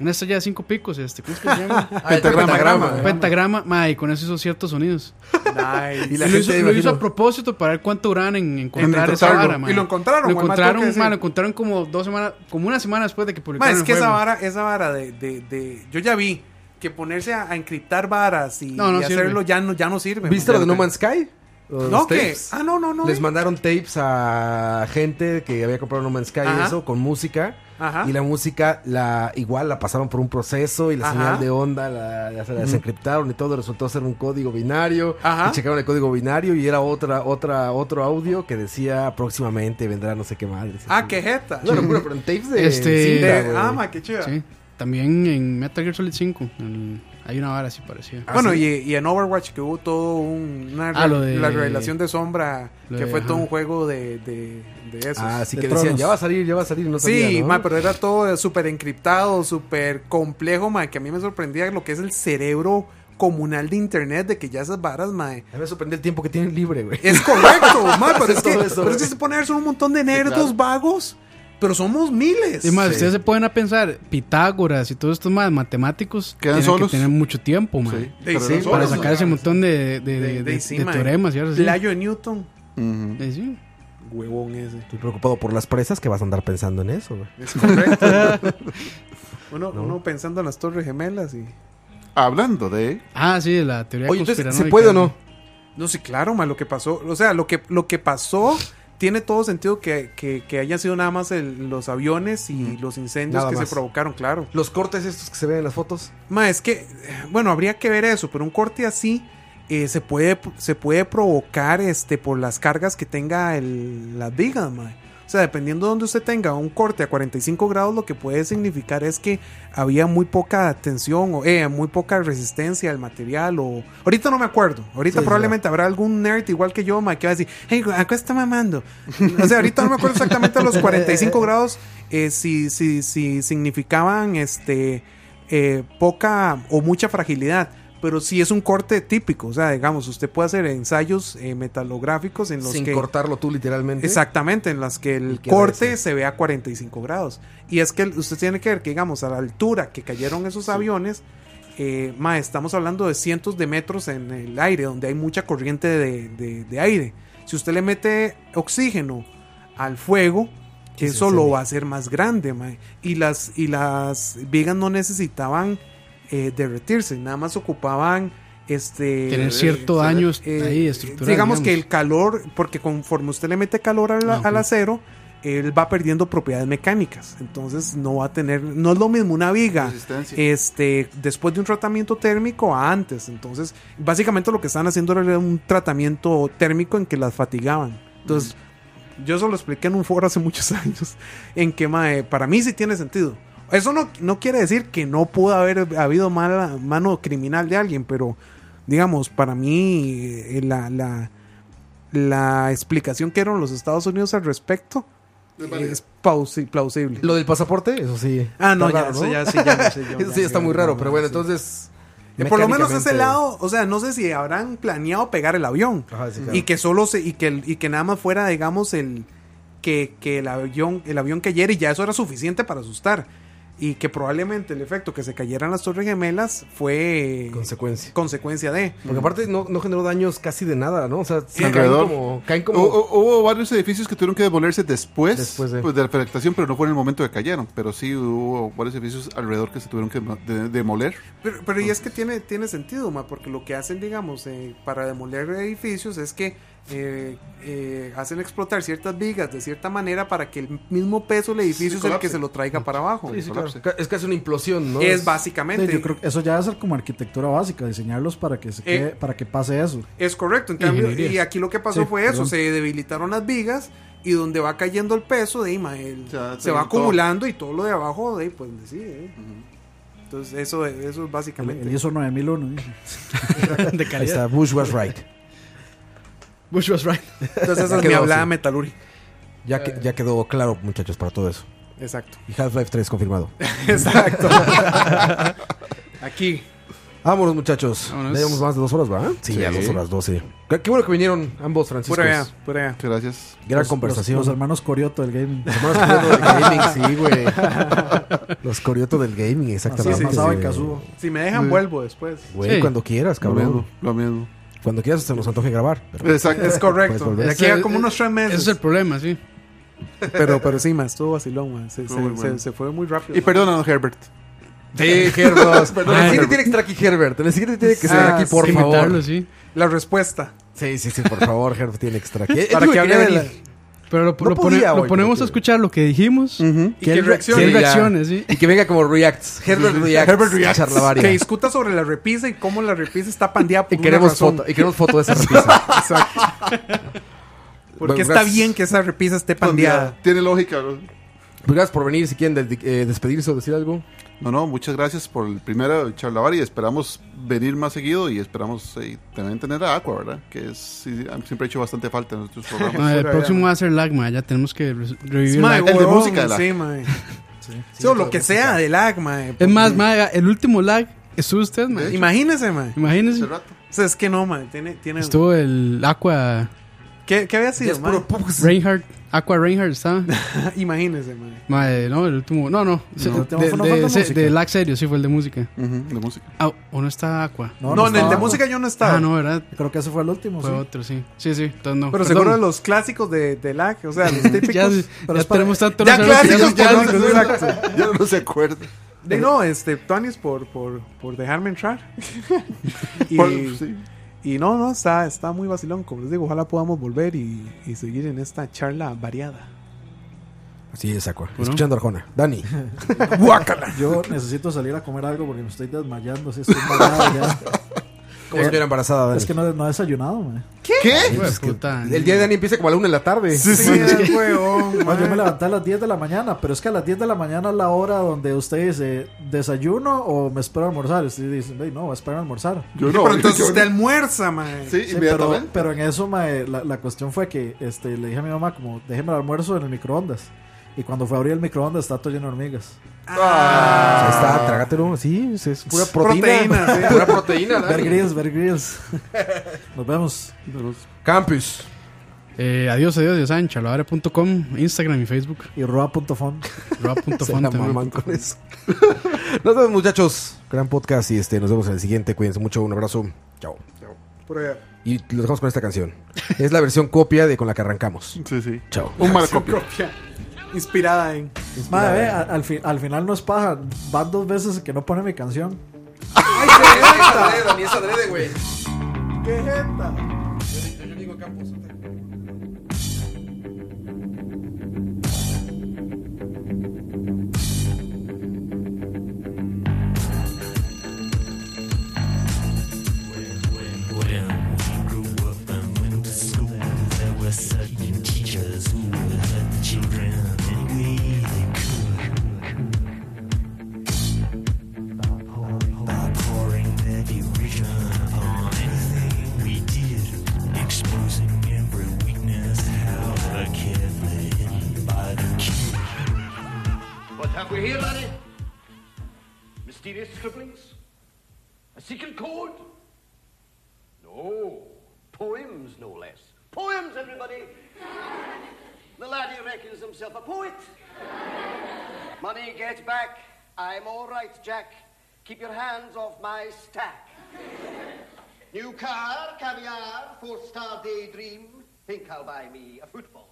S4: Una estrella de cinco picos, este. ¿Cómo es que se llama?
S1: Pentagrama.
S5: Ah.
S4: Un pentagrama, mae, y con eso hizo ciertos sonidos.
S5: Nice.
S1: Y la
S4: lo, hizo,
S1: gente, me
S4: lo hizo
S1: imagino,
S4: a propósito para ver cuánto duraban en encontrar
S5: En
S4: esa
S5: encontrarlo.
S4: vara, man.
S5: Y lo encontraron,
S4: Lo
S5: güey, man,
S4: encontraron,
S5: tengo que decir.
S4: man, lo encontraron como dos semanas, como una semana después de que
S5: Ma,
S4: publicaron
S5: es
S4: el
S5: que esa
S4: juego.
S5: vara, esa vara de, de, de- Yo ya vi que ponerse a, a encriptar varas y,
S4: No, no
S5: y
S4: sirve.
S5: hacerlo ya no, ya no sirve.
S1: ¿Viste
S5: man.
S1: lo de No Man's Sky? Los
S5: No, que.
S1: tapes.
S5: Ah, no, no, no.
S1: Les
S5: eh.
S1: mandaron tapes a gente que había comprado No Man's Sky
S5: Ajá.
S1: y eso, con música.
S5: Ajá.
S1: Y la música, la igual la pasaron por un proceso y la
S5: Ajá.
S1: señal de onda la, la- la desencriptaron y todo resultó ser un código binario.
S5: Ajá.
S1: Y checaron el código binario y era otra, otra, otro audio que decía próximamente vendrá no sé qué madre.
S5: Ah, qué jeta.
S1: Una locura, pero en tapes de
S4: Este-
S1: cinta,
S5: De-
S1: güey.
S5: ah, ma, qué chida.
S4: Sí. También en Metal Gear Solid 5 el- hay una vara así parecida.
S1: Ah,
S5: Bueno,
S1: sí.
S5: y, y en Overwatch que hubo todo un, una
S4: Ah, lo de-
S5: la revelación de sombra,
S4: lo
S5: que
S4: de-
S5: fue todo
S4: ajá.
S5: un juego de, de, de esos.
S1: Ah, sí
S2: de
S1: que decían,
S2: Tronos.
S1: ya va a salir, ya va a salir, no
S5: Sí,
S1: sabía, ¿no?
S5: ma, pero era todo súper encriptado, súper complejo, ma, que a mí me sorprendía lo que es el cerebro comunal de internet, de que ya esas varas, ma,
S1: A mí me sorprendió el tiempo que tienen libre, güey.
S5: es correcto, ma, pero es que,
S1: Todo eso,
S5: pero es
S1: güey.
S5: que se pone a ver, son un montón de nerdos vagos, pero somos miles.
S4: Y más,
S1: Sí.
S4: ustedes se pueden a pensar, Pitágoras y todos estos más matemáticos
S3: Quedan
S4: tienen
S3: solos.
S4: que tener mucho tiempo, man.
S3: Sí.
S5: De-
S3: Pero
S5: sí,
S3: eran
S4: Para
S5: solos,
S4: sacar
S5: ma.
S4: ese montón de, de, de, de-
S5: de- sí,
S4: de
S1: eh.
S5: ma.
S4: teoremas y ahora sí.
S5: Layo de Newton.
S3: Ujú.
S4: Eh, sí.
S5: Huevón ese.
S1: Estoy preocupado por las presas que vas a andar pensando en eso, güey.
S5: Es correcto. uno, uno pensando en las torres gemelas y...
S3: Hablando de.
S4: Ah, sí, la teoría
S1: Oye, entonces, ¿se
S4: conspiranoica.
S1: puede o no?
S5: No, sí, claro, ma, lo que pasó, o sea, lo que, lo que pasó tiene todo sentido que, que, que hayan sido nada más el- los aviones y los incendios
S1: Nada
S5: que
S1: más.
S5: se provocaron, claro.
S1: Los cortes estos que se ven en las fotos.
S5: Ma, es que, eh, bueno, habría que ver eso, pero un corte así eh, se, puede, se puede provocar este, por las cargas que tenga el, las vigas, ma. O sea, dependiendo de donde usted tenga un corte a 45 grados, lo que puede significar es que había muy poca tensión o eh, muy poca resistencia al material. o Ahorita no me acuerdo. Ahorita probablemente habrá algún nerd igual que yo, ma, que va a decir, hey, güey, ¿a qué está mamando? o sea, ahorita no me acuerdo exactamente a los 45 grados eh, si, si, si significaban este eh, poca o mucha fragilidad. Pero sí es un corte típico. O sea, digamos, usted puede hacer ensayos eh, metalográficos en los
S1: Sin
S5: que.
S1: cortarlo tú, literalmente.
S5: Exactamente, en las que el
S1: Y queda
S5: corte
S1: ese.
S5: se ve a 45 grados. Y es que el- usted tiene que ver que, digamos, a la altura que cayeron esos aviones, eh, ma, estamos hablando de cientos de metros en el aire, donde hay mucha corriente de, de- de aire. Si usted le mete oxígeno al fuego,
S1: Sí,
S5: eso
S1: sí,
S5: lo
S1: sí.
S5: va a hacer más grande, ma. Y las, y las vigas no necesitaban eh, derretirse, nada más ocupaban este
S4: Tener cierto daño
S5: eh,
S4: ahí estructural.
S5: Digamos, que el calor, porque conforme usted le mete calor al,
S4: Ah, ok.
S5: al acero, él va perdiendo propiedades mecánicas. Entonces no va a tener, no es lo mismo una viga
S3: Resistencia.
S5: este, después de un tratamiento térmico a antes. Entonces, básicamente lo que estaban haciendo era un tratamiento térmico en que las fatigaban. Entonces, yo eso lo expliqué en un foro hace muchos años, en que mae, para mí sí tiene sentido. Eso no, no quiere decir que no pudo haber habido mala, mano criminal de alguien, pero digamos, para mí eh, la, la, la explicación que dieron los Estados Unidos al respecto es pausi- plausible.
S1: Lo del pasaporte, eso sí.
S5: Ah, no,
S1: Está
S5: ya,
S1: raro,
S5: eso ya, sí, ya no sé, yo
S1: Eso
S5: ya
S1: sí está
S5: sé,
S1: muy raro,
S5: no,
S1: pero bueno,
S5: sí.
S1: entonces.
S5: Eh, Por lo menos ese
S1: mecánicamente-
S5: lado, o sea, no sé si habrán planeado pegar el avión.
S1: Ajá, sí, claro.
S5: Y que solo se, y que, el- y que nada más fuera, digamos, el que, que el avión, el avión cayera y ya eso era suficiente para asustar. Y que probablemente el efecto que se cayeran las torres gemelas fue
S1: Consecuencia.
S5: consecuencia de.
S1: Porque aparte no, no generó daños casi de nada, ¿no? O sea, sí, caen
S3: Alrededor. Oh,
S1: como. Caen
S3: Hu-
S1: como
S3: hu- Hubo varios edificios que tuvieron que demolerse después,
S1: Después de-
S3: pues, de la afectación, pero no fue en el momento que cayeron. Pero sí hubo varios edificios alrededor que se tuvieron que demo- de- demoler.
S5: Pero, pero y es que tiene, tiene sentido, ma, porque lo que hacen, digamos, eh, para demoler edificios es que eh, eh, hacen explotar ciertas vigas de cierta manera para que el mismo peso del edificio es el que
S3: colapse.
S5: se lo traiga para abajo.
S1: Sí, sí, claro. Ca- Es casi una implosión, ¿no?
S5: es básicamente.
S2: Yo creo que eso ya es como arquitectura básica, diseñarlos para que, se quede-
S5: Eh.
S2: para que pase eso.
S5: Es correcto, en cambio,
S4: Ingeniería.
S5: y aquí lo que pasó
S2: Sí,
S5: fue eso,
S2: perdón.
S5: se debilitaron las vigas y donde va cayendo el peso de Imael
S3: O sea,
S5: se va
S3: todo.
S5: acumulando y todo lo de abajo de ahí, pues sí, eh. Entonces, eso, eso es
S2: El,
S5: básicamente.
S2: el ISO 9001. ¿eh?
S4: de
S1: Ahí
S4: calidad.
S1: está, Bush was right.
S4: Bush was right.
S5: Entonces, esa es mi
S1: Quedó
S5: hablada
S1: así.
S5: metaluri.
S1: Ya, que- ya quedó claro, muchachos, para todo eso.
S5: Exacto.
S1: Y Half-Life 3 confirmado.
S5: Exacto. Aquí.
S1: Vámonos, muchachos.
S4: Vámonos.
S1: Ya llevamos más de dos horas, ¿verdad? Sí, ya dos horas, doce. Qué, qué bueno que vinieron ambos, Francisco.
S5: Pura vea, pura vea.
S3: Muchas gracias.
S1: Gran
S2: Los-
S1: conversación.
S2: Los, los hermanos Corioto del game.
S1: Hermanos Corioto del gaming, sí, güey. Los Corioto del gaming, exactamente.
S2: Así, Masao y
S1: Sí.
S2: Kazuo.
S5: Si me dejan,
S3: Sí.
S5: vuelvo después.
S1: Güey,
S4: Sí.
S1: cuando quieras,
S3: Lo mismo,
S1: cabrón.
S3: lo mismo.
S1: Cuando quieras se nos antoje grabar. Pero,
S3: Exacto.
S5: Es
S1: Puedes
S5: correcto.
S1: volver.
S5: De aquí a como unos tres
S4: Ese
S5: meses.
S4: es el problema, sí.
S5: pero, pero sí, más estuvo vacilón, man. Se,
S3: Fue
S5: se-
S3: muy
S5: se-
S3: bueno.
S5: se fue muy rápido.
S3: Y perdónanos, Herbert.
S1: Sí, Herbert.
S3: Perdón,
S1: en el
S3: Herbert.
S1: siguiente tiene que estar aquí Herbert. En el siguiente tiene que estar
S5: Ah,
S1: aquí, por
S5: sí,
S1: favor.
S4: Invitarlo, sí.
S5: La respuesta.
S1: Sí, sí, sí, por favor, Herbert tiene que estar aquí. Él
S5: Para
S1: dijo
S5: que hable
S1: quería
S5: de la-
S1: venir.
S4: Pero lo,
S1: No
S4: lo pone-
S1: podía,
S4: lo
S1: güey,
S4: ponemos
S1: pero-
S4: a escuchar lo que dijimos
S5: Y que
S1: él re-
S4: y
S5: reaccione.
S1: sí,
S4: él
S1: ya.
S4: reaccione, sí.
S1: Y que venga como Reacts. Herbert Reacts.
S3: Herbert Reacts.
S1: Charlavaria.
S5: Que discuta sobre la repisa y cómo la repisa está pandeada por
S1: Y queremos
S5: una razón.
S1: foto, y queremos foto de esa repisa.
S5: Exacto. Porque
S1: Bueno,
S5: está
S1: gracias.
S5: bien que esa repisa esté pandeada.
S3: Tiene lógica. ¿no?
S1: Pues gracias por venir, si quieren de- eh, despedirse o decir algo.
S3: No, no, muchas gracias por el primer charlavar y esperamos venir más seguido y esperamos eh, también tener a Aqua, ¿verdad? Que es, sí, sí, siempre ha hecho bastante falta en nuestros programas.
S4: Ma, el
S5: fuera,
S4: próximo va a ser Lagma, ya tenemos que re- revivir
S5: Mae,
S4: Lag.
S3: el de
S5: huevón,
S3: música de lag.
S5: Sí, mae. Sí, o lo que sea de lag, mae.
S4: Es más, ma, el último lag estuvo usted, ma.
S5: Imagínese, mae.
S4: Imagínense.
S3: Hace rato.
S5: O sea, es que no, mae. Tiene, tiene...
S4: Estuvo el Aqua
S5: ¿Qué, qué había sido, mae?
S4: Reinhardt. Aqua Reinhardt estaba.
S5: Imagínese, mae.
S4: Ma, eh, no, el último. No, no. se-
S2: No,
S4: de,
S2: no fue- no
S4: de-
S2: fue el de
S4: se-
S2: música.
S4: de lag serio, sí, fue el de música.
S3: Ujú, de música.
S4: Ah, o no está Aqua.
S5: No, en el de
S2: estaba.
S5: música yo no estaba.
S4: Ah, no, ¿verdad?
S2: Creo que ese fue el último.
S4: Fue
S2: sí.
S4: otro, sí. Sí, sí, entonces no.
S5: Pero
S4: perdón.
S5: seguro de los clásicos de, de lag. O sea, los típicos...
S4: Ya,
S2: pero
S4: ya
S2: es para-
S4: tenemos tanto
S5: Ya
S4: reserva que
S5: clásicos,
S4: los
S5: ya
S4: clásicos,
S5: clásicos,
S4: ¿verdad?
S5: exacto.
S3: Ya no se acuerda.
S5: De no, este, Tuanis por, por, por dejarme entrar. y,
S3: Por- sí.
S5: y no, no, está, está muy vacilón. Como les digo, ojalá podamos volver y, y seguir en esta charla variada.
S1: Así es, Aqua.
S4: ¿No?
S1: Escuchando a Arjona. Dani.
S2: Yo necesito salir a comer algo porque me estoy desmayando. Así estoy mareado ya.
S1: ¿Cómo estoy embarazada, Dani?
S2: Es que no, no he desayunado, man.
S1: Ay, pues,
S4: Hijo de
S1: es que
S4: puta,
S1: el día de Dani empieza como a la una de la tarde.
S5: Sí, huevón,
S2: Ma, yo
S5: mae.
S2: me levanté a las 10 de la mañana, pero es que a las 10 de la mañana es la hora donde usted dice desayuno o me espero a almorzar. Y usted dice, "Ey, no, voy a esperar a almorzar.
S3: Yo no.
S5: Pero entonces
S3: yo
S5: usted
S3: no.
S5: almuerza, mae.
S3: Sí,
S2: Sí, pero,
S3: inmediatamente.
S2: pero en eso mae, la, la cuestión fue que este, le dije a mi mamá, como, déjeme el almuerzo en el microondas. Y cuando fue a abrir el microondas, está todo lleno de hormigas.
S1: Ahí está, trágatelo. Sí, es, es pura proteína.
S5: Proteína, sí.
S1: Pura proteína,
S2: Bear
S1: Dani.
S2: Grylls, Bear Grylls. Nos vemos.
S1: Campus.
S4: Eh, adiós, adiós, adiós, en charlavare.com, Instagram y Facebook,
S2: Y roa.font.
S1: Se la
S4: roa.font
S1: maman con eso. Nos vemos, muchachos. Gran podcast y este, nos vemos en el siguiente. Cuídense mucho. Un abrazo. Chao.
S5: Por allá.
S1: Y los dejamos con esta canción. Es la versión copia de con la que arrancamos.
S3: Sí, sí.
S1: Chao.
S3: Un mal copio.
S5: propia. Inspirada en.
S2: Mae, ve, al, al fi- al final no es paja. Van dos veces que no pone mi canción.
S5: ¡Qué jeta!
S11: What have we here, laddie? Mysterious scribblings? A secret code? No. Poems, no less. Poems, everybody! the laddie reckons himself a poet. Money get back. I'm all right, Jack. Keep your hands off my stack. New car, caviar, four-star daydream. Think I'll buy me a football.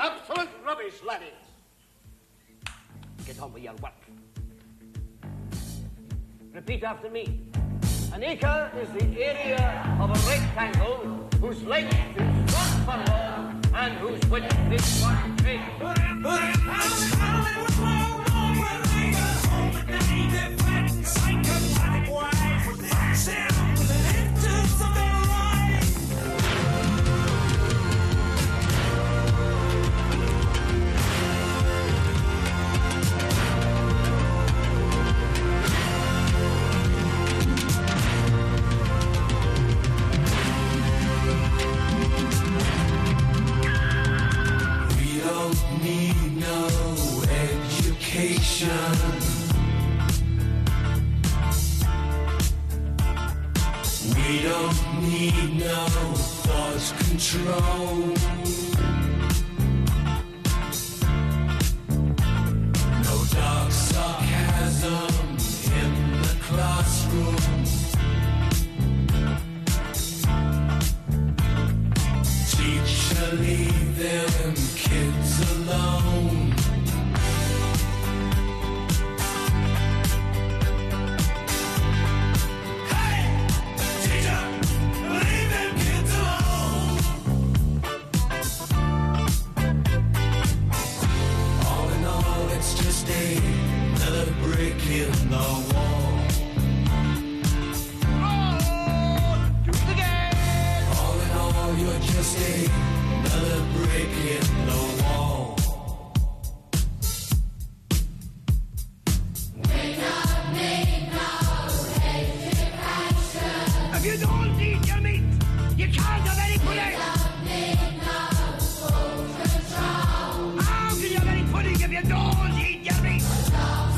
S11: Absolute rubbish, laddies. Get on with your work. Repeat after me. An acre is the area of a rectangle whose length is one furlong and whose width is one cubit.
S10: need no education. We don't need no thought control. No dark sarcasm in the classroom. Teacher, leave them kids alone. Hey, teacher, leave them kids alone. All in all, it's just another brick in the wall. All in all, you're just another brick in the wall.
S12: If you don't eat your meat, you can't have any pudding. How can you have any pudding if you don't eat your meat? You-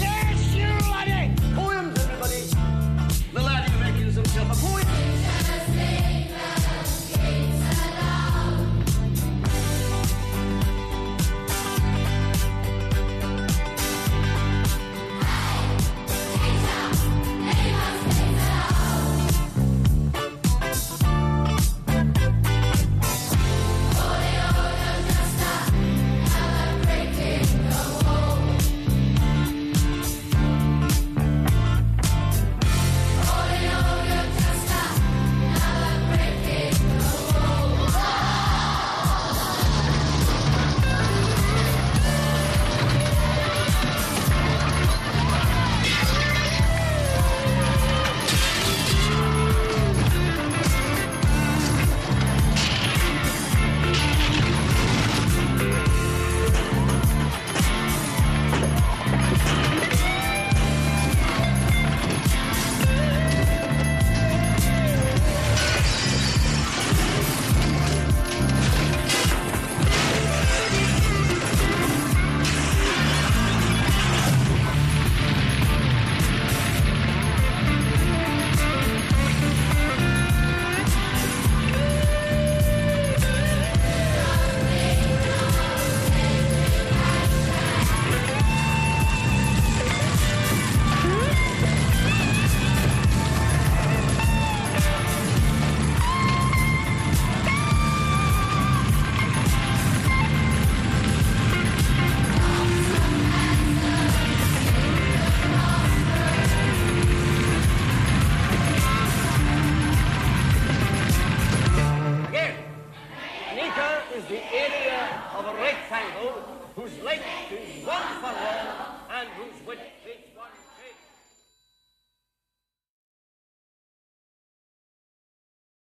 S12: Yes, you are it.
S11: Poems, everybody. The laddie reckons himself a poet. Again. An acre is the area of a rectangle whose length is one